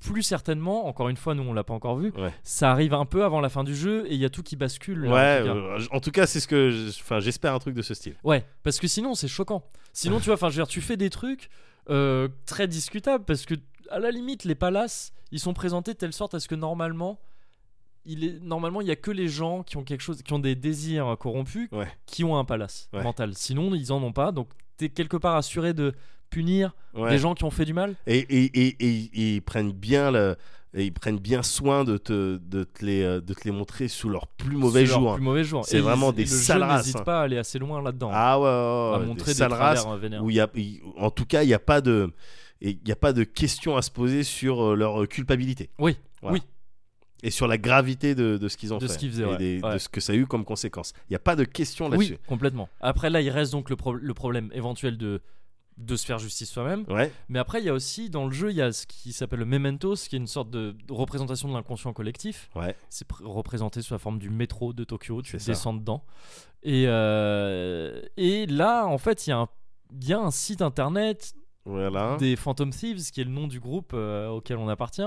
S1: plus certainement, encore une fois nous on l'a pas encore vu,
S2: Ouais.
S1: ça arrive un peu avant la fin du jeu et il y a tout qui bascule. là, en
S2: Ouais,
S1: tout cas.
S2: euh, en tout cas, c'est ce que. je- Enfin, j'espère un truc de ce style.
S1: Ouais, parce que sinon c'est choquant. Sinon tu vois, enfin je veux dire, tu fais des trucs euh, très discutables parce que à la limite les palaces ils sont présentés de telle sorte à ce que normalement il est normalement il y a que les gens qui ont quelque chose, qui ont des désirs corrompus,
S2: Ouais.
S1: qui ont un palace
S2: Ouais.
S1: mental. Sinon ils en ont pas, donc t'es quelque part assuré de punir
S2: Ouais.
S1: les gens qui ont fait du mal.
S2: Et, et, et, et- et ils prennent bien le. et ils prennent bien soin de te, de, te les, euh, de te les montrer sous leur plus mauvais
S1: C'est leur
S2: jour.
S1: plus mauvais jour.
S2: C'est
S1: Et
S2: vraiment
S1: ils-
S2: des
S1: et le jeu
S2: sales races,
S1: N'hésite
S2: hein.
S1: pas à aller assez loin là-dedans.
S2: Ah ouais, ouais, ouais,
S1: à
S2: ouais,
S1: montrer des,
S2: sales races
S1: travers euh, vénères.
S2: où il y a, il- en tout cas, il n'y a pas de, il y a pas de question à se poser sur euh, leur culpabilité.
S1: Oui, oui.
S2: Et sur la gravité de, de ce qu'ils ont
S1: De
S2: fait
S1: ce qu'ils faisaient,
S2: et
S1: ouais,
S2: des-
S1: ouais.
S2: de ce que ça a eu comme conséquence. Il n'y a pas de question
S1: Oui,
S2: là-dessus.
S1: complètement. Après, là, il reste donc le, pro- le problème éventuel de, de se faire justice soi-même.
S2: Ouais,
S1: Mais après, il y a aussi, dans le jeu, il y a ce qui s'appelle le memento, ce qui est une sorte de représentation de l'inconscient collectif.
S2: ouais,
S1: C'est pr- représenté sous la forme du métro de Tokyo, tu
S2: C'est ça.
S1: descends dedans. Et, euh, et là, en fait, il y a un... Il y a un site internet
S2: voilà.
S1: des Phantom Thieves, qui est le nom du groupe euh, auquel on appartient,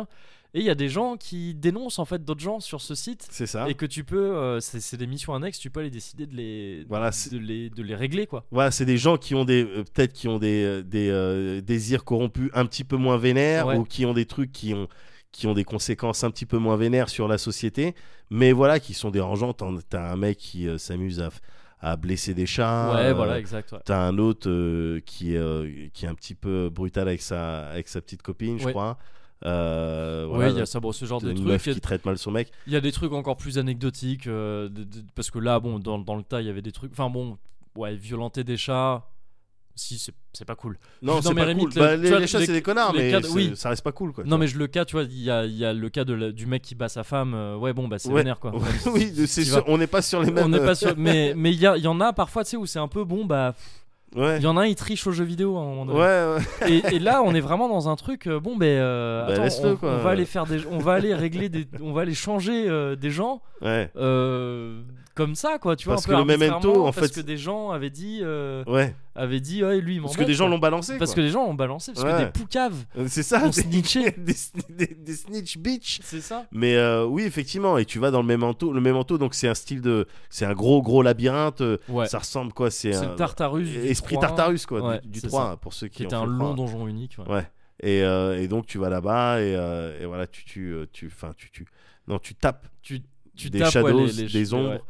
S1: et il y a des gens qui dénoncent en fait d'autres gens sur ce site
S2: C'est ça.
S1: et que tu peux, euh, c'est c'est des missions annexes, tu peux aller décider de les,
S2: Voilà, c'est-
S1: de les, de les régler quoi.
S2: Voilà, c'est des gens qui ont des euh, peut-être qui ont des, euh, des euh, désirs corrompus un petit peu moins vénères
S1: Ouais.
S2: ou qui ont des trucs qui ont qui ont des conséquences un petit peu moins vénères sur la société, mais voilà qui sont dérangeants. T'en- T'as un mec qui euh, s'amuse à, f- à blesser des chats.
S1: ouais,
S2: euh,
S1: voilà, exact. ouais.
S2: T'as un autre euh, qui, est, euh, qui est un petit peu brutal avec sa, avec sa petite copine, je
S1: Ouais.
S2: crois. Euh,
S1: Ouais,
S2: voilà,
S1: il y a ça, bon, ce genre
S2: t'as
S1: de
S2: une meuf
S1: trucs. Il y,
S2: qui
S1: a-
S2: traite mal son mec.
S1: il y a des trucs encore plus anecdotiques, euh, de- de- parce que là, bon, dans, dans le tas, il y avait des trucs. Enfin bon, ouais, violenter des chats, si, c'est c'est pas cool.
S2: Non,
S1: Non,
S2: c'est
S1: mais
S2: pas
S1: à la
S2: cool.
S1: limite,
S2: Bah,
S1: le-
S2: les,
S1: tu vois,
S2: les chats,
S1: les-
S2: c'est des connards,
S1: les
S2: mais
S1: cadres-
S2: c'est-
S1: oui.
S2: ça reste pas cool. Quoi,
S1: non, mais je le cas, tu vois, il y a, il y a le cas de la- du mec qui bat sa femme, euh, ouais, bon, bah c'est
S2: Ouais.
S1: vénère quoi.
S2: Ouais, oui, c'est
S1: Tu
S2: sûr,
S1: vois.
S2: on n'est pas sur les mêmes.
S1: On n'est
S2: euh,
S1: pas sûr, mais mais il y, a- il y en a parfois, tu sais, où c'est un peu bon, bah
S2: Ouais.
S1: il y en a un, il triche aux jeux vidéo hein, à un moment donné.
S2: Ouais, ouais.
S1: et, et là, on est vraiment dans un truc. euh, Bon, ben, euh,
S2: Bah,
S1: attends,
S2: laisse-le,
S1: on,
S2: quoi.
S1: on va aller faire des, on va aller régler des, on va aller changer euh, des gens
S2: Ouais.
S1: euh, comme ça, quoi. Tu vois,
S2: Parce
S1: un peu
S2: que le memento,
S1: arbitrairement,
S2: en
S1: parce
S2: fait-
S1: que des gens avaient dit, euh,
S2: Ouais.
S1: avaient dit, ouais, lui, il
S2: Parce que
S1: m'embête,
S2: des gens
S1: quoi.
S2: l'ont balancé.
S1: parce que
S2: quoi.
S1: les gens l'ont balancé, parce
S2: Ouais.
S1: que des poucaves
S2: Euh, C'est ça,
S1: ont
S2: des,
S1: snitché.
S2: des, sni- des- des snitch bitch.
S1: C'est ça.
S2: Mais euh, oui, effectivement, et tu vas dans le même manteau. Le même manteau, donc c'est un style de. C'est un gros, gros labyrinthe. euh,
S1: Ouais.
S2: Ça ressemble quoi C'est
S1: C'est
S2: un.
S1: le Tartarus. du
S2: Esprit
S1: 3,
S2: Tartarus, quoi,
S1: Ouais,
S2: du, du
S1: c'est
S2: 3,
S1: ça.
S2: hein, pour ceux qui
S1: qui était
S2: ont
S1: un
S2: fait le
S1: long
S2: 3.
S1: donjon unique. ouais.
S2: Ouais. Et, euh, et donc tu vas là-bas et, euh, et voilà, tu tu, euh, tu, enfin, tu, tu, non, tu tapes
S1: Tu, tu
S2: des
S1: tapes, ouais,
S2: shadows,
S1: les- les-
S2: des ombres,
S1: ouais.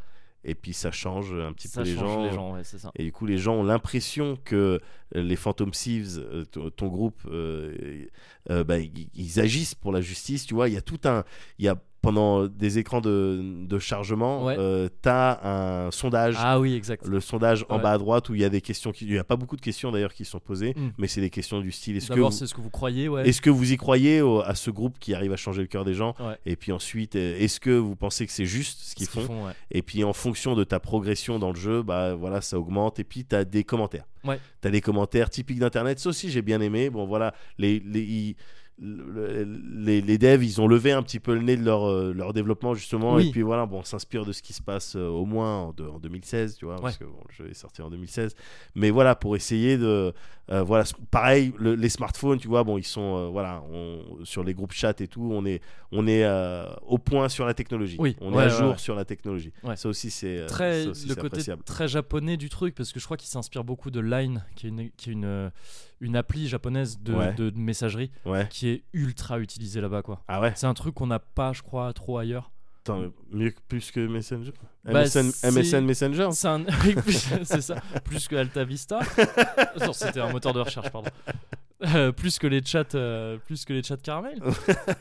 S2: et puis ça change un petit
S1: Ça
S2: peu les
S1: change
S2: gens.
S1: les gens, ouais, c'est ça.
S2: Et du coup, les gens ont l'impression que les Phantom Thieves, euh, ton- ton groupe, euh, euh, bah, ils ils agissent pour la justice, tu vois. Il y a tout un. Il y a pendant des écrans de, de chargement,
S1: Ouais.
S2: euh, t'as un sondage.
S1: Ah oui, exact.
S2: Le sondage en
S1: Ouais.
S2: bas à droite où il y a des questions qui. Il n'y a pas beaucoup de questions d'ailleurs qui sont posées,
S1: Mm.
S2: mais c'est des questions du style est-ce que,
S1: D'abord,
S2: vous...
S1: c'est ce que vous croyez, ouais.
S2: est-ce que vous y croyez au- à ce groupe qui arrive à changer le cœur des gens
S1: Ouais.
S2: Et puis ensuite, euh, est-ce que vous pensez que c'est juste ce qu'ils
S1: Ce qu'ils
S2: font
S1: font, ouais.
S2: Et puis en fonction de ta progression dans le jeu, bah voilà, ça augmente. Et puis t'as des commentaires.
S1: Ouais.
S2: T'as des commentaires typiques d'internet. Ça aussi, j'ai bien aimé. Bon voilà, les les ils- le- les, les devs, ils ont levé un petit peu le nez de leur, euh, leur développement justement.
S1: Oui.
S2: Et puis voilà, bon, on s'inspire de ce qui se passe euh, au moins en, de- en 2016, tu vois, parce que bon, le jeu est sorti en 2016. Mais voilà, pour essayer de euh, voilà, ce- pareil, le- les smartphones, tu vois, bon, ils sont euh, voilà, on- sur les groupes chat et tout, on est on est euh, au point sur la technologie.
S1: Oui.
S2: On
S1: Ouais,
S2: est à
S1: ouais,
S2: jour
S1: ouais.
S2: sur la technologie.
S1: Ouais.
S2: Ça aussi, c'est euh,
S1: très
S2: ça aussi,
S1: le
S2: c'est
S1: côté
S2: appréciable.
S1: très japonais du truc parce que je crois qu'il s'inspire beaucoup de Line qui est une qui est une euh, une appli japonaise de,
S2: Ouais.
S1: de- de messagerie
S2: Ouais.
S1: qui est ultra utilisée là-bas quoi.
S2: Ah ouais.
S1: C'est un truc qu'on n'a pas je crois trop ailleurs.
S2: Attends, mais mieux que plus que Messenger.
S1: Bah,
S2: MSN,
S1: c'est-
S2: MSN Messenger.
S1: C'est un- oui, c'est ça plus que Alta Vista. Non, c'était un moteur de recherche pardon. Euh, plus que les chats euh, plus que les chats caramel.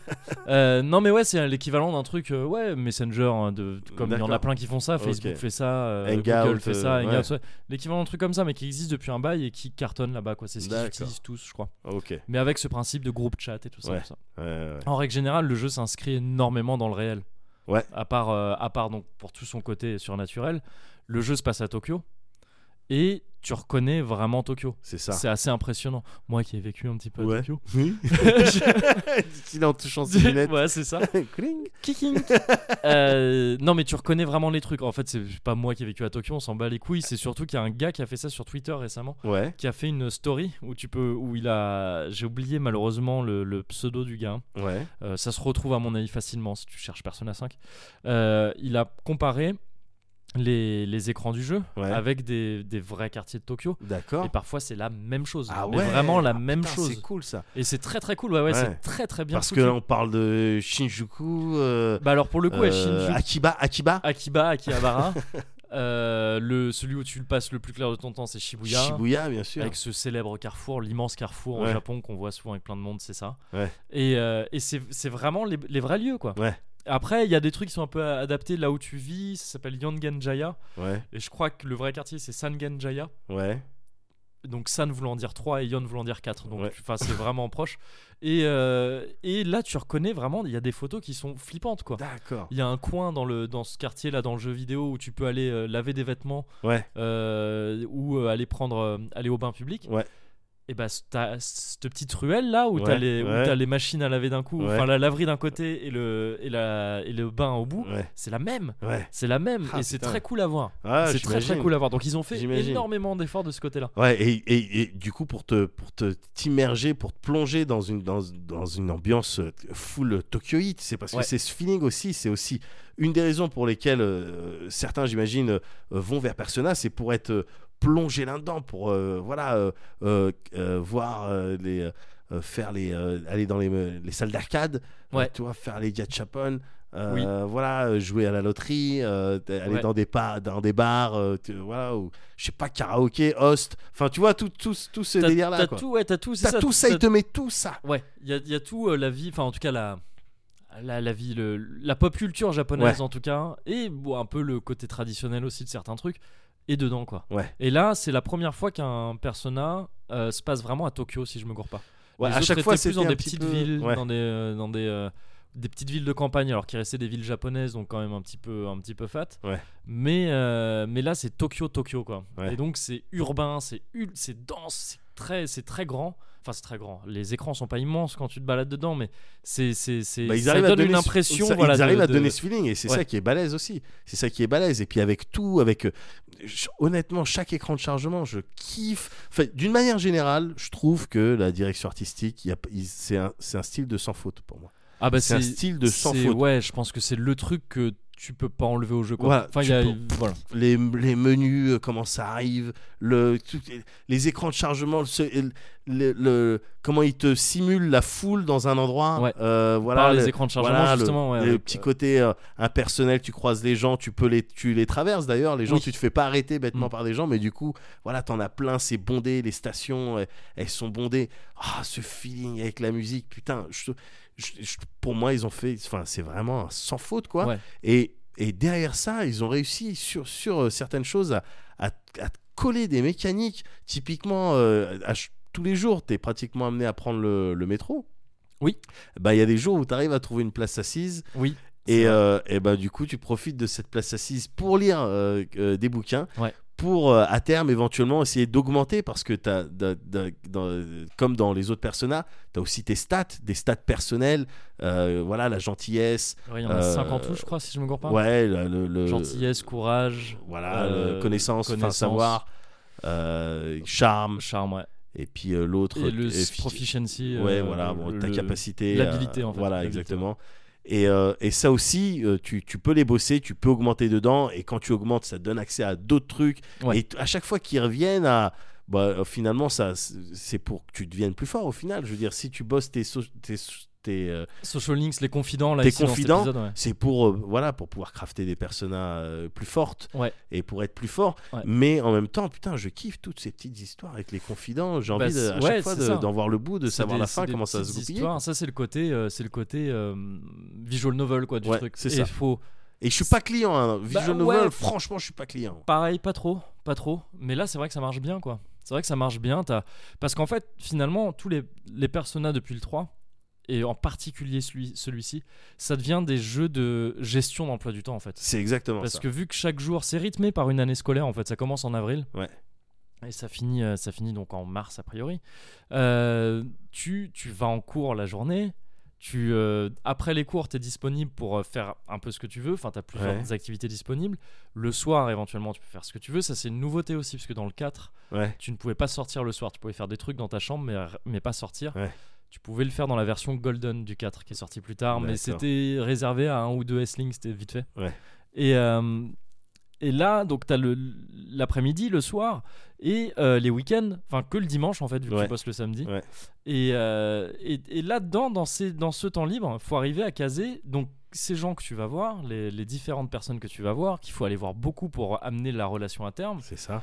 S1: Euh, non mais ouais, c'est l'équivalent d'un truc euh, ouais, Messenger hein, de comme il y en a
S2: D'accord.
S1: plein qui font ça,
S2: Ok.
S1: Facebook fait ça, euh,
S2: Hangout,
S1: Google fait ça,
S2: euh,
S1: Hangout, ouais. l'équivalent d'un truc comme ça mais qui existe depuis un bail et qui cartonne là-bas quoi, c'est ce qu'ils
S2: D'accord.
S1: utilisent tous, je crois.
S2: Oh, Ok.
S1: Mais avec ce principe de groupe chat et tout ça.
S2: Ouais.
S1: tout ça.
S2: Ouais, ouais.
S1: En règle générale, le jeu s'inscrit énormément dans le réel.
S2: Ouais.
S1: À part, euh, à part donc pour tout son côté surnaturel, le jeu se passe à Tokyo et tu reconnais vraiment Tokyo.
S2: C'est ça.
S1: C'est assez impressionnant. Moi qui ai vécu un petit peu à
S2: Ouais.
S1: Tokyo.
S2: Oui. Il est en touchant ses lunettes.
S1: ouais, c'est ça.
S2: Cling.
S1: Kikink. Euh, non, mais tu reconnais vraiment les trucs. En fait, c'est pas moi qui ai vécu à Tokyo, on s'en bat les couilles. C'est surtout qu'il y a un gars qui a fait ça sur Twitter récemment,
S2: Ouais.
S1: qui a fait une story où tu peux, où il a, j'ai oublié malheureusement le, le pseudo du gars. hein.
S2: Ouais.
S1: Euh, ça se retrouve à mon avis facilement si tu cherches Persona 5. Euh, il a comparé les, les écrans du jeu
S2: Ouais.
S1: avec des, des vrais quartiers de Tokyo.
S2: D'accord.
S1: Et parfois c'est la même chose,
S2: Ah
S1: mais
S2: ouais.
S1: vraiment la
S2: Ah,
S1: même
S2: putain,
S1: chose.
S2: C'est cool ça.
S1: Et c'est très très cool, ouais, ouais,
S2: Ouais.
S1: c'est très très bien.
S2: Parce que
S1: foutu.
S2: là, on parle de Shinjuku. euh,
S1: bah alors pour le coup, ouais,
S2: euh,
S1: Shinjuku,
S2: Akiba, Akiba,
S1: Akiba, Akihabara, euh, le celui où tu le passes le plus clair de ton temps, c'est Shibuya.
S2: Shibuya, bien sûr.
S1: Avec ce célèbre carrefour, l'immense carrefour au
S2: Ouais.
S1: Japon qu'on voit souvent avec plein de monde, c'est ça.
S2: Ouais.
S1: Et, euh, et c'est c'est vraiment les, les vrais lieux, quoi.
S2: Ouais.
S1: Après, il y a des trucs qui sont un peu a- adaptés là où tu vis, ça s'appelle Yanganjaya.
S2: Ouais,
S1: Et je crois que le vrai quartier, c'est Sanganjaya.
S2: ouais.
S1: Donc San voulant dire 3 et Yon voulant dire 4. Donc
S2: Ouais.
S1: tu- enfin, c'est vraiment proche. Et, euh, et là, tu reconnais vraiment, il y a des photos qui sont flippantes, quoi.
S2: D'accord.
S1: Il y a un coin dans, le, dans ce quartier là dans le jeu vidéo où tu peux aller euh, laver des vêtements
S2: Ouais.
S1: euh, ou euh, aller prendre euh, aller au bain public.
S2: Ouais.
S1: Et bah c- t'as cette petite ruelle là où
S2: Ouais,
S1: t'as les où
S2: ouais.
S1: t'as les machines à laver d'un coup,
S2: Ouais.
S1: enfin la laverie d'un côté et le et la et le bain au bout,
S2: Ouais,
S1: c'est la même,
S2: ouais.
S1: c'est la même
S2: Ah,
S1: et c'est
S2: putain.
S1: très cool à voir.
S2: Ah,
S1: c'est très très
S2: j'imagine.
S1: cool à voir. Donc ils ont fait
S2: J'imagine.
S1: énormément d'efforts de ce côté là.
S2: Ouais, et, et- et du coup, pour te pour te t'immerger, pour te plonger dans une dans, dans une ambiance euh, full Tokyoïte, c'est parce
S1: Ouais.
S2: que c'est ce feeling aussi, c'est aussi une des raisons pour lesquelles euh, certains, j'imagine, euh, vont vers Persona, c'est pour être euh, plongé là-dedans, pour euh, voilà euh, euh, euh, voir euh, les euh, faire les euh, aller dans les, euh, les salles d'arcade,
S1: Ouais.
S2: euh, tu vois, faire les gachapon. euh, Voilà, euh, jouer à la loterie, euh, t- aller
S1: Ouais.
S2: dans des pas, dans des bars, euh, tu- voilà, ou- je sais pas, karaoké, host, enfin tu vois, tout, tout, tout ce
S1: T'as
S2: délire-là.
S1: t'as
S2: quoi.
S1: tout, ouais, t'as tout, c'est
S2: T'as
S1: ça,
S2: tout ça,
S1: t'as-
S2: il te met tout ça.
S1: Ouais, il y a, y a tout, euh, la vie, enfin en tout cas la, la, la vie, le- la pop culture japonaise en tout cas, et bon, un peu le côté traditionnel aussi de certains trucs, est dedans quoi.
S2: Ouais.
S1: Et là, c'est la première fois qu'un persona euh, se passe vraiment à Tokyo, si je me gourre pas.
S2: Ouais,
S1: Les
S2: à
S1: autres
S2: chaque
S1: étaient
S2: fois,
S1: plus
S2: c'était
S1: dans
S2: un
S1: des
S2: petit
S1: petites
S2: peu-
S1: villes,
S2: ouais.
S1: dans des, euh, dans des, euh, des petites villes de campagne, alors qu'il restait des villes japonaises, donc quand même un petit peu, un petit peu fat.
S2: Ouais.
S1: Mais, euh, mais là, c'est Tokyo, Tokyo quoi.
S2: Ouais.
S1: Et donc c'est urbain, c'est ul- c'est dense, c'est très, c'est très grand. Enfin, c'est très grand. Les écrans sont pas immenses quand tu te balades dedans, mais c'est, c'est, c'est,
S2: Bah, ils
S1: ça
S2: arrivent à
S1: donne
S2: donner
S1: une
S2: ce-
S1: impression.
S2: ça-
S1: voilà,
S2: ils arrivent
S1: de-
S2: à
S1: de-
S2: donner ce feeling et c'est
S1: Ouais.
S2: ça qui est balèze aussi. C'est ça qui est balèze. Et puis avec tout, avec euh, ch- honnêtement chaque écran de chargement, je kiffe. Enfin, d'une manière générale, je trouve que la direction artistique, il y a- il- c'est un, c'est un style de sans faute pour moi.
S1: Ah bah,
S2: c'est un style de sans
S1: c'est-
S2: faute.
S1: Ouais, je pense que c'est le truc que tu peux pas enlever au jeu. Quoi.
S2: Voilà,
S1: enfin, il
S2: tu
S1: y a-
S2: peux-
S1: voilà.
S2: les, les menus, euh, comment ça arrive, le, tout- les écrans de chargement, le, ce- le- le- comment ils te simulent la foule dans un endroit.
S1: Ouais.
S2: euh, voilà,
S1: Par
S2: le-
S1: les écrans de chargement
S2: voilà, le-
S1: justement. ouais,
S2: le,
S1: avec,
S2: petit
S1: euh,
S2: côté euh, impersonnel, tu croises les gens, tu peux les, tu les traverses d'ailleurs. Les gens,
S1: Oui.
S2: tu te fais pas arrêter bêtement
S1: Mm.
S2: par des gens, mais du coup, voilà, t'en as plein, c'est bondé, les stations, elles, elles sont bondées. Ah, ce feeling avec la musique, putain, je, je- je- pour moi, ils ont fait. Enfin, c'est vraiment sans faute, quoi.
S1: Ouais.
S2: Et, et derrière ça, ils ont réussi sur, sur euh, certaines choses à, à, à coller des mécaniques. Typiquement, euh, à ch- tous les jours, tu es pratiquement amené à prendre le, le métro.
S1: Oui.
S2: Bah, il y a des jours où tu arrives à trouver une place assise.
S1: Oui.
S2: Et, euh, et bah, du coup, tu profites de cette place assise pour lire euh, euh, des bouquins.
S1: Ouais.
S2: Pour euh, à terme, éventuellement, essayer d'augmenter parce que, t'as, d'un- d'un- dans- comme dans les autres personas, tu as aussi tes stats, des stats personnelles. euh, voilà, la gentillesse.
S1: Ouais, il y en a
S2: Euh,
S1: 50 touches, je crois, si je me gourre pas.
S2: Ouais, le, le- le-
S1: hein. Gentillesse, courage,
S2: Voilà,
S1: euh,
S2: le- connaissance, enfin,
S1: connaissance.
S2: savoir, euh, charme,
S1: charme, ouais.
S2: et puis euh, l'autre.
S1: Et le
S2: effi-
S1: proficiency.
S2: Ouais,
S1: euh,
S2: voilà, bon,
S1: le-
S2: ta
S1: le-
S2: capacité.
S1: l'habilité, en fait,
S2: Voilà,
S1: l'habilité,
S2: exactement. Et, euh, et ça aussi, euh, tu, tu peux les bosser, tu peux augmenter dedans, et quand tu augmentes, ça te donne accès à d'autres trucs.
S1: Ouais.
S2: Et t- à chaque fois qu'ils reviennent à. Bah, euh, finalement, ça, c'est c'est pour que tu deviennes plus fort au final. Je veux dire, si tu bosses tes. so- tes, tes, euh,
S1: Social links, les confidents, là,
S2: Tes
S1: ici, dans cet
S2: confidents,
S1: épisode, ouais.
S2: c'est pour euh, voilà pour pouvoir crafter des personnages euh, plus fortes
S1: Ouais.
S2: et pour être plus fort
S1: Ouais.
S2: mais en même temps putain je kiffe toutes ces petites histoires avec les confidents j'ai
S1: Bah,
S2: envie de, à
S1: c'est- ouais,
S2: chaque fois
S1: c'est
S2: de-
S1: ça.
S2: d'en voir le bout de
S1: C'est
S2: savoir
S1: des-
S2: la
S1: c'est
S2: fin
S1: des
S2: comment ça va se
S1: petites
S2: goupiller
S1: histoires. Ça, c'est le côté, euh, c'est le côté euh, visual novel quoi, du
S2: Ouais,
S1: truc.
S2: c'est
S1: Et
S2: ça.
S1: faut,
S2: et je suis pas client hein. visual
S1: Bah,
S2: novel
S1: ouais.
S2: franchement je suis pas client
S1: pareil, pas trop, pas trop. Mais là, c'est vrai que ça marche bien, quoi. C'est vrai que ça marche bien. t'as- Parce qu'en fait, finalement, tous les, les personnages depuis le 3, et en particulier celui- celui-ci, ça devient des jeux de gestion d'emploi du temps, en fait.
S2: c'est exactement
S1: Parce
S2: ça
S1: que vu que chaque jour, c'est rythmé par une année scolaire, en fait, ça commence en avril.
S2: Ouais.
S1: Et ça finit, euh, ça finit donc en mars, a priori. Euh, tu, tu vas en cours la journée. Tu, euh, après les cours, tu es disponible pour euh, faire un peu ce que tu veux. Enfin, tu as plusieurs
S2: Ouais.
S1: activités disponibles. Le soir, éventuellement, tu peux faire ce que tu veux. Ça, c'est une nouveauté aussi, parce que dans le 4,
S2: ouais
S1: tu ne pouvais pas sortir le soir. Tu pouvais faire des trucs dans ta chambre, mais, mais pas sortir.
S2: Ouais.
S1: Tu pouvais le faire dans la version Golden du 4 qui est sortie plus tard, mais
S2: D'accord.
S1: c'était réservé à un ou deux S-Lings, c'était vite fait.
S2: Ouais.
S1: Et, euh, et là, donc, tu as l'après-midi, le soir, et euh, les week-ends, enfin, que le dimanche en fait, vu que
S2: Ouais.
S1: tu bosses le samedi.
S2: Ouais.
S1: Et, euh, et, et là-dedans, dans, ces, dans ce temps libre, faut arriver à caser. Donc, ces gens que tu vas voir, les, les différentes personnes que tu vas voir, qu'il faut aller voir beaucoup pour amener la relation à terme
S2: c'est ça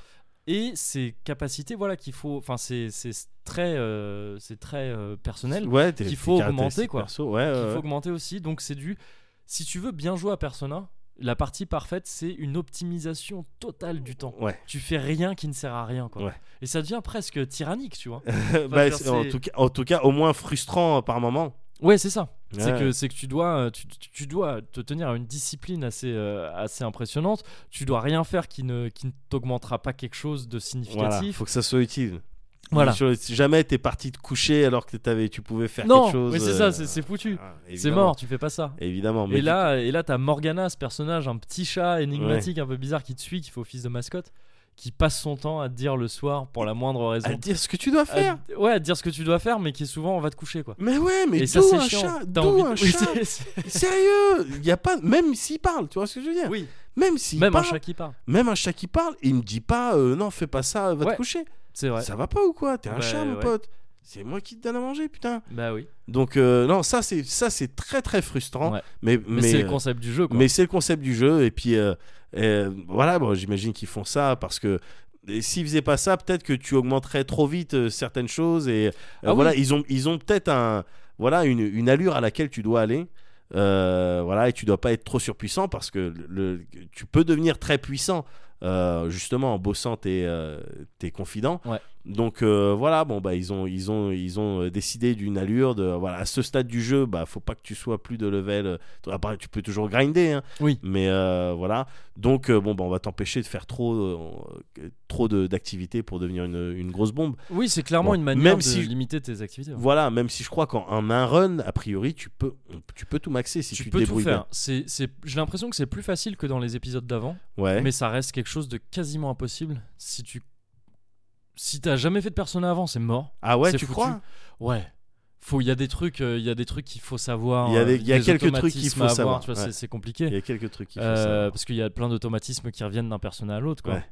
S1: et ces capacités voilà qu'il faut enfin c'est c'est très euh, c'est très euh, personnel
S2: ouais t'es-
S1: qu'il
S2: tes
S1: faut augmenter,
S2: caractéristiques
S1: quoi.
S2: perso, ouais, ouais,
S1: qu'il faut
S2: ouais.
S1: augmenter aussi donc c'est du si tu veux bien jouer à Persona la partie parfaite c'est une optimisation totale du temps
S2: Ouais.
S1: tu fais rien qui ne sert à rien quoi
S2: Ouais.
S1: et ça devient presque tyrannique tu vois
S2: Bah,
S1: faire
S2: c'est- en
S1: ces-
S2: tout cas en tout cas au moins frustrant euh, par moment
S1: ouais c'est ça c'est
S2: Ouais.
S1: que c'est que tu dois euh, tu, tu- tu dois te tenir à une discipline assez euh, assez impressionnante tu dois rien faire qui ne qui ne t'augmentera pas quelque chose de
S2: voilà
S1: significatif
S2: faut que ça soit utile
S1: Voilà.
S2: Sur- jamais t'es parti te coucher alors que t'avais tu pouvais faire
S1: non
S2: quelque chose
S1: mais c'est
S2: euh,
S1: ça c'est c'est foutu
S2: ah,
S1: c'est
S2: évidemment.
S1: mort tu fais pas ça
S2: Évidemment. Mais
S1: Et là, et là, t'as Morgana, ce personnage, un petit chat énigmatique un peu bizarre qui te suit, qui fait office de mascotte, qui passe son temps à te dire le soir pour la moindre
S2: à
S1: raison.
S2: dire ce que tu dois faire.
S1: À- ouais, à te dire ce que tu dois faire, mais qui est souvent on va te coucher quoi.
S2: Mais ouais, mais
S1: et
S2: d'où
S1: ça, c'est
S2: un
S1: chiant.
S2: chat,
S1: T'as
S2: d'où
S1: envie
S2: un
S1: de- oui,
S2: chat.
S1: c'est- c'est-
S2: Sérieux, il y a pas même s'il parle, tu vois ce que je veux dire
S1: oui.
S2: Même s'il
S1: même un
S2: parle,
S1: chat qui parle.
S2: même un chat qui parle, il me dit pas euh, non, fais pas ça, va
S1: Ouais.
S2: te coucher.
S1: C'est vrai.
S2: Ça va pas ou quoi T'es un
S1: Bah,
S2: chat mon
S1: ouais.
S2: pote. C'est moi qui te donne à manger, putain.
S1: Bah oui.
S2: Donc euh, non, ça c'est ça c'est très très frustrant,
S1: Ouais.
S2: mais
S1: Mais, c'est
S2: euh,
S1: le concept du jeu quoi.
S2: Mais c'est le concept du jeu. Et puis, euh, euh, voilà, bon, j'imagine qu'ils font ça parce que. et S'ils faisaient pas ça, peut-être que tu augmenterais trop vite euh, certaines choses. Et euh,
S1: Ah oui.
S2: voilà, ils ont, ils ont peut-être un, voilà, une, une allure à laquelle tu dois aller. Euh, voilà, et tu dois pas être trop surpuissant parce que le, tu peux devenir très puissant euh, justement en bossant tes, euh, tes confidents.
S1: Ouais.
S2: Donc euh, voilà, bon bah ils ont, ils ont, ils ont euh, décidé d'une allure de voilà à ce stade du jeu, bah faut pas que tu sois plus de level. euh, après, tu peux toujours grinder, hein,
S1: Oui.
S2: mais euh, voilà. Donc euh, bon bah on va t'empêcher de faire trop, euh, trop de- d'activités pour devenir une, une grosse bombe.
S1: Oui, c'est clairement
S2: Bon,
S1: une manière
S2: même
S1: de
S2: si-
S1: limiter tes activités. ouais.
S2: Voilà, même si je crois qu'en en un run, a priori, tu peux, on- tu peux tout maxer si tu,
S1: tu
S2: te
S1: peux tout
S2: débrouilles
S1: faire. C'est, c'est- j'ai l'impression que c'est plus facile que dans les épisodes d'avant.
S2: bien. Ouais.
S1: mais ça reste quelque chose de quasiment impossible si tu si t'as jamais fait de persona avant c'est mort
S2: Ah ouais,
S1: c'est
S2: tu
S1: foutu.
S2: crois
S1: ouais faut il y a des trucs euh, il y a des trucs qu'il faut savoir
S2: Il y a des-
S1: euh,
S2: il y a
S1: des
S2: quelques trucs qu'il
S1: automatismes
S2: faut
S1: à avoir,
S2: savoir,
S1: tu vois,
S2: ouais.
S1: c'est- c'est compliqué
S2: Il y a quelques trucs qui font
S1: Euh,
S2: ça.
S1: parce qu'il y a plein d'automatismes qui reviennent d'un personnage à l'autre quoi
S2: Ouais.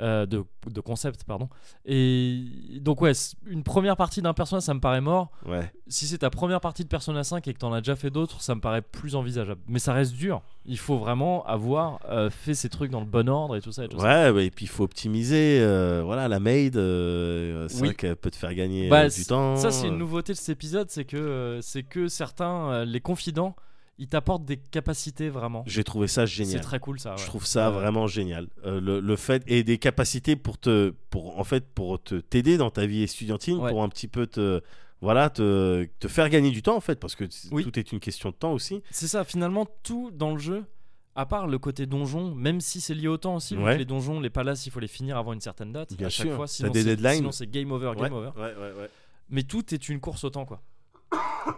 S1: euh, de, de concept, pardon. Et donc, ouais, c- une première partie d'un personnage, ça me paraît mort.
S2: Ouais.
S1: Si c'est ta première partie de Persona 5 et que t'en as déjà fait d'autres, ça me paraît plus envisageable. Mais ça reste dur. Il faut vraiment avoir euh, fait ces trucs dans le bon ordre et tout ça. Et tout ça.
S2: Ouais, ouais, et puis il faut optimiser. euh, voilà, la maid, euh, c'est
S1: Oui.
S2: vrai qu'elle peut te faire gagner
S1: Bah,
S2: euh, du
S1: c-
S2: temps.
S1: Ça, c'est une nouveauté de cet épisode, c'est que, euh, c'est que certains, euh, les confidents, ils t'apportent des capacités vraiment.
S2: J'ai trouvé ça
S1: C'est
S2: génial.
S1: très cool ça. ouais.
S2: Je trouve ça
S1: Euh,
S2: vraiment génial. Euh, le, le fait et des capacités pour te, pour en fait, pour te t'aider dans ta vie estudiantine,
S1: Ouais.
S2: pour un petit peu te, voilà, te, te faire gagner du temps en fait, parce que c'est-
S1: Oui.
S2: tout est une question de temps aussi.
S1: C'est ça, finalement, tout dans le jeu, à part le côté donjon, même si c'est lié au temps aussi, vu
S2: Ouais.
S1: que les donjons, les palaces, il faut les finir avant une certaine date.
S2: Bien
S1: à chaque
S2: sûr,
S1: fois,
S2: t'as
S1: sinon
S2: des
S1: c'est-
S2: deadlines.
S1: Sinon, c'est game over, game
S2: ouais.
S1: over.
S2: ouais, ouais, ouais.
S1: Mais tout est une course au temps, quoi.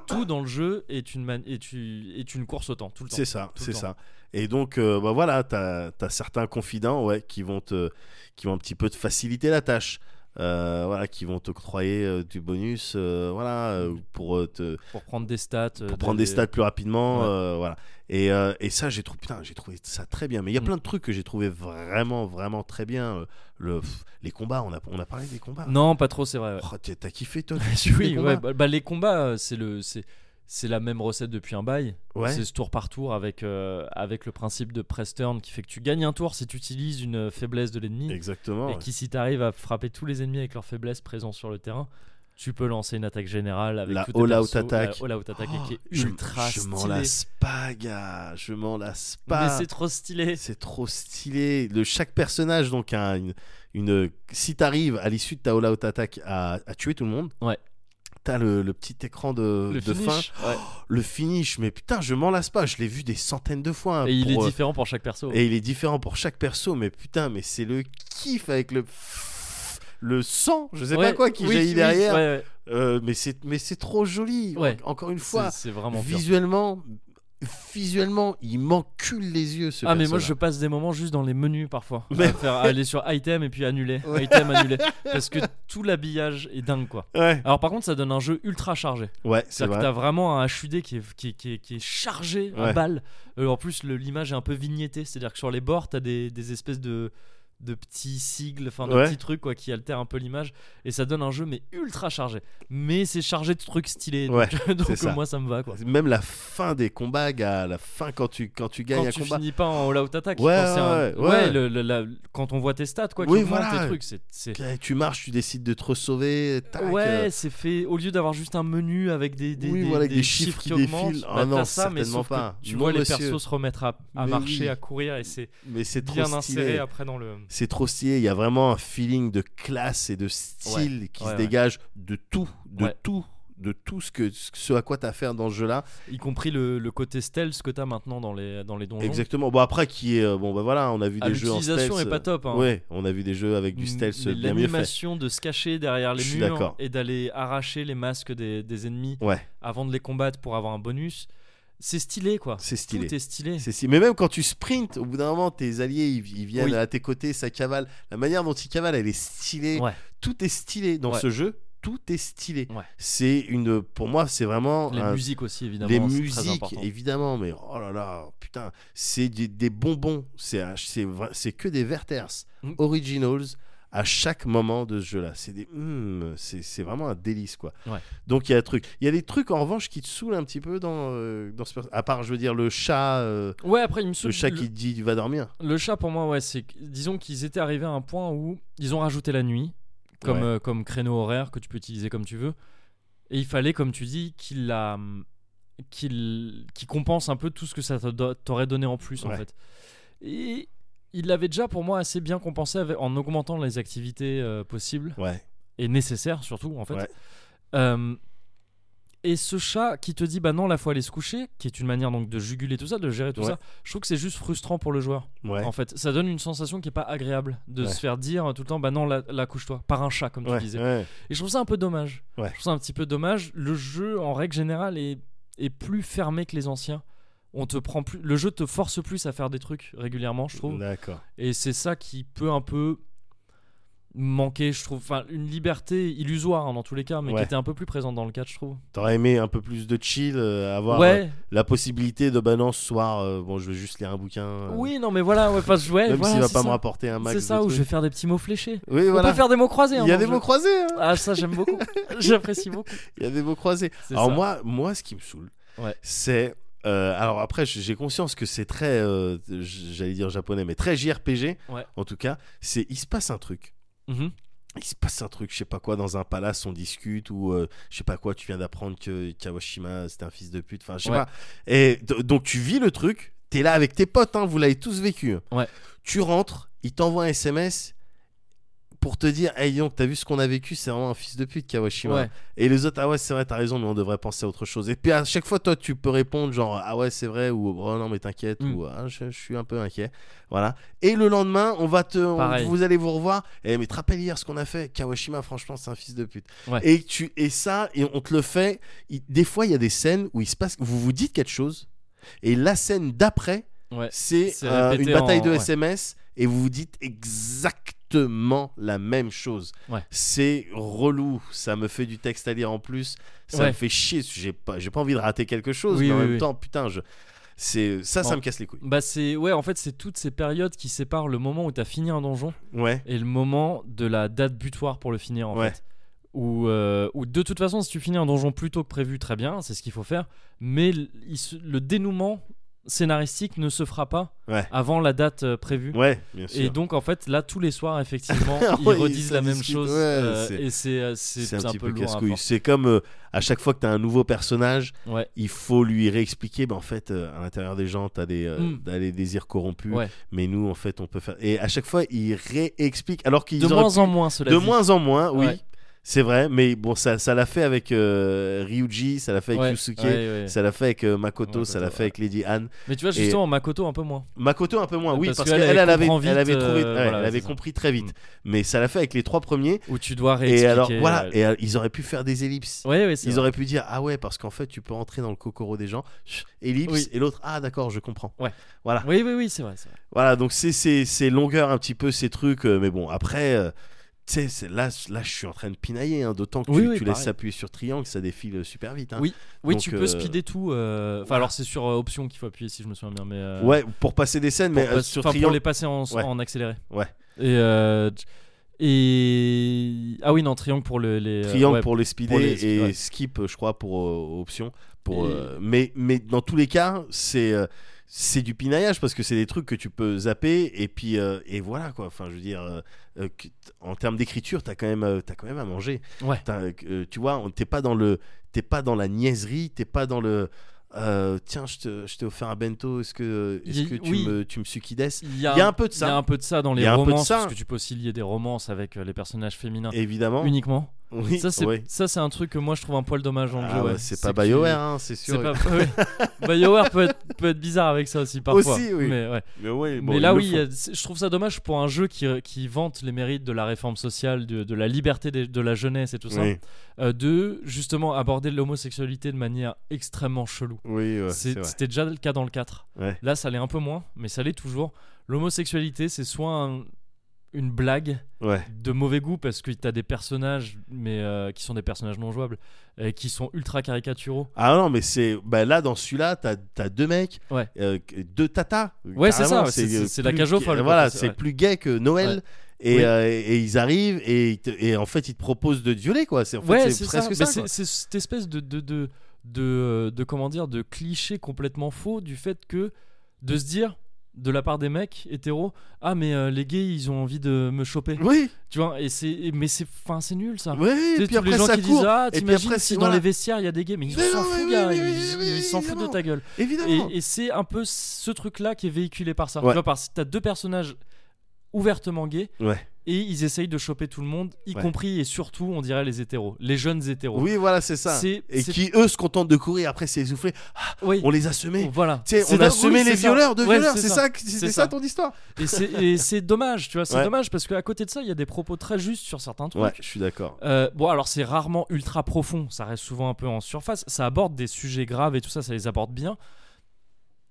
S1: tout dans le jeu est une, man- est une, est une course au temps, tout le temps.
S2: C'est ça,
S1: Tout le
S2: c'est
S1: temps.
S2: ça. Et donc, euh, bah voilà, t'as as certains confidents ouais, qui, vont te, qui vont un petit peu te faciliter la tâche. Euh, voilà, qui vont t'octroyer euh, du bonus euh, voilà, euh, pour, euh, te,
S1: Pour prendre des stats. euh,
S2: pour prendre des stats plus rapidement.
S1: Ouais.
S2: euh, voilà. et, euh, et ça, j'ai trouvé, putain, j'ai trouvé ça très bien. Mais il y a
S1: Mm.
S2: plein de trucs que j'ai trouvé vraiment, vraiment très bien. Euh, Le, pff, les combats, on a, on a parlé des combats.
S1: euh, Non, pas trop, c'est vrai. ouais.
S2: Oh, t'as t'as kiffé, toi les
S1: oui,
S2: combats.
S1: ouais, bah, bah, les combats, euh, c'est le, c'est, c'est la même recette depuis un bail.
S2: Ouais.
S1: C'est ce tour par tour avec, euh, avec le principe de press turn qui fait que tu gagnes un tour si tu utilises une euh, faiblesse de l'ennemi
S2: Exactement.
S1: et
S2: ouais.
S1: qui si t'arrives à frapper tous les ennemis avec leur faiblesse présents sur le terrain. Tu peux lancer une attaque générale avec
S2: La
S1: tous tes
S2: all-out
S1: persos,
S2: attack.
S1: la all-out attack et qui est
S2: Oh, je-
S1: ultra
S2: je, m'en
S1: stylée.
S2: lasse pas, gars. Je m'en lasse
S1: Mais
S2: pas.
S1: c'est trop stylé.
S2: C'est trop stylé. Le, chaque personnage, donc, a une, une- si t'arrives à l'issue de ta all out attack à, à tuer tout le monde,
S1: Ouais.
S2: t'as le, le petit écran de,
S1: Le
S2: de fin,
S1: finish. ouais.
S2: le finish. Mais putain, je m'en lasse pas. Je l'ai vu des centaines de fois. hein,
S1: Et il est
S2: pour, euh,
S1: différent pour chaque perso.
S2: et il est différent pour chaque perso. Mais putain, mais c'est le kiff avec le le sang. Je sais pas
S1: Ouais,
S2: quoi qui
S1: oui,
S2: jaillit
S1: oui,
S2: derrière.
S1: ouais, ouais.
S2: Euh, mais c'est mais c'est trop joli.
S1: Ouais.
S2: En- encore une fois,
S1: C'est, c'est vraiment bien.
S2: visuellement. Visuellement, il m'encule les yeux ce
S1: Ah mais moi
S2: personnage.
S1: je passe des moments juste dans les menus parfois.
S2: Mais-
S1: À faire aller sur item et puis annuler,
S2: Ouais.
S1: item annuler, parce que tout l'habillage est dingue quoi.
S2: Ouais,
S1: Alors par contre ça donne un jeu ultra chargé.
S2: ouais c'est
S1: C'est-à-dire
S2: vrai.
S1: que t'as vraiment un HUD qui est, qui est, qui est- qui est chargé
S2: Ouais.
S1: à balles. Euh, en plus le- l'image est un peu vignettée, c'est-à-dire que sur les bords t'as des, des espèces de de petits sigles, enfin de
S2: Ouais.
S1: petits trucs quoi qui altèrent un peu l'image et ça donne un jeu mais ultra chargé. Mais c'est chargé de trucs stylés.
S2: Ouais,
S1: Donc, donc,
S2: c'est ça.
S1: moi ça me va quoi.
S2: Même la fin des combats, gars, la fin quand tu, quand tu gagnes
S1: quand
S2: un
S1: tu
S2: combat.
S1: finis pas en all-out attack,
S2: Ouais,
S1: quand c'est un-
S2: ouais, ouais.
S1: le- le- la- quand on voit tes stats, quoi,
S2: Oui,
S1: qui augmentent
S2: voilà.
S1: tes trucs, c'est, c'est-
S2: gars, Tu marches, tu décides de te ressauver. tac,
S1: ouais,
S2: euh,
S1: c'est fait. Au lieu d'avoir juste un menu avec des, des,
S2: Oui,
S1: des,
S2: voilà,
S1: des
S2: avec des chiffres qui défilent.
S1: augmentent,
S2: Ah
S1: bah,
S2: non,
S1: t'as ça, mais
S2: certainement
S1: sauf que
S2: pas.
S1: Tu
S2: Non,
S1: vois les
S2: monsieur.
S1: persos se remettre à, à
S2: Mais
S1: marcher,
S2: oui.
S1: à courir, et c'est
S2: Mais c'est trop
S1: bien inséré
S2: stylé.
S1: après dans le.
S2: C'est trop stylé. Il y a vraiment un feeling de classe et de style qui
S1: ouais,
S2: se
S1: ouais.
S2: dégage de tout, de
S1: Ouais.
S2: tout, de tout ce, que, ce à quoi t'as affaire dans ce jeu-là.
S1: Y compris le, le côté stealth que t'as maintenant dans les, dans les donjons.
S2: Exactement. Bon, après, qui est. euh, Bon, bah voilà, on a vu
S1: Ah,
S2: des jeux en
S1: l'utilisation
S2: stealth.
S1: est pas top. Hein. Mm,
S2: Ouais, on a vu des jeux avec du stealth
S1: Mais
S2: bien mieux fait.
S1: L'animation de se cacher derrière les
S2: Je suis
S1: murs
S2: d'accord.
S1: et d'aller arracher les masques des, des ennemis
S2: Ouais.
S1: avant de les combattre pour avoir un bonus, c'est stylé quoi.
S2: C'est stylé.
S1: Tout est stylé.
S2: C'est si- Mais même quand tu sprints, au bout d'un moment, tes alliés, ils, ils viennent
S1: Oui.
S2: à tes côtés, ça cavale. La manière dont ils cavalent, elle est stylée.
S1: Ouais.
S2: Tout est stylé dans
S1: Ouais.
S2: ce jeu. Tout est stylé.
S1: Ouais.
S2: C'est une, pour moi, c'est vraiment
S1: Les
S2: un-
S1: musiques aussi évidemment.
S2: les
S1: c'est très
S2: musiques,
S1: important.
S2: évidemment. Mais oh là là, putain, c'est des, des bonbons. C'est un- c'est vra- c'est que des Verters
S1: Mm.
S2: originals à chaque moment de ce jeu-là. C'est des, hum, c'est c'est vraiment un délice quoi.
S1: Ouais.
S2: Donc il y a un truc. Il y a des trucs en revanche qui te saoulent un petit peu dans, euh, dans ce. perso- À part, je veux dire, le chat. euh,
S1: Ouais après il me
S2: le
S1: saoule-
S2: chat qui dit va dormir.
S1: le chat, pour moi ouais c'est que- disons qu'ils étaient arrivés à un point où ils ont rajouté la nuit comme
S2: Ouais.
S1: euh, comme créneau horaire que tu peux utiliser comme tu veux et il fallait comme tu dis qu'il la qu'il qu'il compense un peu tout ce que ça te do- t'aurait donné en plus en
S2: Ouais.
S1: fait et il l'avait déjà pour moi assez bien compensé avec- en augmentant les activités euh, possibles
S2: Ouais.
S1: et nécessaire surtout en fait.
S2: Ouais.
S1: Euh, et ce chat qui te dit bah non la fois aller se coucher, qui est une manière donc de juguler tout ça, de gérer tout
S2: Ouais.
S1: ça, je trouve que c'est juste frustrant pour le joueur.
S2: Ouais.
S1: En fait, ça donne une sensation qui est pas agréable de
S2: Ouais.
S1: se faire dire euh, tout le temps bah non là, là, couche-toi par un chat comme
S2: ouais,
S1: tu disais.
S2: ouais.
S1: Et je trouve ça un peu dommage.
S2: Ouais.
S1: Je trouve ça un petit peu dommage. Le jeu en règle générale est, est plus fermé que les anciens. On te prend plus, le jeu te force plus à faire des trucs régulièrement, je trouve.
S2: D'accord.
S1: Et c'est ça qui peut un peu manquait, je trouve, enfin une liberté illusoire hein, dans tous les cas, mais
S2: Ouais.
S1: qui était un peu plus présente dans le 4, je trouve.
S2: T'aurais aimé un peu plus de chill, euh, avoir euh,
S1: ouais,
S2: la possibilité de balance ce soir. euh, bon, je veux juste lire un bouquin. euh,
S1: oui, non, mais voilà, ouais, enfin, je- ouais,
S2: Même
S1: voilà,
S2: s'il va
S1: c'est
S2: pas
S1: ça.
S2: me rapporter un max.
S1: C'est
S2: de
S1: ça où
S2: trucs.
S1: je vais faire des petits mots fléchés.
S2: Oui,
S1: On
S2: voilà.
S1: peut faire des mots croisés. hein,
S2: Il y a
S1: dans
S2: des
S1: le
S2: mots
S1: jeu.
S2: croisés. hein.
S1: Ah, ça j'aime beaucoup. J'apprécie beaucoup.
S2: Il y a des mots croisés.
S1: C'est
S2: Alors
S1: ça.
S2: moi, moi, ce qui me saoule,
S1: Ouais.
S2: c'est euh, alors après, j- j'ai conscience que c'est très, euh, j- j'allais dire japonais, mais très JRPG.
S1: Ouais.
S2: En tout cas, c'est il se passe un truc.
S1: Mhm.
S2: Il se passe un truc, je sais pas quoi, dans un palace, on discute ou euh, je sais pas quoi. Tu viens d'apprendre que Kawashima c'était un fils de pute. Enfin, je sais
S1: Ouais.
S2: pas. Et d- donc tu vis le truc. T'es là avec tes potes. hein, vous l'avez tous vécu.
S1: Ouais.
S2: Tu rentres, il t'envoie un SMS pour te dire, hey donc t'as vu ce qu'on a vécu, c'est vraiment un fils de pute Kawashima.
S1: Ouais.
S2: Et les autres, ah ouais, c'est vrai, t'as raison, mais on devrait penser à autre chose. Et puis à chaque fois, toi, tu peux répondre genre, ah ouais, c'est vrai, ou oh non, mais t'inquiète,
S1: Mm.
S2: ou ah, je, je suis un peu inquiet. Voilà. Et le lendemain, on va te. on-
S1: Pareil.
S2: vous allez vous revoir. Et mais te rappelles hier ce qu'on a fait Kawashima, franchement, c'est un fils de pute.
S1: Ouais.
S2: Et, tu, et ça, et on te le fait. Il- des fois, il y a des scènes où il se passe, vous vous dites quelque chose, et la scène d'après,
S1: Ouais.
S2: c'est
S1: C'est
S2: euh, une
S1: répété
S2: bataille
S1: en-
S2: de
S1: ouais.
S2: SMS et vous vous dites exactement la même chose.
S1: Ouais.
S2: C'est relou, ça me fait du texte à lire en plus, ça
S1: Ouais.
S2: me fait chier, j'ai pas, j'ai pas envie de rater quelque chose,
S1: Oui,
S2: mais en
S1: oui,
S2: même
S1: oui.
S2: temps, putain, je... c'est ça, ça
S1: Bon.
S2: me casse les couilles.
S1: Bah c'est ouais en fait c'est toutes ces périodes qui séparent le moment où t'as fini un donjon
S2: Ouais,
S1: et le moment de la date butoir pour le finir en
S2: Ouais.
S1: fait. Ou euh, ou de toute façon si tu finis un donjon plus tôt que prévu très bien c'est ce qu'il faut faire mais l- il se- le dénouement scénaristique ne se fera pas
S2: Ouais.
S1: avant la date euh, prévue.
S2: ouais, bien sûr.
S1: Et donc en fait là tous les soirs effectivement ils
S2: Ouais,
S1: redisent
S2: ça
S1: la même
S2: discute,
S1: chose
S2: ouais,
S1: euh,
S2: c'est-
S1: et c'est euh, c'est
S2: c'est un, petit peu,
S1: lourd à
S2: casse-couille.
S1: force.
S2: C'est comme euh, à chaque fois que t'as un nouveau personnage,
S1: Ouais.
S2: il faut lui réexpliquer, ben en fait, euh, à l'intérieur des gens, t'as des, euh,
S1: Mm.
S2: t'as des désirs corrompus,
S1: Ouais.
S2: mais nous, en fait, on peut faire. Et à chaque fois, il réexplique, alors qu'ils
S1: De
S2: auraient
S1: moins en moins cela
S2: de
S1: dit.
S2: moins en moins, oui.
S1: Ouais.
S2: C'est vrai, mais bon, ça ça l'a fait avec euh, Ryuji, ça l'a fait avec
S1: Ouais,
S2: Yusuke,
S1: ouais, ouais.
S2: ça l'a fait avec euh, Makoto, ça l'a
S1: Makoto,
S2: fait avec Lady Anne.
S1: Mais tu vois justement Makoto un peu moins.
S2: Makoto un peu moins, oui,
S1: Parce
S2: parce,
S1: qu'elle,
S2: qu'elle
S1: elle
S2: elle, avait,
S1: comprend vite,
S2: elle avait trouvé,
S1: euh,
S2: ouais,
S1: voilà,
S2: elle avait
S1: c'est ça.
S2: compris très vite.
S1: Mm.
S2: Mais ça l'a fait avec les trois premiers.
S1: où tu dois réexpliquer.
S2: Et alors voilà,
S1: ouais.
S2: et euh, ils auraient pu faire des ellipses.
S1: Ouais, ouais, c'est
S2: Ils
S1: vrai.
S2: auraient pu dire ah ouais parce qu'en fait tu peux entrer dans le kokoro des gens chut, ellipse
S1: Oui.
S2: et l'autre ah d'accord je comprends
S1: Oui, oui, oui, c'est vrai. c'est vrai.
S2: voilà donc c'est c'est c'est longueur un petit peu ces trucs euh, mais bon après euh, tu sais c'est- là là je suis en train de pinailler hein, d'autant que
S1: Oui,
S2: tu,
S1: oui,
S2: tu laisses
S1: pareil.
S2: s'appuyer sur triangle ça défile super vite hein.
S1: Oui. Oui,
S2: Donc,
S1: tu
S2: euh,
S1: peux speeder tout. euh, Enfin,
S2: voilà.
S1: alors c'est sur euh, option qu'il faut appuyer si je me souviens bien, mais. euh,
S2: Ouais, pour passer des scènes,
S1: pour
S2: mais euh,
S1: pas-
S2: sur
S1: enfin, pour
S2: Triangle.
S1: les passer en,
S2: Ouais.
S1: en accéléré.
S2: Ouais.
S1: Et euh, et ah oui non triangle pour le- les euh,
S2: Triangle
S1: ouais,
S2: pour les
S1: pour
S2: speeder
S1: les-
S2: et
S1: ouais.
S2: skip, je crois, pour euh, option. Pour,
S1: Et-
S2: euh, mais, mais dans tous les cas, c'est euh, c'est du pinaillage parce que c'est des trucs que tu peux zapper et puis euh, et voilà quoi. Enfin, je veux dire, euh, euh, que t- en termes d'écriture, t'as quand même euh, t'as quand même à manger.
S1: Ouais.
S2: T'as, euh, tu vois, on- t'es pas dans le t'es pas dans la niaiserie, t'es pas dans le euh, tiens, je, te- je t'ai offert un bento. Est-ce que est-ce
S1: Il-
S2: que tu
S1: oui.
S2: me tu me succides
S1: Il
S2: Il y a un peu de ça.
S1: Il y a un peu de ça dans
S2: Il y
S1: les
S2: a un peu de
S1: romances
S2: ça.
S1: parce que tu peux aussi lier des romances avec euh, les personnages féminins
S2: Évidemment.
S1: uniquement.
S2: Oui,
S1: Ça c'est
S2: ouais.
S1: ça c'est un truc que moi je trouve un poil dommage dans le
S2: Ah
S1: jeu.
S2: ouais,
S1: ouais.
S2: c'est pas
S1: que-
S2: BioWare, hein, c'est sûr.
S1: C'est pas ouais. BioWare peut être peut être bizarre avec ça aussi parfois.
S2: Aussi, oui.
S1: Mais ouais.
S2: Mais, ouais, bon,
S1: Mais
S2: ils
S1: là,
S2: le
S1: oui,
S2: font.
S1: euh, c'est- je trouve ça dommage pour un jeu qui, qui vante les mérites de la réforme sociale, de, de la liberté des- de la jeunesse et tout ça,
S2: Oui,
S1: euh, de justement aborder l'homosexualité de manière extrêmement chelou.
S2: oui, ouais,
S1: C'est-
S2: c'est vrai.
S1: C'était déjà le cas dans le 4.
S2: Ouais.
S1: Là, ça l'est un peu moins, mais ça l'est toujours. L'homosexualité, c'est soit un- une blague
S2: Ouais.
S1: de mauvais goût parce que t'as des personnages mais euh, qui sont des personnages non jouables et qui sont ultra caricaturaux.
S2: Ah non, mais c'est. Bah là, dans celui-là, t'as as deux mecs,
S1: Ouais.
S2: euh, deux tatas.
S1: Ouais, c'est
S2: carrément,
S1: ça, c'est-
S2: euh,
S1: c'est la
S2: plus-
S1: cage aux folles, quoi,
S2: Voilà,
S1: c'est-
S2: c'est
S1: ouais.
S2: plus gay que Noël.
S1: Ouais.
S2: Et,
S1: Oui.
S2: euh, et ils arrivent et, ils te- et en fait, ils te proposent de violer, quoi. C'est en fait,
S1: ouais,
S2: c'est
S1: c'est ça.
S2: presque
S1: Mais
S2: ça.
S1: c'est-
S2: quoi.
S1: c'est cette espèce de de, de de euh, de comment dire de cliché complètement faux du fait que de se dire de la part des mecs hétéros ah mais euh, les gays ils ont envie de me choper
S2: Oui,
S1: tu vois et c'est et- mais c'est enfin c'est nul ça
S2: oui,
S1: Tu sais,
S2: et puis
S1: tous
S2: après,
S1: les gens
S2: ça
S1: qui disent
S2: court.
S1: ah
S2: puis
S1: t'imagines
S2: après,
S1: si
S2: c'est-
S1: dans
S2: voilà.
S1: les vestiaires il y a des gays mais ils
S2: Mais
S1: s'en
S2: non,
S1: foutent
S2: oui,
S1: gars
S2: oui,
S1: ils
S2: oui,
S1: ils-
S2: oui,
S1: ils s'en foutent de
S2: évidemment.
S1: ta gueule
S2: Évidemment.
S1: et, et c'est un peu ce truc là qui est véhiculé par ça
S2: Ouais.
S1: tu vois parce que t'as deux personnages ouvertement gays
S2: Ouais.
S1: et ils essayent de choper tout le monde y
S2: Ouais.
S1: compris et surtout on dirait les hétéros les jeunes hétéros
S2: Oui, voilà, c'est ça.
S1: c'est
S2: Et
S1: c'est-
S2: qui, eux, se contentent de courir après, c'est essoufflé.
S1: oui.
S2: On les a semés.
S1: voilà
S2: Tu sais,
S1: C'est
S2: on a
S1: dingue,
S2: semé
S1: oui,
S2: les
S1: c'est ça.
S2: violeurs de
S1: Ouais,
S2: violeurs.
S1: c'est
S2: C'est
S1: ça.
S2: ça, que- c'était
S1: C'est
S2: ça
S1: ça.
S2: ton histoire.
S1: et c'est et c'est dommage tu vois c'est
S2: Ouais.
S1: dommage parce qu'à côté de ça il y a des propos très justes sur certains trucs
S2: Ouais, je suis d'accord.
S1: Euh, bon alors c'est rarement ultra profond ça reste souvent un peu en surface ça aborde des sujets graves et tout ça ça les aborde bien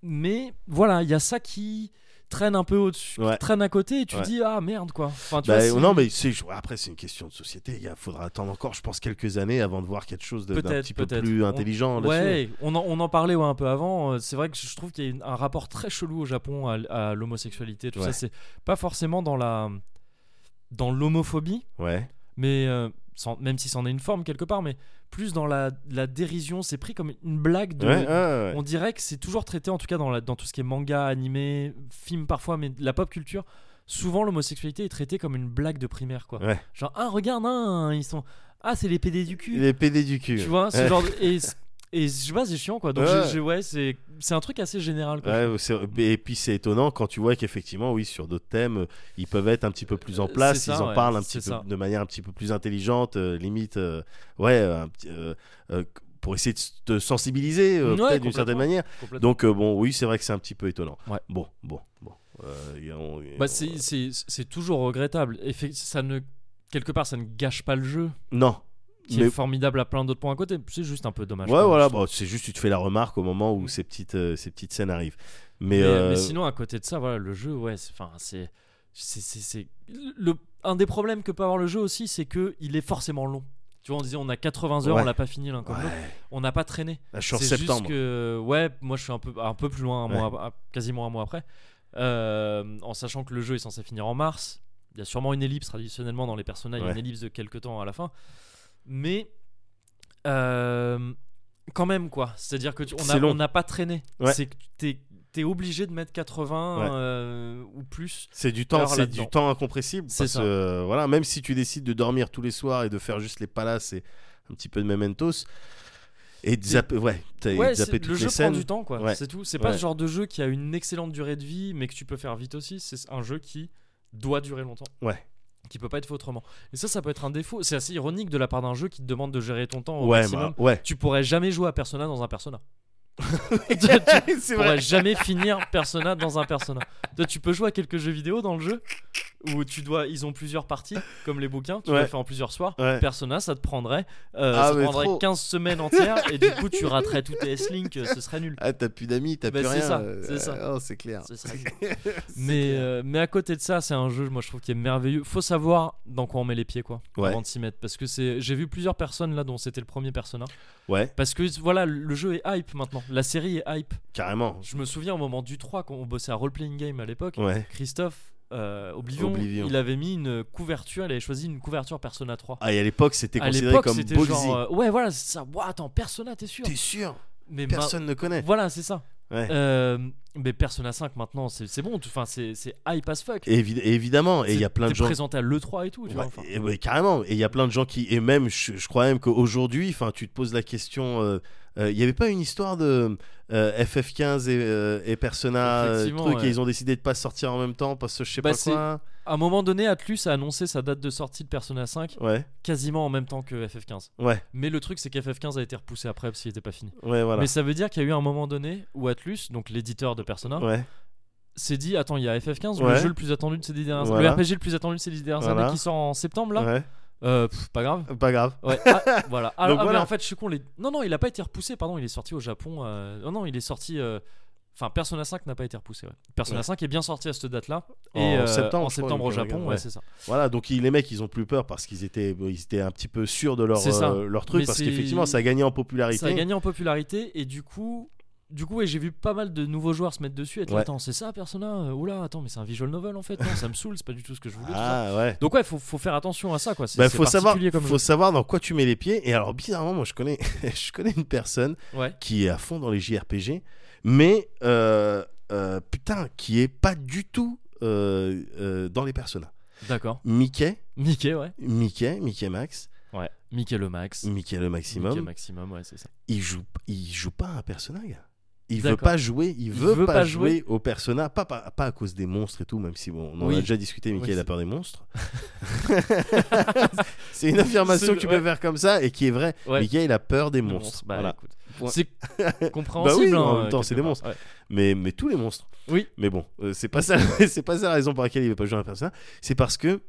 S1: mais voilà il y a ça qui traîne un peu au-dessus,
S2: Ouais.
S1: qui traîne à côté, et tu
S2: Ouais.
S1: dis ah merde quoi. Enfin, tu
S2: Bah,
S1: vois, c'est-
S2: non, mais c'est- je- après, c'est une question de société. Il y a- faudra attendre encore, je pense, quelques années avant de voir quelque chose de- d'un
S1: Peut-être,
S2: petit peu
S1: peut-être.
S2: plus
S1: On-
S2: intelligent. là-dessus.
S1: Ouais, on en, on en parlait ouais, un peu avant. euh, C'est vrai que je trouve qu'il y a une- un rapport très chelou au Japon à, l- à l'homosexualité. Tout
S2: Ouais.
S1: ça, c'est pas forcément dans la dans l'homophobie,
S2: ouais.
S1: mais euh, sans- même si c'en est une forme quelque part, mais plus dans la, la dérision. C'est pris comme une blague de.
S2: Ouais, ouais, ouais.
S1: On dirait que c'est toujours traité, en tout cas dans, la- dans tout ce qui est manga, animé, film parfois, mais la pop culture. Souvent, l'homosexualité est traitée comme une blague de primaire, quoi.
S2: Ouais.
S1: Genre, ah, regarde, hein, ils sont. Ah, c'est les PD du cul
S2: Les PD du cul.
S1: tu vois ce
S2: Ouais.
S1: genre de- et et je sais pas c'est chiant quoi donc
S2: Ouais.
S1: j'ai- j'ai- ouais c'est c'est un truc assez général quoi.
S2: Ouais, c'est- et puis c'est étonnant quand tu vois qu'effectivement, oui, sur d'autres thèmes, ils peuvent être un petit peu plus en
S1: Euh, C'est
S2: place,
S1: ça,
S2: ils en
S1: ouais,
S2: parlent un
S1: c'est
S2: petit
S1: ça.
S2: peu de manière un petit peu plus intelligente, euh, limite, euh, ouais, euh, un petit- euh, euh, pour essayer de s- te sensibiliser euh,
S1: Ouais,
S2: peut-être d'une certaine
S1: complètement.
S2: manière.
S1: Complètement.
S2: Donc euh, bon, oui, c'est vrai que c'est un petit peu étonnant.
S1: Ouais.
S2: Bon, bon, bon. Euh, et on- et
S1: Bah,
S2: on-
S1: c'est c'est c'est toujours regrettable Effect- ça ne quelque part ça ne gâche pas le jeu
S2: Non.
S1: qui
S2: Mais-
S1: est formidable à plein d'autres points à côté c'est juste un peu dommage
S2: ouais,
S1: quoi,
S2: voilà.
S1: je trouve.
S2: Bon, c'est juste tu te fais la remarque au moment où ces petites euh, ces petites scènes arrivent. Mais,
S1: mais,
S2: euh,
S1: mais sinon à côté de ça voilà le jeu ouais c'est- enfin c'est c'est c'est c'est- le un des problèmes que peut avoir le jeu aussi c'est que il est forcément long tu vois on disait on a 80 heures
S2: Ouais.
S1: on l'a pas fini l'un comme
S2: ouais,
S1: l'autre on n'a pas traîné
S2: là, je suis en
S1: C'est
S2: septembre.
S1: Juste que, ouais, moi je suis un peu, un peu plus loin, un
S2: Ouais.
S1: mois- un- quasiment un mois après. Euh, en sachant que le jeu est censé finir en mars. Il y a sûrement une ellipse traditionnellement dans les personnages, il y a
S2: Ouais.
S1: une ellipse de quelques temps à la fin. Mais euh, quand même, quoi. C'est-à-dire que tu- on
S2: C'est
S1: a-
S2: long.
S1: on n'a pas traîné.
S2: Ouais.
S1: C'est que t'es es obligé de mettre 80
S2: Ouais.
S1: euh, ou plus.
S2: C'est du temps,
S1: Alors
S2: c'est
S1: là-dedans.
S2: du temps incompressible.
S1: C'est
S2: Parce
S1: ça.
S2: que euh, voilà, même si tu décides de dormir tous les soirs et de faire juste les palaces et un petit peu de mementos et de
S1: C'est-
S2: zapper, ouais, t'as- et
S1: Ouais,
S2: de
S1: c'est-
S2: zapper toutes
S1: le jeu
S2: les
S1: prend
S2: scènes.
S1: du temps, quoi.
S2: Ouais.
S1: C'est tout. C'est pas
S2: Ouais.
S1: ce genre de jeu qui a une excellente durée de vie, mais que tu peux faire vite aussi. C'est un jeu qui doit durer longtemps.
S2: Ouais.
S1: Qui peut pas être fait autrement. Et ça, ça peut être un défaut. C'est assez ironique de la part d'un jeu qui te demande de gérer ton temps au
S2: ouais,
S1: maximum.
S2: bah, ouais.
S1: Tu pourrais jamais jouer à Persona dans un Persona. tu, tu
S2: c'est
S1: pourrais jamais finir Persona dans un Persona. Toi, tu peux jouer à quelques jeux vidéo dans le jeu où tu dois, ils ont plusieurs parties, comme les bouquins, tu
S2: Ouais.
S1: les fais en plusieurs soirs.
S2: Ouais.
S1: Persona, ça te prendrait, euh,
S2: Ah,
S1: ça te
S2: mais
S1: prendrait
S2: trop.
S1: 15 semaines entières et du coup tu raterais tout tes S-Link, euh, ce serait nul.
S2: Ah, t'as plus d'amis, t'as
S1: Bah,
S2: plus
S1: c'est
S2: rien.
S1: ça,
S2: euh,
S1: c'est ça.
S2: euh, oh, c'est clair.
S1: Ce serait nul. mais, euh, mais à côté de ça, c'est un jeu, moi je trouve qui est merveilleux. Faut savoir dans quoi on met les pieds quoi,
S2: Ouais.
S1: avant de s'y mettre. Parce que c'est, j'ai vu plusieurs personnes là dont c'était le premier Persona.
S2: Ouais,
S1: Parce que voilà, le jeu est hype maintenant, la série est hype.
S2: carrément.
S1: Je me souviens au moment du 3, quand on bossait à Role Playing Game à l'époque,
S2: Ouais.
S1: Christophe euh, Oblivion,
S2: Oblivion.
S1: il avait mis une couverture, il avait choisi une couverture Persona 3.
S2: Ah, et à l'époque, c'était
S1: à
S2: considéré
S1: l'époque,
S2: comme
S1: c'était
S2: ballsy.
S1: genre. euh, ouais, voilà, c'est ça. Ouah, attends, Persona, t'es sûr
S2: T'es sûr
S1: Mais ma-
S2: Personne ne connaît.
S1: Voilà, c'est ça.
S2: Ouais.
S1: Euh, mais Persona 5 maintenant, c'est c'est bon. tu- Enfin, c'est c'est hype as fuck.
S2: Et évi- et évidemment, et il y a
S1: C'est-
S2: plein de
S1: t'es
S2: gens.
S1: présenté à l'E3 et tout, tu vois.
S2: Ouais,
S1: enfin.
S2: Bah, et- ouais, carrément. Et il y a plein de gens qui. Et même, je, je crois même qu'aujourd'hui, enfin, tu te poses la question. euh, euh, Il n'y avait pas une histoire de euh, FF15 et, euh, et Persona euh,
S1: Effectivement,
S2: truc
S1: ouais.
S2: et ils ont décidé de pas sortir en même temps parce que je sais
S1: Bah,
S2: pas quoi.
S1: À un moment donné, Atlus a annoncé sa date de sortie de Persona 5
S2: Ouais,
S1: quasiment en même temps que FF15.
S2: ouais,
S1: Mais le truc, c'est qu'FF15 a été repoussé après parce qu'il n'était pas fini.
S2: ouais, voilà.
S1: Mais ça veut dire qu'il y a eu un moment donné où Atlus, donc l'éditeur de Persona,
S2: Ouais,
S1: s'est dit Attends, il y a FF15, le
S2: Ouais.
S1: jeu le plus attendu de ces dix dernières années,
S2: Voilà.
S1: le RPG le plus attendu de ces dix dernières
S2: Voilà.
S1: années qui sort en septembre là.
S2: ouais.
S1: Euh, pff, pas grave.
S2: Pas grave.
S1: Ouais, ah, voilà. Ah,
S2: Donc
S1: ah, mais
S2: voilà.
S1: en fait, je suis con. les- Non, non, il a pas été repoussé, pardon, il est sorti au Japon. euh, Non, non, il est sorti. euh, Enfin, Persona 5 n'a pas été repoussé. ouais. Persona
S2: Ouais.
S1: 5 est bien sorti à cette date-là.
S2: En
S1: et, euh,
S2: septembre,
S1: en
S2: je crois,
S1: septembre au
S2: donc,
S1: Japon,
S2: regarde,
S1: ouais,
S2: ouais.
S1: c'est ça.
S2: Voilà, donc ils- les mecs, ils ont plus peur parce qu'ils étaient, ils étaient un petit peu sûrs de leur,
S1: C'est ça.
S2: euh, leur truc
S1: Mais
S2: parce
S1: c'est-
S2: qu'effectivement, ça a gagné en popularité.
S1: Ça a gagné en popularité et du coup. Du coup, ouais, j'ai vu pas mal de nouveaux joueurs se mettre dessus et être là,
S2: Ouais.
S1: attends, c'est ça Persona euh, Oula, attends, mais c'est un visual novel en fait, non, ça me saoule, c'est pas du tout ce que je voulais. tout ça.
S2: Ah ouais.
S1: Donc ouais, faut, faut faire attention à ça quoi. C'est
S2: Bah,
S1: c'est
S2: faut savoir,
S1: particulier comme
S2: faut savoir dans quoi tu mets les pieds. Et alors bizarrement, moi je connais, je connais une personne
S1: jeu. Ouais.
S2: qui est à fond dans les JRPG, mais euh, euh, putain, qui est pas du tout euh, euh, dans les personnages.
S1: D'accord.
S2: Mickey,
S1: Mickey, ouais.
S2: Mickey, Mickey Max,
S1: Ouais. Mickey le max.
S2: Mickey le maximum,
S1: Mickey maximum, ouais, c'est ça.
S2: il joue, il joue pas à un personnage. Il veut
S1: D'accord.
S2: pas jouer, il veut, pas, jouer, au persona, pas, pas, pas à cause des monstres et tout, même si bon, on en
S1: Oui.
S2: a déjà discuté, Mickey
S1: Oui,
S2: il a
S1: c'est-
S2: peur des monstres. c'est une affirmation
S1: C'est-
S2: que tu peux
S1: ouais.
S2: faire comme ça et qui est vraie.
S1: Ouais.
S2: Mickey il a peur des
S1: Le
S2: monstres.
S1: monstre, bah,
S2: Voilà.
S1: écoute.
S2: Point.
S1: C'est compréhensible.
S2: Bah oui, en
S1: hein,
S2: même temps,
S1: quelque
S2: c'est des
S1: part.
S2: monstres.
S1: Ouais.
S2: mais, mais tous les monstres.
S1: Oui.
S2: Mais bon, euh, c'est pas ça, c'est pas ça la raison pour laquelle il veut pas jouer à un personnage. C'est parce que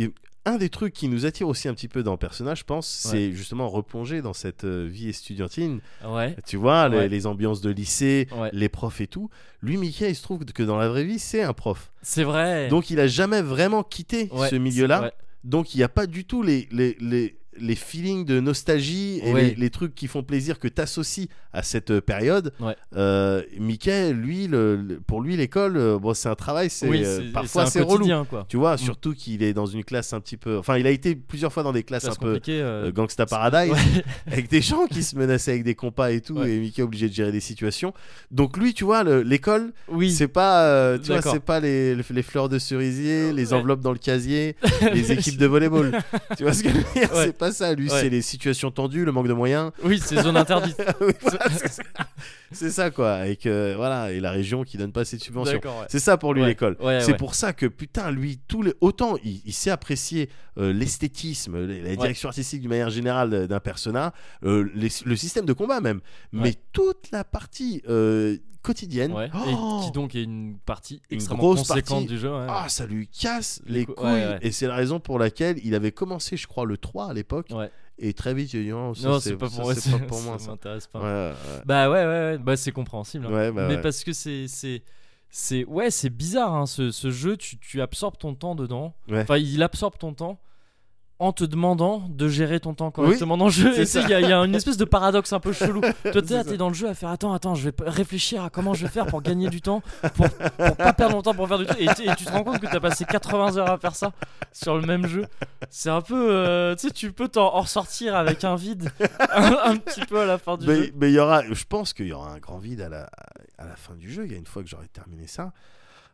S2: euh, un des trucs qui nous attire aussi un petit peu dans Persona, je pense,
S1: Ouais.
S2: c'est justement replonger dans cette euh, vie estudiantine.
S1: Ouais.
S2: Tu vois, les,
S1: Ouais.
S2: les ambiances de lycée,
S1: Ouais.
S2: les profs et tout. Lui, Mickey, il se trouve que dans la vraie vie, c'est un prof.
S1: C'est vrai.
S2: Donc, il a jamais vraiment quitté
S1: Ouais,
S2: ce milieu-là.
S1: ouais.
S2: Donc, il n'y a pas du tout les, les, les, les feelings de nostalgie et
S1: Ouais.
S2: les, les trucs qui font plaisir que tu associes à cette euh, période.
S1: Ouais.
S2: Euh, Mickey, lui, le- le- pour lui, l'école, euh, bon, c'est un travail. C'est,
S1: Oui,
S2: euh,
S1: c'est-
S2: parfois,
S1: c'est
S2: c'est
S1: un
S2: relou.
S1: quotidien, Mm. quoi.
S2: Tu vois, surtout qu'il est dans une classe un petit peu. Enfin, il a été plusieurs fois dans des classes
S1: C'est
S2: un peu
S1: compliqué. euh,
S2: euh, Gangsta Paradise,
S1: ouais.
S2: avec des gens qui se menaçaient avec des compas et tout,
S1: Ouais.
S2: et Mickey est obligé de gérer des situations. Donc lui, tu vois, le- l'école,
S1: Oui.
S2: c'est pas, euh, tu vois,
S1: D'accord.
S2: c'est pas les, les fleurs de cerisier, les
S1: Ouais.
S2: enveloppes dans le casier, les équipes de volleyball. tu vois ce que je veux dire
S1: Ouais.
S2: C'est pas ça. Lui,
S1: Ouais. Ah
S2: c'est les situations tendues, le manque de moyens.
S1: Oui, c'est zone interdite.
S2: Oui, voilà, c'est ça. c'est ça quoi. Avec euh, voilà, et la région qui donne pas assez de subventions.
S1: D'accord. ouais.
S2: C'est ça pour lui
S1: Ouais.
S2: l'école.
S1: Ouais,
S2: c'est
S1: ouais.
S2: pour ça que putain lui tous les autant il, il sait apprécier euh, l'esthétisme, la- la direction artistique d'une manière générale euh, d'un persona, euh, les- le système de combat même, mais
S1: Ouais.
S2: toute la partie euh, quotidienne.
S1: Ouais.
S2: oh,
S1: Et qui donc est une partie
S2: Une
S1: extrêmement
S2: grosse
S1: conséquente
S2: partie.
S1: du jeu. ouais.
S2: ah, ça lui casse les
S1: cou- ouais,
S2: couilles
S1: ouais.
S2: et c'est la raison pour laquelle il avait commencé je crois le 3 à l'époque
S1: Ouais.
S2: et très vite il a dit, non, ça,
S1: non, c'est pas
S2: ça,
S1: pour moi.
S2: c'est pas pour moi
S1: ça
S2: ça.
S1: m'intéresse pas.
S2: Ouais, ouais.
S1: Bah ouais, ouais, ouais. Bah, c'est compréhensible. hein.
S2: Ouais, bah
S1: mais
S2: ouais.
S1: parce que c'est c'est c'est ouais c'est bizarre hein, ce, ce jeu tu, tu absorbes ton temps dedans
S2: Ouais.
S1: enfin il absorbe ton temps en te demandant de gérer ton temps correctement dans le jeu
S2: c'est
S1: Et tu sais,
S2: ça.
S1: il y, a- il y a une espèce de paradoxe un peu chelou toi t'es là,
S2: ça.
S1: t'es dans le jeu à faire attends attends je vais p- réfléchir à comment je vais faire pour gagner du temps pour, pour pas perdre mon temps pour faire du truc et, tu- et tu te rends compte que t'as passé 80 heures à faire ça sur le même jeu c'est un peu euh, tu sais tu peux t'en en ressortir avec un vide un, un petit peu à la fin du jeu
S2: Mais mais il y aura, je pense qu'il y aura un grand vide à la, à la fin du jeu. Il y a une fois que j'aurai terminé ça,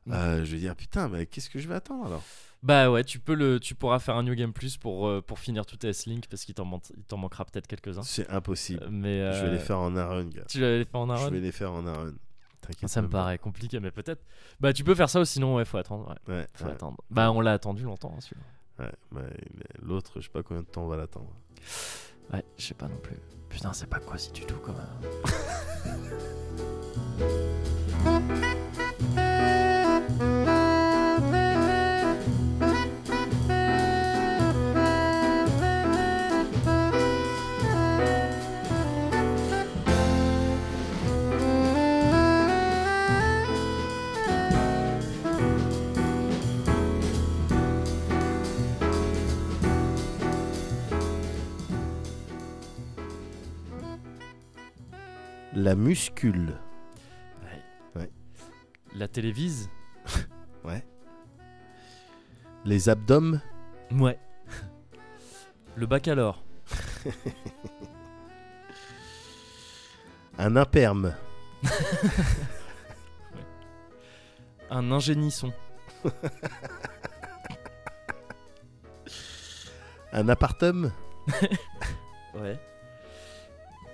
S1: Mm.
S2: euh, je vais dire putain, mais qu'est-ce que je vais attendre alors
S1: Bah ouais, tu peux le, tu pourras faire un New Game Plus pour, euh, pour finir tout S-Link parce qu'il t'en man- il t'en manquera peut-être quelques-uns.
S2: C'est impossible.
S1: Mais euh,
S2: Je vais les faire en un run, gars.
S1: Tu vas les faire en un
S2: Je
S1: run Ah,
S2: vais les faire en un run. T'inquiète.
S1: Ça me
S2: même pas.
S1: paraît compliqué, mais peut-être. Bah tu peux faire ça ou sinon ouais, faut attendre. ouais,
S2: Ouais,
S1: faut
S2: ouais,
S1: attendre. Bah on l'a attendu longtemps hein, celui-là.
S2: ouais. Mais L'autre, je sais pas combien de temps on va l'attendre.
S1: Ouais, je sais pas non plus. Putain, c'est pas quasi du tout quand même.
S2: La muscule.
S1: La télévise
S2: Les abdomes.
S1: Ouais. Le baccalore.
S2: Un imperme.
S1: Un ingénisson.
S2: Un appartum.
S1: Ouais.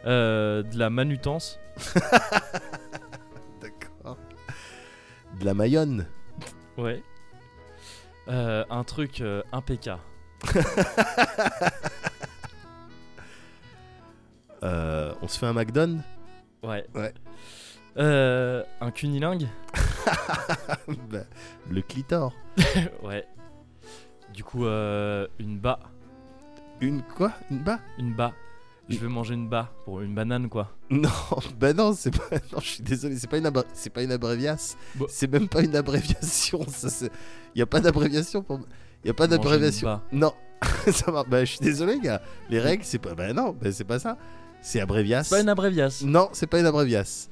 S1: Euh, de la manutence.
S2: D'accord. De la mayonne.
S1: Ouais. Euh, un truc euh, impeccable.
S2: Euh, on se fait un McDonald's.
S1: Ouais.
S2: Ouais.
S1: Euh, un cunilingue
S2: Bah, Le clitor.
S1: Ouais. Du coup, euh, une bas.
S2: Une quoi Une bas
S1: Une bas. Je vais manger une bas pour une banane, quoi.
S2: Non, bah non, c'est pas. Non, je suis désolé, c'est pas une abré- c'est pas une abréviasse.
S1: Bon.
S2: C'est même pas une abréviation. Ça, c'est- y a pas d'abréviation pour. Y a pas
S1: Manger une
S2: d'abréviation.
S1: bas.
S2: Non, ça marche. Bah je suis désolé, gars. Les règles, c'est pas. Bah non, bah, c'est pas ça. C'est abréviasse.
S1: C'est pas une abréviasse.
S2: Non, c'est pas une abréviasse.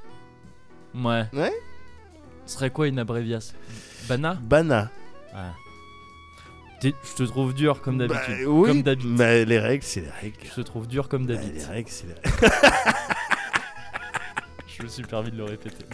S1: Ouais.
S2: Ouais.
S1: Ce serait quoi une abréviasse Bana
S2: Bana.
S1: Ouais. T'es- Je te trouve dur comme
S2: Bah,
S1: d'habitude. Comme
S2: oui.
S1: d'habitude.
S2: Mais les règles, c'est les règles.
S1: Je te trouve dur comme
S2: Bah,
S1: d'habitude.
S2: les règles, c'est les règles.
S1: Je me suis permis de le répéter.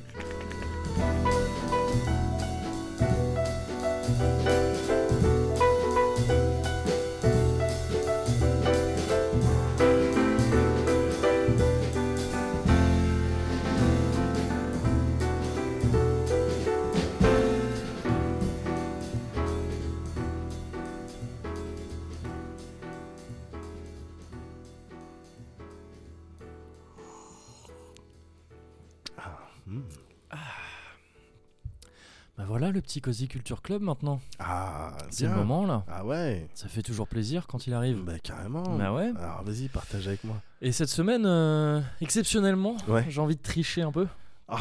S1: Bah voilà le petit Cozy Culture Club maintenant.
S2: Ah,
S1: C'est le
S2: bien.
S1: moment là.
S2: Ah ouais.
S1: Ça fait toujours plaisir quand il arrive.
S2: Bah carrément.
S1: Bah ouais.
S2: Alors vas-y, partage avec moi.
S1: Et cette semaine, euh, exceptionnellement,
S2: Ouais.
S1: j'ai envie de tricher un peu.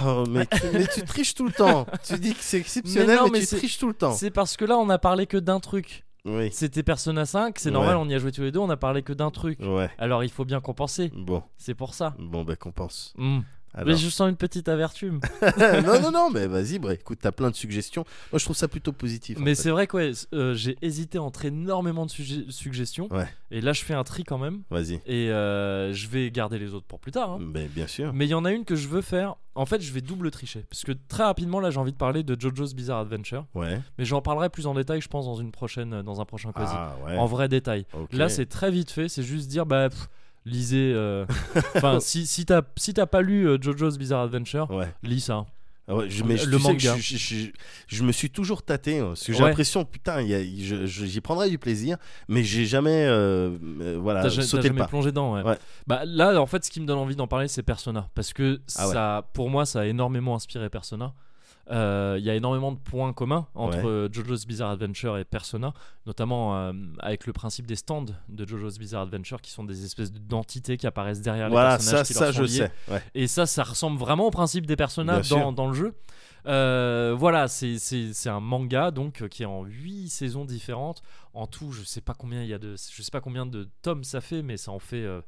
S2: Oh, mais, tu, mais tu triches tout le temps. Tu dis que c'est exceptionnel, mais,
S1: non, mais
S2: tu
S1: c'est-
S2: triches tout le temps.
S1: C'est parce que là, on a parlé que d'un truc.
S2: Oui.
S1: C'était Persona 5, c'est
S2: Ouais. Mm.
S1: normal, on y a joué tous les deux, on a parlé que d'un truc.
S2: Ouais.
S1: Alors il faut bien compenser,
S2: Bon,
S1: c'est pour ça.
S2: bon, bah compense.
S1: Hmm.
S2: Alors.
S1: Mais je sens une petite amertume.
S2: non, non, non, mais vas-y, bah, écoute, t'as plein de suggestions. Moi, je trouve ça plutôt positif. en
S1: Mais
S2: fait.
S1: c'est vrai que ouais, euh, j'ai hésité entre énormément de suje- suggestions.
S2: Ouais.
S1: Et là, je fais un tri quand même.
S2: Vas-y.
S1: Et euh, je vais garder les autres pour plus tard. hein.
S2: Mais bien sûr.
S1: Mais il y en a une que je veux faire. En fait, je vais double tricher. Parce que très rapidement, là, j'ai envie de parler de JoJo's Bizarre Adventure.
S2: Ouais.
S1: Mais j'en parlerai plus en détail, je pense, dans, une prochaine, euh, dans un prochain quasi.
S2: Ah ouais.
S1: En vrai détail.
S2: ok.
S1: Là, c'est très vite fait. C'est juste dire, bah, pff, lisez. euh, Enfin, si, si t'as si t'as pas lu euh, JoJo's Bizarre Adventure,
S2: Ouais.
S1: lis ça. hein.
S2: Ah ouais, je, mais je-
S1: Euh, Le
S2: tu sais que
S1: manga.
S2: je, je- je- je me suis toujours tâté. hein, parce que j'ai
S1: Ouais.
S2: l'impression, putain, il y a- je- je- j'y prendrais du plaisir. Mais j'ai jamais. euh, euh, voilà,
S1: T'as ja- t'as
S2: sauté le
S1: jamais
S2: pas.
S1: plongé dedans, ouais.
S2: Ouais.
S1: Bah, là, en fait, ce qui me donne envie d'en parler, c'est Persona. Parce que
S2: Ah ouais.
S1: ça, pour moi, ça a énormément inspiré Persona. Euh, Il y a énormément de points communs entre
S2: Ouais.
S1: euh, JoJo's Bizarre Adventure et Persona, notamment euh, avec le principe des stands de JoJo's Bizarre Adventure qui sont des espèces d'entités qui apparaissent derrière les
S2: Voilà, ça,
S1: personnages. qui leur
S2: ça,
S1: sont
S2: je
S1: liés.
S2: sais. Ouais.
S1: Et ça, ça ressemble vraiment au principe des personnages
S2: Bien
S1: dans,
S2: sûr.
S1: dans le jeu. Euh, voilà, c'est- c'est c'est un manga donc euh, qui est en 8 saisons différentes. En tout, je sais pas combien il y a de, je sais pas combien de tomes ça fait, mais ça en fait euh,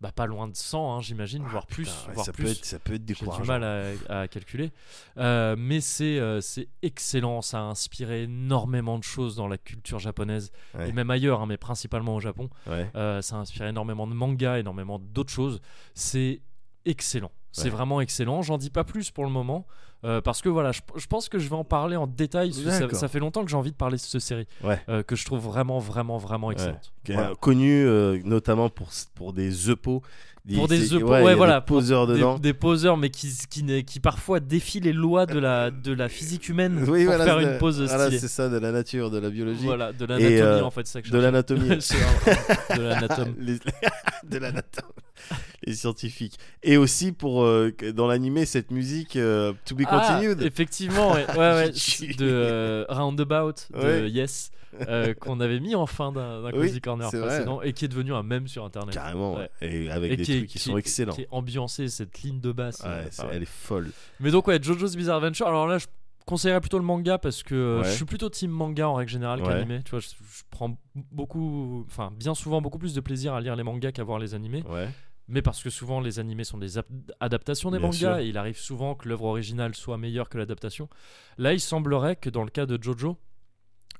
S1: bah, pas loin de 100, hein, j'imagine,
S2: Ah,
S1: voire plus,
S2: putain, ouais,
S1: voire
S2: ça
S1: plus.
S2: Peut être, hein. ça peut être
S1: J'ai
S2: décourageant.
S1: du mal à, à calculer. Euh, mais c'est euh, c'est excellent, ça a inspiré énormément de choses dans la culture japonaise
S2: Ouais.
S1: et même ailleurs, hein, mais principalement au Japon.
S2: Ouais.
S1: Euh, ça a inspiré énormément de mangas, énormément d'autres choses. C'est excellent. C'est
S2: Ouais.
S1: vraiment excellent. J'en dis pas plus pour le moment. euh, parce que voilà, je, je pense que je vais en parler en détail. parce que Ça,
S2: D'accord.
S1: ça fait longtemps que j'ai envie de parler de cette série.
S2: Ouais.
S1: euh, que je trouve vraiment, vraiment, vraiment excellente.
S2: Qui est,
S1: Voilà.
S2: euh, Connu euh, notamment pour, pour des epos.
S1: Pour des
S2: c'est-
S1: epos,
S2: il y a
S1: ouais,
S2: des
S1: voilà, pour
S2: poseurs dedans.
S1: Des, des poseurs, mais qui, qui, n'est- qui parfois défient les lois de la, de la physique humaine
S2: Oui,
S1: pour
S2: voilà,
S1: faire
S2: c'est-
S1: une pose
S2: voilà,
S1: stylée.
S2: c'est ça, de la nature, de la biologie,
S1: Voilà, de l'anatomie
S2: euh,
S1: en fait, c'est ça que je
S2: de
S1: cherchais.
S2: l'anatomie.
S1: C'est- de l'anatome.
S2: Les- de l'anatomie. Les scientifiques. Et aussi pour, euh, que- dans l'animé, cette musique euh, To Be
S1: Ah,
S2: Continued.
S1: effectivement, ouais, ouais, ouais,
S2: J'ai
S1: de
S2: tué.
S1: euh, Roundabout de
S2: Ouais.
S1: Yes euh, qu'on avait mis en fin d'un d'un
S2: Oui,
S1: Cozy Corner
S2: c'est vrai.
S1: précédent et qui est devenu un mème sur internet.
S2: Carrément,
S1: Ouais.
S2: et avec
S1: Et
S2: des
S1: est-
S2: trucs qui, sont
S1: est-
S2: excellents.
S1: Qui est ambiancé cette ligne de basse. euh,
S2: Ouais, c'est-
S1: pareil.
S2: elle est folle.
S1: Mais donc ouais, JoJo's Bizarre Adventure. Alors là, je conseillerais plutôt le manga parce que euh,
S2: Ouais.
S1: je suis plutôt team manga en règle générale
S2: Ouais.
S1: qu'animé. Tu vois, je, je prends beaucoup, enfin bien souvent beaucoup plus de plaisir à lire les mangas qu'à voir les animés.
S2: Ouais.
S1: Mais parce que souvent les animés sont des ap- adaptations des
S2: Bien
S1: mangas
S2: sûr.
S1: et il arrive souvent que l'œuvre originale soit meilleure que l'adaptation. Là, il semblerait que dans le cas de Jojo,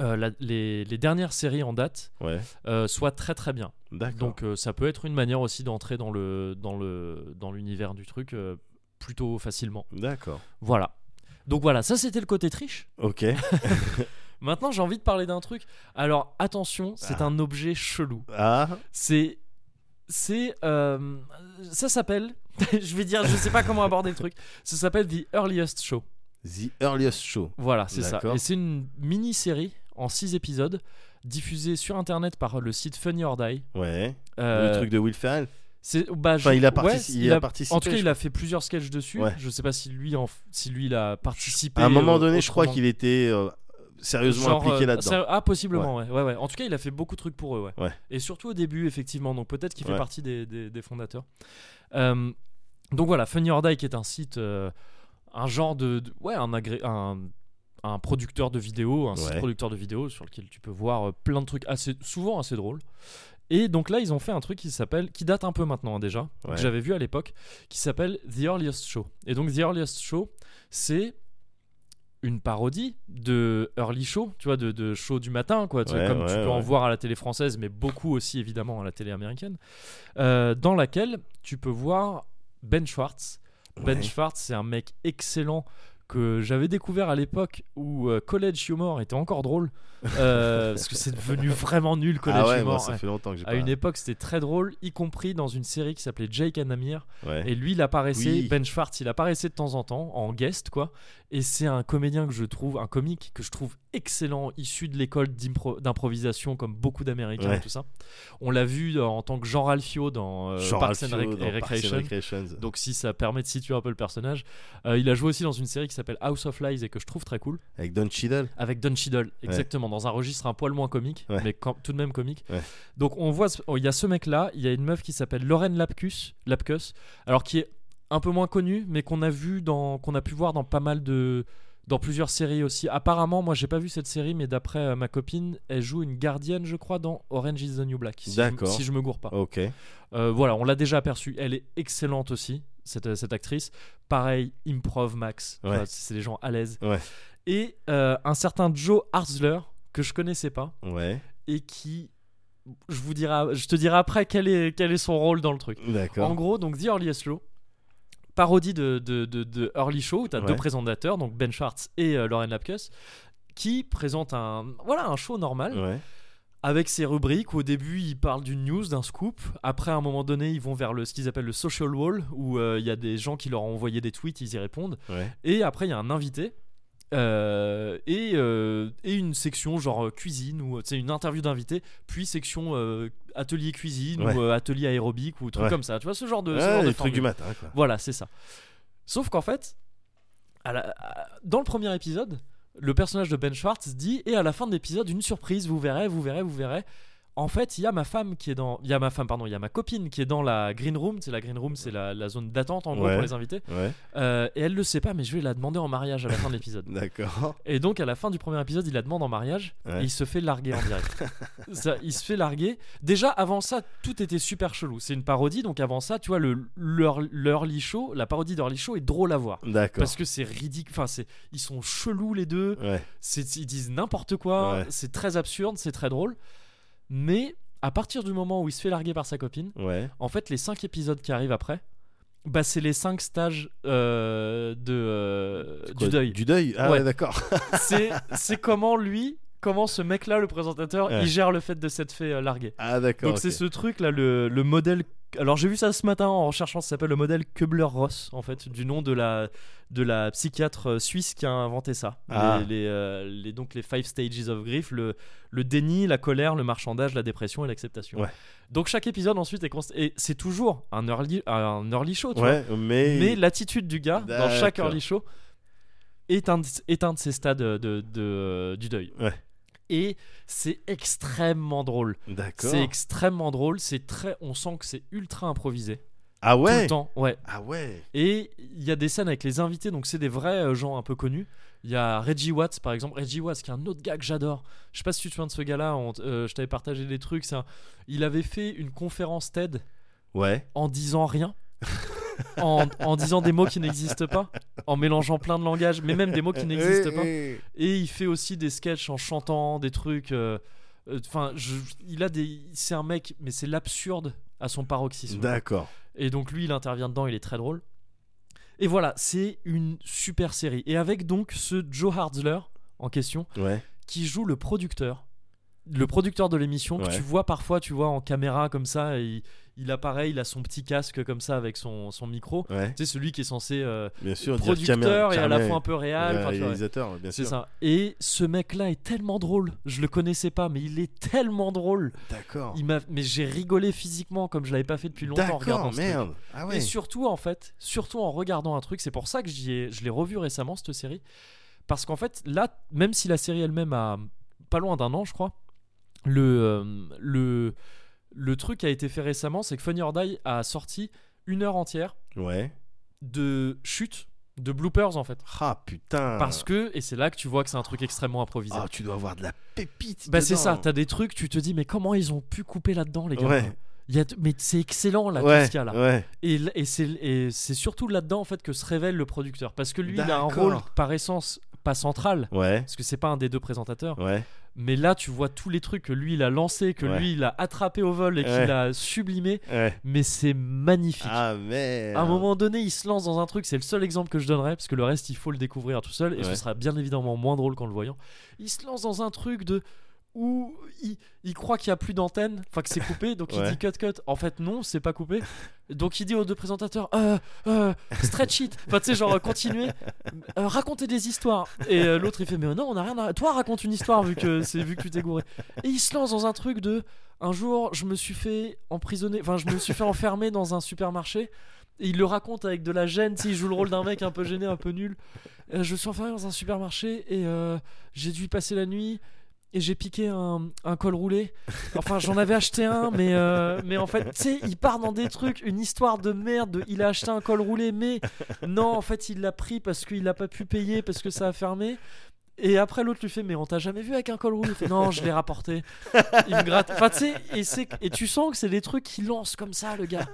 S1: euh, la- les, les dernières séries en date
S2: Ouais.
S1: euh, soient très très bien.
S2: D'accord.
S1: Donc euh, ça peut être une manière aussi d'entrer dans le dans le dans l'univers du truc euh, plutôt facilement.
S2: D'accord.
S1: Voilà. Donc voilà, ça c'était le côté triche.
S2: Ok.
S1: Maintenant, j'ai envie de parler d'un truc. Alors attention, c'est
S2: Ah.
S1: un objet chelou.
S2: Ah,
S1: C'est. C'est. euh, ça s'appelle. je vais dire, je sais pas comment aborder le truc. Ça s'appelle The Earliest Show.
S2: The Earliest Show.
S1: Voilà, c'est ça.
S2: D'accord.
S1: Et c'est une mini-série en 6 épisodes diffusée sur internet par le site Funny or Die.
S2: Ouais.
S1: Euh,
S2: Le truc de Will Ferrell.
S1: c'est- bah, je-
S2: Enfin, il a,
S1: ouais,
S2: partici- il a participé.
S1: En tout cas,
S2: je
S1: il a fait plusieurs sketchs dessus.
S2: Ouais.
S1: Je sais pas si lui, en, si lui il a participé.
S2: À un moment
S1: euh,
S2: donné, je crois
S1: autrement.
S2: qu'il était euh, sérieusement
S1: Genre,
S2: impliqué
S1: euh,
S2: là-dedans.
S1: ça- Ah, possiblement, ouais. Ouais, ouais. En tout cas, il a fait beaucoup de trucs pour eux, ouais.
S2: Ouais.
S1: Et surtout au début, effectivement. Donc peut-être qu'il fait
S2: Ouais.
S1: partie des, des- des fondateurs. Euh, donc voilà, Funny or Die, qui est un site, euh, un genre de. de- ouais, un, agré- un, un producteur de vidéos, un site
S2: Ouais.
S1: producteur de vidéos sur lequel tu peux voir euh, plein de trucs assez, souvent assez drôles. Et donc là, ils ont fait un truc qui s'appelle, qui date un peu maintenant hein, déjà,
S2: Ouais.
S1: que j'avais vu à l'époque, qui s'appelle The Earliest Show. Et donc The Earliest Show, c'est une parodie de Early Show, tu vois, de, de show du matin, quoi, tu sais,
S2: Ouais,
S1: comme tu
S2: ouais,
S1: peux en
S2: ouais.
S1: voir à la télé française, mais beaucoup aussi évidemment à la télé américaine, euh, dans laquelle tu peux voir Ben Schwartz. Ben
S2: Ouais.
S1: Schwartz, c'est un mec excellent que j'avais découvert à l'époque où euh, College Humor était encore drôle, euh, parce que c'est devenu vraiment nul College
S2: Ah ouais,
S1: Humor.
S2: moi, ça
S1: ouais.
S2: fait longtemps que j'ai pas.
S1: À une époque, c'était très drôle, y compris dans une série qui s'appelait Jake and Amir.
S2: Ouais.
S1: Et lui, il apparaissait,
S2: Oui.
S1: Ben Schwartz, il apparaissait de temps en temps, en guest, quoi. Et c'est un comédien que je trouve, un comique que je trouve excellent, issu de l'école d'impro- d'improvisation, comme beaucoup d'Américains
S2: Ouais.
S1: et tout ça. On l'a vu euh, en tant que Jean Ralphio dans euh,
S2: Genre
S1: Parks
S2: Alfio
S1: and Rec-
S2: dans Parks and
S1: Recreation.
S2: Recreations.
S1: Donc si ça permet de situer un peu le personnage, Euh, il a joué aussi dans une série qui s'appelle House of Lies et que je trouve très cool,
S2: Avec Don Cheadle.
S1: avec Don Cheadle, exactement, dans un registre un poil moins comique,
S2: Ouais.
S1: mais quand- tout de même comique.
S2: Ouais.
S1: Donc on voit, ce- oh, il y a ce mec-là, il y a une meuf qui s'appelle Lorraine Lapkus, Lapkus, alors qui est un peu moins connue, mais qu'on a vu dans, qu'on a pu voir dans pas mal de, dans plusieurs séries aussi. Apparemment, moi j'ai pas vu cette série, mais d'après euh, ma copine, elle joue une gardienne, je crois, dans Orange is the New Black, si, je-
S2: D'accord.
S1: si je me gourre pas.
S2: Ok.
S1: Euh, voilà, on l'a déjà aperçue. Elle est excellente aussi, cette, euh, cette actrice. Pareil, improv max. Tu
S2: Ouais.
S1: vois, C'est des gens à l'aise.
S2: Ouais.
S1: Et euh, un certain Joe Harzler, que je connaissais pas,
S2: Ouais.
S1: et qui. Je, vous dirai, je te dirai après quel est, quel est son rôle dans le truc. En
S2: D'accord.
S1: gros, donc The Early Slow, parodie de, de, de- de Early Show, où tu as
S2: Ouais.
S1: deux présentateurs, donc Ben Schwartz et euh, Lauren Lapkus, qui présentent un, voilà, un show normal
S2: Ouais.
S1: avec ces rubriques où au début ils parlent d'une news, d'un scoop. Après, à un moment donné, ils vont vers le, ce qu'ils appellent le social wall où euh, il y a des gens qui leur ont envoyé des tweets, ils y répondent.
S2: Ouais.
S1: Et après, il y a un invité. euh, et, euh, et une section genre euh, cuisine ou euh, c'est une interview d'invité puis section euh, atelier cuisine
S2: Ouais.
S1: ou euh, atelier aérobique ou trucs
S2: Ouais.
S1: comme ça tu vois ce genre de, ce
S2: Ouais,
S1: genre de
S2: les trucs
S1: formule.
S2: du matin, quoi.
S1: Voilà, c'est ça. Sauf qu'en fait, à la- à- dans le premier épisode, le personnage de Ben Schwartz dit et à la fin de l'épisode une surprise, vous verrez, vous verrez, vous verrez. En fait, il y a ma femme qui est dans, il y a ma femme, pardon, il y a ma copine qui est dans la green room. C'est la green room, c'est la, la zone d'attente en gros
S2: Ouais.
S1: pour les invités.
S2: Ouais.
S1: Euh, et elle le sait pas, mais je vais la demander en mariage à la fin de l'épisode.
S2: D'accord.
S1: Et donc à la fin du premier épisode, il la demande en mariage
S2: Ouais.
S1: et il se fait larguer en direct. Ça, il se fait larguer. Déjà avant ça, tout était super chelou. C'est une parodie, donc avant ça, tu vois le leur- l'early show, la parodie d'early show est drôle à voir.
S2: D'accord.
S1: Parce que c'est ridicule, enfin c'est, ils sont chelous les deux,
S2: Ouais.
S1: C'est- ils disent n'importe quoi,
S2: Ouais.
S1: c'est très absurde, c'est très drôle. Mais à partir du moment où il se fait larguer par sa copine,
S2: Ouais.
S1: en fait les cinq épisodes qui arrivent après, bah c'est les cinq stages euh, de euh,
S2: Quoi,
S1: du deuil
S2: Du deuil. Ah
S1: Ouais.
S2: ouais, d'accord.
S1: c'est c'est comment lui comment ce mec là le présentateur
S2: Ouais.
S1: il gère le fait de cette fée euh, larguée
S2: Ah d'accord.
S1: donc c'est
S2: ok.
S1: ce truc là le, le modèle alors j'ai vu ça ce matin en recherchant ça s'appelle le modèle Kubler-Ross en fait du nom de la de la psychiatre euh, suisse qui a inventé ça
S2: Ah.
S1: les, les, euh, les- donc les five stages of grief le, le déni la colère le marchandage la dépression et l'acceptation
S2: Ouais.
S1: donc chaque épisode ensuite est const- et c'est toujours un early un early show tu vois
S2: Ouais, mais.
S1: mais l'attitude du gars dans chaque
S2: D'accord.
S1: early show est un, de- est un de ces stades euh, de, de- du deuil.
S2: Ouais.
S1: Et c'est extrêmement drôle.
S2: D'accord.
S1: C'est extrêmement drôle. C'est très, on sent que c'est ultra improvisé
S2: Ah
S1: tout
S2: ouais.
S1: le temps. Ouais.
S2: Ah ouais.
S1: Et il y a des scènes avec les invités, donc c'est des vrais euh, gens un peu connus. Il y a Reggie Watts par exemple, Reggie Watts qui est un autre gars que j'adore. Je sais pas si tu te souviens de ce gars-là. on t- euh, je t'avais partagé des trucs. c'est un- Il avait fait une conférence TED
S2: Ouais.
S1: en disant rien, en, en disant des mots qui n'existent pas, en mélangeant plein de langages, mais même des mots qui n'existent
S2: Eh,
S1: pas.
S2: eh.
S1: Et il fait aussi des sketchs en chantant, des trucs. euh, euh, Enfin, je- il a des. C'est un mec, mais c'est l'absurde à son paroxysme.
S2: D'accord.
S1: Et donc lui, il intervient dedans, il est très drôle. Et voilà, c'est une super série. Et avec donc ce Joe Hartzler en question,
S2: Ouais.
S1: qui joue le producteur. Le producteur de l'émission que
S2: Ouais.
S1: tu vois parfois, tu vois en caméra comme ça, et il, il apparaît, il a son petit casque comme ça avec son, son micro.
S2: Ouais.
S1: C'est celui qui est censé euh,
S2: Bien sûr. dire
S1: producteur
S2: caméra-
S1: et à la
S2: caméra-
S1: fois un peu réel. enfin, tu vois,
S2: réalisateur, bien
S1: c'est
S2: sûr.
S1: ça. Et ce mec-là est tellement drôle. Je le connaissais pas, mais il est tellement drôle.
S2: D'accord.
S1: Il m'a, mais j'ai rigolé physiquement comme je l'avais pas fait depuis longtemps en regardant
S2: D'accord,
S1: ce truc.
S2: merde. Ah ouais.
S1: Et surtout, en fait, surtout en regardant un truc, c'est pour ça que j'y ai- je l'ai revu récemment, cette série. Parce qu'en fait, là, même si la série elle-même a pas loin d'un an, je crois, le, euh, le, le truc qui a été fait récemment, c'est que Funny or Die a sorti une heure entière
S2: Ouais.
S1: de chutes, de bloopers, en fait.
S2: Ah putain.
S1: Parce que, et c'est là que tu vois que c'est un truc extrêmement improvisé.
S2: Ah, tu dois avoir de la pépite.
S1: bah, c'est
S2: dedans. hein.
S1: ça, t'as des trucs, tu te dis, mais comment ils ont pu couper là-dedans, les gars
S2: Ouais.
S1: Il y a t- Mais c'est excellent, là, tout
S2: ouais.
S1: ce qu'il y a là.
S2: Ouais.
S1: Et, l- et c'est et c'est surtout là-dedans en fait que se révèle le producteur parce que lui il a un
S2: D'accord.
S1: rôle par essence pas central
S2: Ouais.
S1: parce que c'est pas un des deux présentateurs
S2: Ouais.
S1: mais là tu vois tous les trucs que lui il a lancé que
S2: Ouais.
S1: lui il a attrapé au vol et
S2: Ouais.
S1: qu'il a sublimé
S2: Ouais.
S1: mais c'est magnifique
S2: Ah merde.
S1: à un moment donné il se lance dans un truc c'est le seul exemple que je donnerais parce que le reste il faut le découvrir tout seul et ce
S2: Ouais.
S1: sera bien évidemment moins drôle qu'en le voyant il se lance dans un truc de où il, il croit qu'il y a plus d'antenne, enfin que c'est coupé, donc
S2: Ouais.
S1: il dit cut cut. En fait non, c'est pas coupé. Donc il dit aux deux présentateurs, euh, euh, stretch it, enfin tu sais genre euh, continuez, euh, racontez des histoires. Et euh, l'autre il fait mais non on a rien, à... toi raconte une histoire vu que c'est vu que tu t'es gouré. Et il se lance dans un truc de un jour je me suis fait emprisonner, enfin je me suis fait enfermer dans un supermarché Et il le raconte avec de la gêne, tu sais, il joue le rôle d'un mec un peu gêné, un peu nul. Euh, je suis enfermé dans un supermarché et euh, j'ai dû y passer la nuit et j'ai piqué un, un col roulé. Enfin, j'en avais acheté un, mais, euh, mais en fait, tu sais, il part dans des trucs, une histoire de merde. de il a acheté un col roulé, mais non, en fait, il l'a pris parce qu'il n'a pas pu payer, parce que ça a fermé. Et après, l'autre lui fait Mais on t'a jamais vu avec un col roulé Il fait, Non, je l'ai rapporté. Il me gratte. Enfin, tu sais, et, c'est- et tu sens que c'est des trucs qu'il lance comme ça, le gars.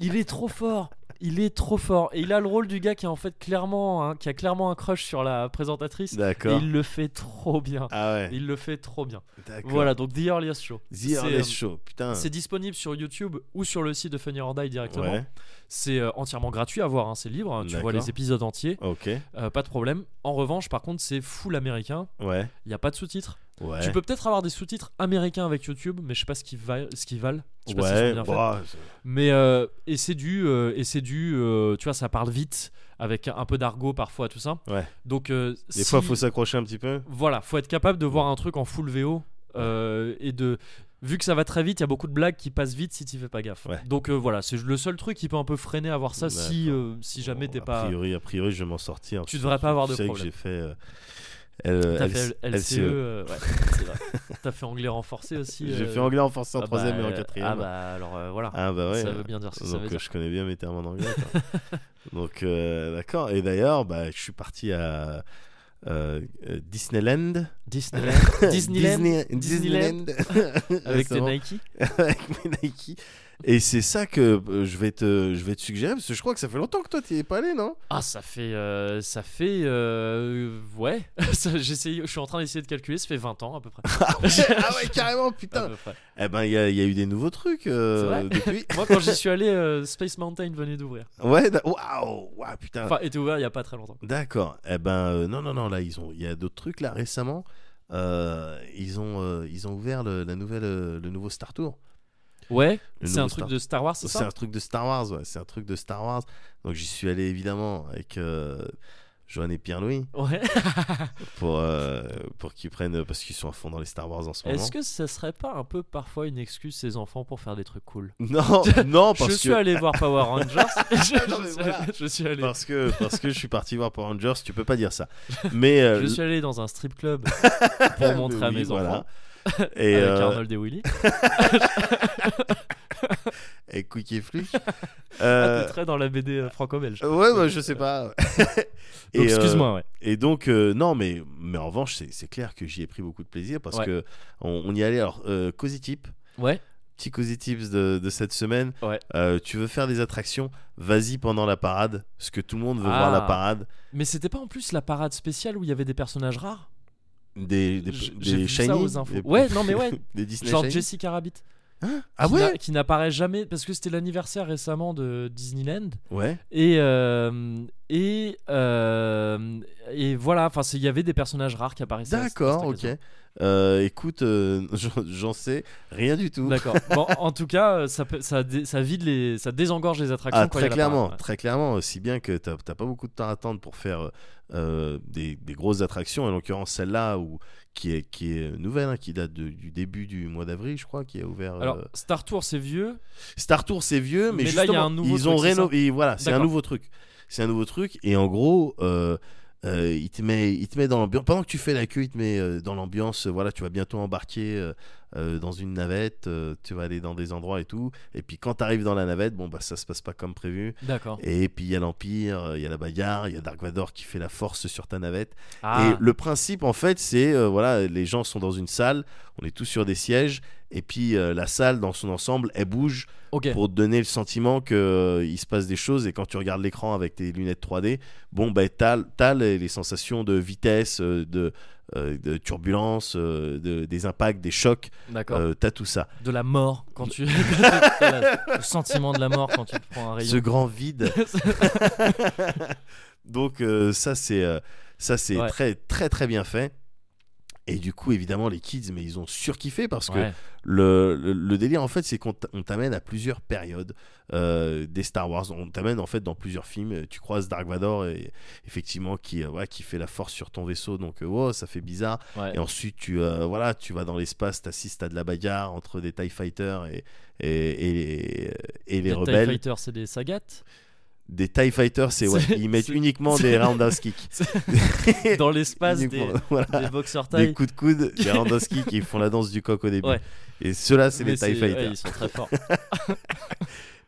S1: Il est trop fort. Il est trop fort. Et il a le rôle du gars qui, a en fait, clairement, hein, qui a clairement un crush sur la présentatrice. Et
S2: D'accord.
S1: il le fait trop bien.
S2: Ah ouais.
S1: Il le fait trop bien.
S2: D'accord. Hein.
S1: Voilà, donc The Earliest Show.
S2: The
S1: C'est,
S2: Earliest
S1: euh,
S2: Show. Putain.
S1: C'est disponible sur YouTube ou sur le site de Funny or Die directement.
S2: Ouais.
S1: C'est euh, entièrement gratuit à voir, hein, c'est libre. hein, Tu vois
S2: D'accord.
S1: les épisodes entiers,
S2: Ok.
S1: euh, pas de problème. En revanche, par contre, c'est full américain.
S2: Ouais.
S1: Il n'y a pas de sous-titres.
S2: Ouais.
S1: Tu peux peut-être avoir des sous-titres américains avec YouTube, mais je sais pas ce qu'ils va- ce qu'ils valent. Je sais pas s'ils sont
S2: Ouais.
S1: bien faits.
S2: bah, c'est-
S1: Mais euh, et c'est du euh, et c'est du euh, tu vois ça parle vite avec un peu d'argot parfois tout ça.
S2: Ouais.
S1: Donc euh, si-
S2: Des fois, faut s'accrocher un petit peu.
S1: voilà, faut être capable de voir un truc en full VO euh, et de vu que ça va très vite, il y a beaucoup de blagues qui passent vite si tu fais pas gaffe.
S2: Ouais.
S1: Donc euh, voilà, c'est le seul truc qui peut un peu freiner à voir ça si
S2: D'accord.
S1: euh, si jamais
S2: Bon,
S1: t'es
S2: a
S1: pas
S2: priori, a priori, je vais m'en sortir.
S1: Tu devrais pas avoir de
S2: Tu sais que
S1: problème.
S2: j'ai fait. euh, L-
S1: T'as
S2: L- E.
S1: fait L- LCE,
S2: LCE.
S1: euh, ouais, c'est vrai. T'as fait anglais renforcé aussi.
S2: J'ai
S1: euh,
S2: fait anglais en français en
S1: ah bah,
S2: troisième et en
S1: euh,
S2: quatrième.
S1: Ah bah alors euh, voilà.
S2: Ah bah ouais.
S1: ça veut bien dire ce que ça
S2: Donc
S1: veut
S2: euh,
S1: dire.
S2: je connais bien mes termes en anglais. quoi. Donc euh, d'accord. Et d'ailleurs, bah, je suis parti à euh, euh, Disneyland.
S1: Disneyland, Disneyland
S2: Disney-
S1: Disneyland. avec tes
S2: Récemment,
S1: Nike.
S2: avec mes Nike. Et c'est ça que euh, je vais te, je vais te suggérer parce que je crois que ça fait longtemps que toi t'y es pas allé, non
S1: Ah, ça fait. euh, ça fait. euh, ouais. Ça, j'essaye- je suis en train d'essayer de calculer, ça fait 20 ans à peu près.
S2: Ah ouais, carrément,
S1: À
S2: putain.
S1: peu près.
S2: Eh ben, il y, a- il y a eu des nouveaux trucs
S1: Ah
S2: euh,
S1: bah. C'est
S2: depuis.
S1: Moi, quand j'y suis allé, euh, Space Mountain venait d'ouvrir.
S2: Ouais. da- Waouh, waouh, putain.
S1: Enfin, était ouvert il y a pas très longtemps.
S2: D'accord. Eh ben euh, non non non là ils ont il y a d'autres trucs là récemment euh, ils ont euh, ils ont ouvert le, la nouvelle euh, le nouveau Star Tour.
S1: Ouais,
S2: Le
S1: c'est
S2: nouveau
S1: un truc
S2: Star-
S1: de Star Wars, c'est
S2: C'est
S1: ça
S2: un truc de Star Wars ouais, c'est un truc de Star Wars. Donc j'y suis allé évidemment avec euh, Johan et Pierre Louis
S1: Ouais.
S2: pour euh, pour qu'ils prennent parce qu'ils sont à fond dans les Star Wars en ce moment.
S1: Est-ce que ça serait pas un peu parfois une excuse ces enfants pour faire des trucs cool
S2: Non non parce
S1: Je
S2: que
S1: suis allé voir Power Rangers. je,
S2: Non,
S1: je
S2: mais
S1: suis
S2: voilà.
S1: allé- je suis allé.
S2: parce que parce que je suis parti voir Power Rangers tu peux pas dire ça. Mais euh,
S1: Je suis allé dans un strip club
S2: mais
S1: pour montrer à
S2: oui,
S1: mes
S2: voilà.
S1: enfants
S2: Et
S1: avec
S2: euh,
S1: Arnold et Willy.
S2: et Cookie Flush.
S1: Ah,
S2: Euh,
S1: t'es très dans la BD euh, franco-belge.
S2: Ouais, bah, je sais pas. Et,
S1: Donc,
S2: euh,
S1: Excuse-moi, ouais.
S2: et donc, euh, non, mais, mais en revanche, c'est, c'est clair que j'y ai pris beaucoup de plaisir parce
S1: Ouais.
S2: que on, on y allait. Alors, euh, Cozy Tip,
S1: Ouais.
S2: petit Cozy Tips de, de cette semaine.
S1: Ouais.
S2: Euh, tu veux faire des attractions, vas-y pendant la parade, parce que tout le monde veut
S1: Ah.
S2: voir la parade.
S1: Mais c'était pas en plus la parade spéciale où il y avait des personnages rares
S2: Des, des,
S1: J-
S2: des
S1: j'ai vu ça
S2: shiny,
S1: aux infos.
S2: des-
S1: Ouais, non, mais ouais.
S2: des Disney
S1: Genre
S2: shiny.
S1: Jessica Rabbit.
S2: Ah
S1: qui
S2: ouais
S1: n'a- Qui n'apparaît jamais parce que c'était l'anniversaire récemment de Disneyland
S2: Ouais.
S1: et euh, et euh, et voilà. Enfin, c'est- il y avait des personnages rares qui apparaissaient. à cette- à cette
S2: D'accord, ok.
S1: occasion.
S2: Euh, écoute, euh, j'en- j'en sais rien du tout.
S1: D'accord. Bon, en tout cas, euh, ça peut- ça dé- ça vide les ça désengorge les attractions.
S2: Ah,
S1: quand il y a
S2: très
S1: la
S2: clairement,
S1: parade, ouais.
S2: très clairement, aussi bien que t'as t'as pas beaucoup de temps à attendre pour faire euh, euh, des, des grosses attractions, en l'occurrence celle-là où, qui, est, qui est nouvelle, hein, qui date de- du début du mois d'avril, je crois, qui a ouvert. euh,
S1: Alors Star Tour c'est vieux.
S2: Star Tour, c'est vieux, mais,
S1: Mais là, il
S2: justement,
S1: y a un nouveau
S2: ils
S1: truc,
S2: ont
S1: c'est ça
S2: rénové. et Voilà, c'est un
S1: D'accord.
S2: nouveau truc. C'est un nouveau truc, et en gros. euh, euh, il, te met, il te met dans l'ambiance. Pendant que tu fais la queue, il te met euh, dans l'ambiance. euh, Voilà, tu vas bientôt embarquer euh, euh, dans une navette. euh, tu vas aller dans des endroits et tout. Et puis quand tu arrives dans la navette, bon, bah, ça se passe pas comme prévu.
S1: D'accord.
S2: Et puis il y a l'Empire, euh, il y a la bagarre, il y a Dark Vador qui fait la force sur ta navette.
S1: Ah.
S2: Et le principe, en fait, c'est euh, voilà, les gens sont dans une salle, on est tous sur des sièges, et puis euh, la salle dans son ensemble, elle bouge
S1: ok.
S2: pour te donner le sentiment que euh, il se passe des choses. Et quand tu regardes l'écran avec tes lunettes 3D, bon, bah, t'as, t'as les, les sensations de vitesse, euh, de, euh, de turbulence, euh, de- des impacts, des chocs,
S1: D'accord.
S2: euh, t'as tout ça.
S1: De la mort quand tu. t'as la- le sentiment de la mort quand tu prends un
S2: Ce
S1: rayon.
S2: grand vide. Donc euh, ça c'est euh, ça c'est
S1: Ouais.
S2: très très très bien fait. Et du coup évidemment les kids mais ils ont surkiffé parce que
S1: Ouais.
S2: le, le, le délire en fait c'est qu'on t- on t'amène à plusieurs périodes euh, des Star Wars on t'amène en fait dans plusieurs films Euh, tu croises Dark Vador et effectivement qui euh, ouais, qui fait la force sur ton vaisseau donc euh, wow, ça fait bizarre
S1: Ouais.
S2: et ensuite tu euh, voilà tu vas dans l'espace t'assistes à de la bagarre entre des Tie Fighters E et et, et, et les
S1: Les TIE
S2: rebelles
S1: Fighters, c'est des Sagat
S2: des TIE Fighters, c'est ouais,
S1: C'est-
S2: ils mettent
S1: c'est-
S2: uniquement
S1: c'est-
S2: des roundhouse kicks.
S1: Dans l'espace des,
S2: Uniquement, voilà.
S1: des boxeurs
S2: Des
S1: taille.
S2: coups de coude, des roundhouse kicks qui font la danse du coq au début.
S1: Ouais.
S2: Et ceux-là, c'est
S1: mais
S2: les TIE
S1: c'est-
S2: E Fighters.
S1: ouais, ils sont très forts.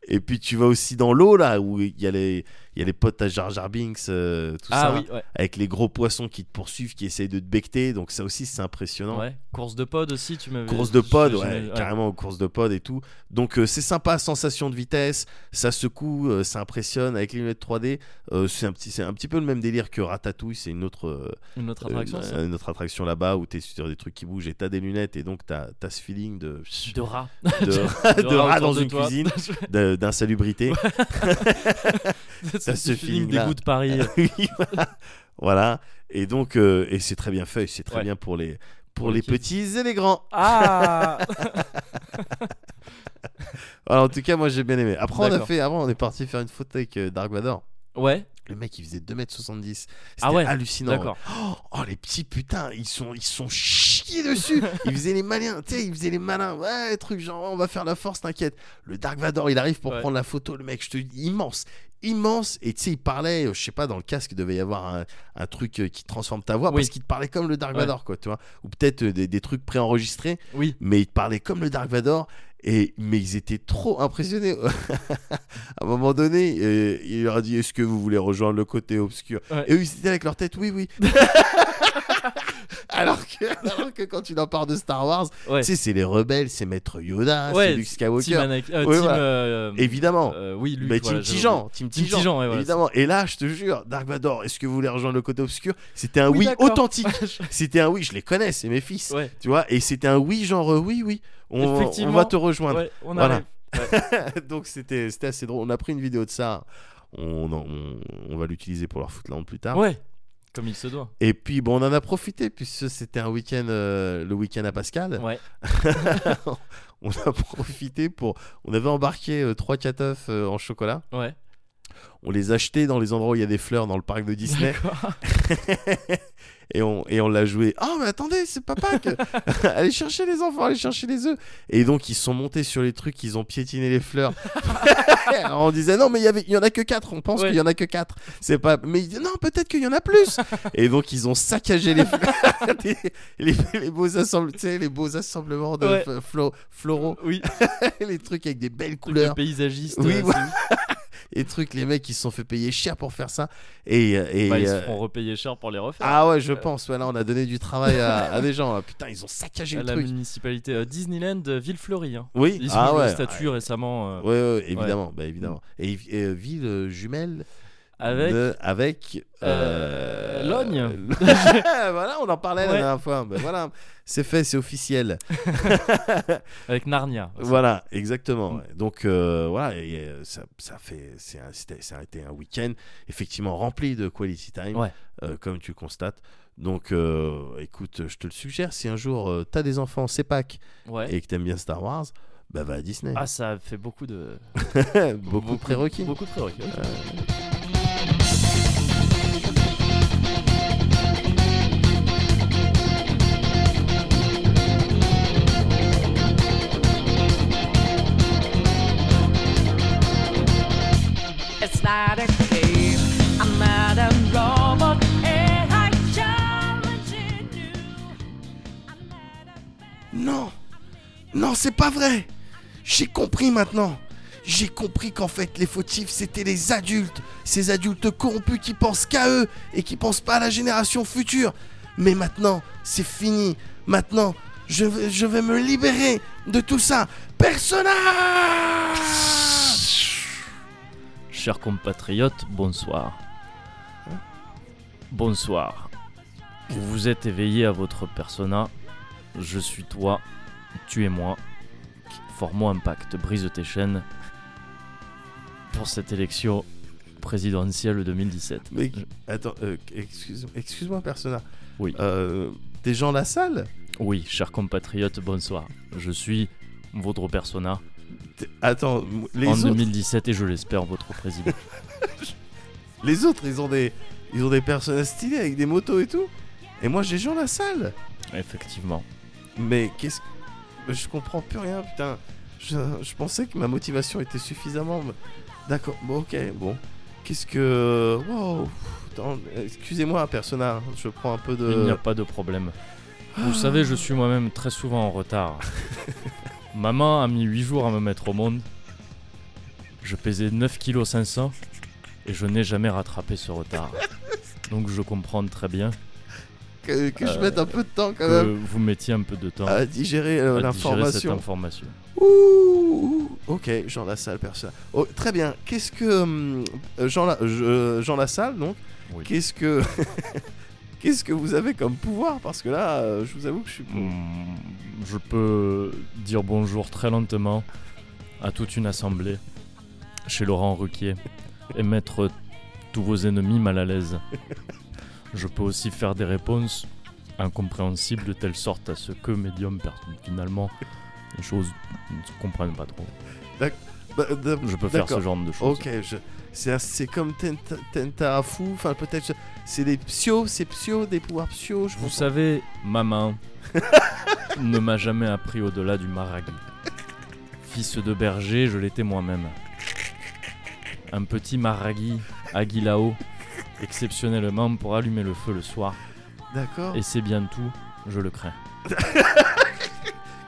S2: Et puis tu vas aussi dans l'eau, là, où il y, a les- il y a les potes à Jar Jar Binks, euh, tout
S1: ah
S2: ça.
S1: oui, ouais.
S2: Avec les gros poissons qui te poursuivent, qui essayent de te becter. Donc ça aussi, c'est impressionnant.
S1: Ouais. Course de pod aussi, tu m'avais.
S2: Course de pod,
S1: j'ai-
S2: ouais,
S1: j'ai-
S2: carrément course de pod et tout. Donc euh, c'est sympa, sensation de vitesse, ça secoue, euh, ça impressionne avec les lunettes 3D. euh, c'est un petit, c'est un petit peu le même délire que Ratatouille, c'est une autre, euh,
S1: Une autre attraction,
S2: euh,
S1: ça.
S2: une autre attraction là-bas où t'es sur des trucs qui bougent et t'as des lunettes et donc t'as as ce feeling de
S1: De rats.
S2: de, de
S1: rats
S2: rat
S1: autour
S2: dans
S1: de
S2: une
S1: toi.
S2: cuisine, de- d'insalubrité.
S1: C'est
S2: ce
S1: ce feeling des
S2: feeling-là.
S1: goûts de Paris.
S2: Oui, voilà. voilà. Et donc euh, et c'est très bien fait, c'est très
S1: Ouais.
S2: bien pour les pour,
S1: Pour les
S2: les
S1: kids.
S2: petits et les grands.
S1: Ah
S2: Alors, en tout cas, moi j'ai bien aimé. Après on a
S1: D'accord.
S2: fait avant on est parti faire une photo avec euh, Dark Vador.
S1: Ouais,
S2: Le mec, il faisait 2m70. C'était
S1: Ah ouais,
S2: hallucinant.
S1: d'accord.
S2: Oh, les petits putains, ils sont, ils sont chiés dessus. Ils faisaient les malins, tu sais, ils faisaient les malins. Ouais, truc genre, on va faire la force, t'inquiète. Le Dark Vador, il arrive pour
S1: Ouais.
S2: prendre la photo. Le mec, je te dis, immense, immense. Et tu sais, il parlait, euh, je sais pas, dans le casque, il devait y avoir un, un truc euh, qui transforme ta voix
S1: Oui.
S2: parce qu'il te parlait comme le Dark
S1: Ouais.
S2: Vador, quoi, tu vois. Ou peut-être euh, des, des trucs préenregistrés,
S1: Oui.
S2: mais il te parlait comme le Dark Vador. Et, mais ils étaient trop impressionnés. à un moment donné, euh, il leur a dit Est-ce que vous voulez rejoindre le côté obscur
S1: Ouais.
S2: Et eux, ils étaient avec leur tête Oui, oui. alors, que, alors que quand tu leur parles de Star Wars,
S1: Ouais.
S2: tu sais, c'est les rebelles, c'est Maître Yoda,
S1: Ouais,
S2: c'est Luke Skywalker.
S1: Team Anakin- euh,
S2: Oui,
S1: team,
S2: voilà.
S1: euh,
S2: Évidemment.
S1: euh, oui, Luke,
S2: mais
S1: voilà,
S2: Team
S1: j'ai-
S2: Tijan, Team
S1: Team
S2: Tijan,
S1: Tijan, ouais, ouais,
S2: évidemment. Et là, je te jure, Dark Vador, est-ce que vous voulez rejoindre le côté obscur C'était un
S1: Oui,
S2: oui,
S1: d'accord.
S2: authentique. c'était un oui, je les connais, c'est mes fils.
S1: Ouais.
S2: Tu vois, et c'était un oui, genre euh, oui, oui, on, on
S1: Effectivement.
S2: va te rejoindre.
S1: Ouais, on
S2: Voilà.
S1: arrive.
S2: Donc c'était c'était assez drôle. On a pris une vidéo de ça. On, en- on, on va l'utiliser pour leur footland plus tard.
S1: Ouais, comme il se doit.
S2: Et puis bon, on en a profité puisque c'était un week-end, euh, le week-end à Pascal.
S1: Ouais.
S2: on a profité pour. On avait embarqué euh, trois catœufs euh, en chocolat.
S1: Ouais.
S2: On les achetait dans les endroits où il y a des fleurs dans le parc de Disney.
S1: D'accord.
S2: et on et on l'a joué. Ah mais attendez, c'est papa que. allez chercher les enfants, allez chercher les œufs. Et donc ils sont montés sur les trucs, ils ont piétiné les fleurs. Alors, on disait non mais il y avait il y en a que quatre, on pense
S1: Ouais.
S2: qu'il y en a que quatre. C'est pas mais ils disaient, non, peut-être qu'il y en a plus. et donc ils ont saccagé les fleurs, les, les- les beaux assemble- tu sais, les beaux assemblements de
S1: Ouais.
S2: f- flo- floraux,
S1: Oui,
S2: les trucs avec des belles
S1: truc de
S2: couleurs
S1: paysagiste.
S2: Oui,
S1: euh,
S2: voilà.
S1: c'est-
S2: et trucs les mecs ils se sont fait payer cher pour faire ça et euh, et
S1: bah, ils se
S2: euh,
S1: feront repayer cher pour les refaire.
S2: ah ouais, je pense. Ouais, là, on a donné du travail à, à des gens. là. Putain, ils ont saccagé
S1: à
S2: le
S1: la
S2: truc.
S1: municipalité euh, Disneyland euh, Villefleury. Hein.
S2: Oui.
S1: Ils ont
S2: ah
S1: mis
S2: ouais.
S1: une statue récemment euh,
S2: Ouais, ouais, ouais, évidemment, bah, évidemment. Et, et, euh, ville euh, jumelle
S1: avec.
S2: de- avec
S1: euh, Logne.
S2: voilà, on en parlait
S1: Ouais.
S2: la dernière fois. Bah, voilà, c'est fait, c'est officiel.
S1: Avec Narnia.
S2: Voilà, exactement.
S1: Mm.
S2: ouais. Donc euh, voilà, et, euh, ça, ça fait, c'est un- c'était- ça a été un week-end effectivement rempli de quality time,
S1: Ouais.
S2: euh, comme tu constates. Donc euh, écoute, je te le suggère, si un jour tu t'as des enfants, c'est Pâques
S1: Ouais.
S2: et que t'aimes bien Star Wars, bah va à Disney.
S1: Ah, ça fait beaucoup de.
S2: beaucoup de prérequis.
S1: Beaucoup de prérequis. ouais.
S4: It's not a game. I'm not a robot, and I challenge you. I'm not a man.
S2: Non, non, c'est pas vrai. J'ai compris maintenant. J'ai compris qu'en fait, les fautifs, c'était les adultes. Ces adultes corrompus qui pensent qu'à eux et qui pensent pas à la génération future. Mais maintenant, c'est fini. Maintenant, je, vais- je vais me libérer de tout ça. Personnage
S1: Chers compatriotes, bonsoir. Bonsoir. Vous vous êtes éveillé à votre persona. Je suis toi, tu es moi. Formons un pacte, brise tes chaînes. Pour cette élection présidentielle 2017.
S2: Mais attends, euh, excuse-moi, Persona. Euh,
S1: Oui.
S2: des gens la salle
S1: Oui, chers compatriotes, bonsoir. Je suis votre persona
S2: Attends, les
S1: en 2017 et je l'espère votre président.
S2: Les autres, ils ont des, ils ont des personnages stylés avec des motos et tout. Et moi, j'ai Jean la salle.
S1: Effectivement.
S2: Mais qu'est-ce, je comprends plus rien, putain. Je, je pensais que ma motivation était suffisamment. D'accord, bon, ok, bon. Qu'est-ce que. Wow. Attends, Excusez-moi, Persona. Je prends un peu de.
S1: Il n'y a pas de problème.
S2: Ah.
S1: Vous savez, je suis moi-même très souvent en retard. Ma main a mis 8 jours à me mettre au monde. Je pesais 9 kg et je n'ai jamais rattrapé ce retard. Donc je comprends très bien
S2: Que, que je
S1: Euh,
S2: mette un peu de temps quand
S1: que
S2: même
S1: vous mettiez un peu de temps
S2: à digérer euh,
S1: à digérer cette
S2: l'information.
S1: information.
S2: Ouh, ouh. Ok, Jean Lassalle, Persona. Oh, très bien. Qu'est-ce que. hum, euh, Jean, La- je- euh, Jean Lassalle, donc.
S1: Oui.
S2: Qu'est-ce que. Qu'est-ce que vous avez comme pouvoir Parce que là, euh, je vous avoue que je suis.
S1: Mm, Je peux dire bonjour très lentement à toute une assemblée chez Laurent Ruquier et mettre tous vos ennemis mal à l'aise. Je peux aussi faire des réponses incompréhensibles de telle sorte à ce que médium per- finalement les choses ne se comprennent pas trop.
S2: Bah, d-
S1: Je peux faire
S2: D'accord.
S1: ce genre de choses.
S2: Ok, je... c'est un- c'est comme Tenta, Tentarafu, enfin peut-être je- c'est des psio, c'est psio, des pouvoirs psio, je
S1: Vous
S2: comprends.
S1: savez, ma main ne m'a jamais appris au-delà du maragui. Fils de berger, je l'étais moi-même. Un petit maragui, aguilao, exceptionnellement pour allumer le feu le soir.
S2: D'accord.
S1: Et c'est bien tout, je le crains.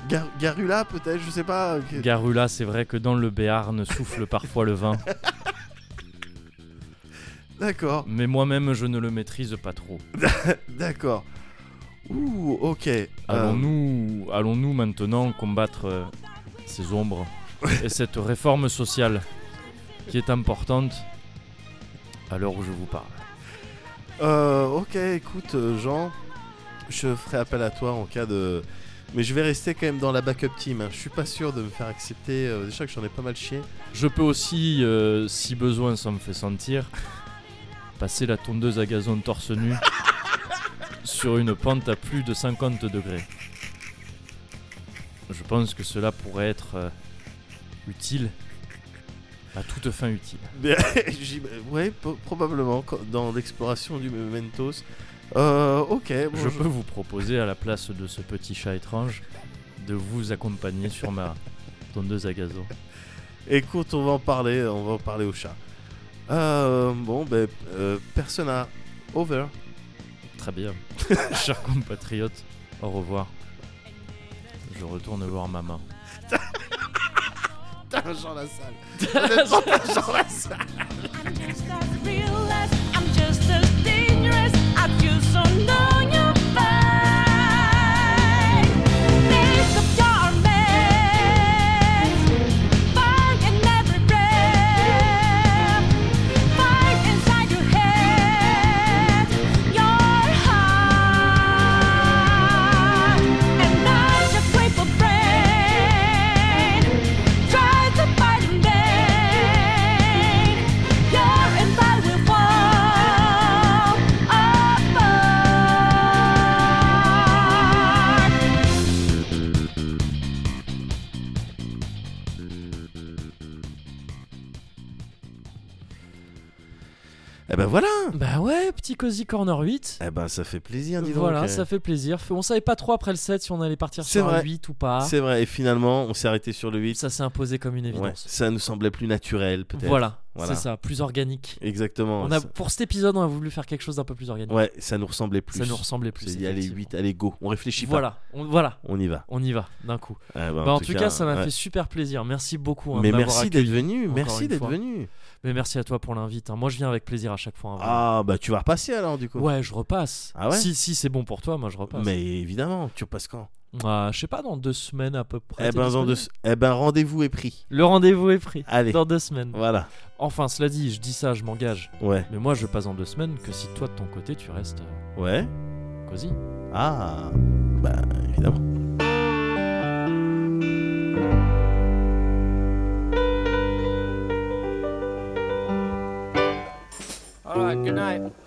S2: Gar- Garula peut-être, je sais pas. ok.
S1: Garula, c'est vrai que dans le Béarn souffle parfois le vent,
S2: D'accord,
S1: mais moi-même je ne le maîtrise pas trop.
S2: d'accord. Ouh, ok. euh,
S1: Allons-nous allons -nous maintenant combattre euh, ces ombres et cette réforme sociale qui est importante à l'heure où je vous parle
S2: euh, ok, écoute euh, Jean, je ferai appel à toi en cas de... Mais je vais rester quand même dans la backup team, hein. je suis pas sûr de me faire accepter, euh, déjà que j'en ai pas mal chié.
S1: Je peux aussi, euh, si besoin ça me fait sentir, passer la tondeuse à gazon torse nu sur une pente à plus de 50 degrés. Je pense que cela pourrait être euh, utile, à toute fin utile.
S2: Mais, j'im- ouais, po- probablement, quand- dans l'exploration du Mementos. Euh, ok, bon,
S1: Je peux vous proposer, à la place de ce petit chat étrange, de vous accompagner sur ma tondeuse à gazon.
S2: Écoute, on va en parler, on va en parler au chat. Euh, bon, ben, euh, Persona, over.
S1: Très bien. Chers compatriotes, au revoir. Je retourne voir ma main.
S2: Putain, Jean Lassalle. Honnêtement, t'as Jean Lassalle.
S4: I'm just as dangerous. I feel so long your face. Make up your maze. Fight in every breath. Fight inside your head, your heart, and not your playful brain. Try to fight in vain. Your empire will fall apart.
S2: Eh ben voilà.
S1: Bah ouais, petit Cozy Corner 8.
S2: Eh ben, ça fait plaisir, dis donc.
S1: Voilà,
S2: Eh.
S1: ça fait plaisir. On savait pas trop après le 7 si on allait partir
S2: C'est
S1: sur un
S2: vrai.
S1: 8 ou pas.
S2: C'est vrai, et finalement, on s'est arrêté sur le 8.
S1: Ça s'est imposé comme une
S2: Ouais,
S1: évidence.
S2: ça nous semblait plus naturel, peut-être.
S1: voilà,
S2: Voilà.
S1: c'est ça, plus organique.
S2: Exactement.
S1: On a,
S2: ça-
S1: pour cet épisode, on a voulu faire quelque chose d'un peu plus organique.
S2: Ouais, ça nous ressemblait plus.
S1: Ça nous ressemblait plus.
S2: C'est dit, allez,
S1: effectivement.
S2: 8, allez, go. On réfléchit pas.
S1: Voilà, on, voilà,
S2: On y va.
S1: on y va d'un coup.
S2: Eh ben,
S1: Bah, en, tout cas, ça m'a
S2: ouais.
S1: fait super plaisir. Merci beaucoup. hein,
S2: Mais
S1: de m'avoir
S2: merci
S1: accueilli.
S2: d'être venu,
S1: encore
S2: merci
S1: une
S2: d'être
S1: fois.
S2: venu.
S1: Mais merci à toi pour l'invite. hein. Moi, je viens avec plaisir à chaque fois. hein, vraiment.
S2: Ah, bah tu vas repasser alors, du coup.
S1: ouais, je repasse.
S2: Ah ouais
S1: si si c'est bon pour toi, moi je repasse.
S2: Mais évidemment, tu repasses quand
S1: Ah, je sais pas, dans deux semaines à peu près.
S2: Eh
S1: t'es
S2: ben, dans deux-
S1: disponible
S2: eh ben rendez-vous est pris.
S1: Le rendez-vous est pris.
S2: Allez.
S1: Dans deux semaines.
S2: Voilà.
S1: Enfin, cela dit, je dis ça, je m'engage.
S2: Ouais.
S1: Mais moi, je passe dans deux semaines que si toi de ton côté, tu restes euh,
S2: Ouais.
S1: cosy.
S2: Ah.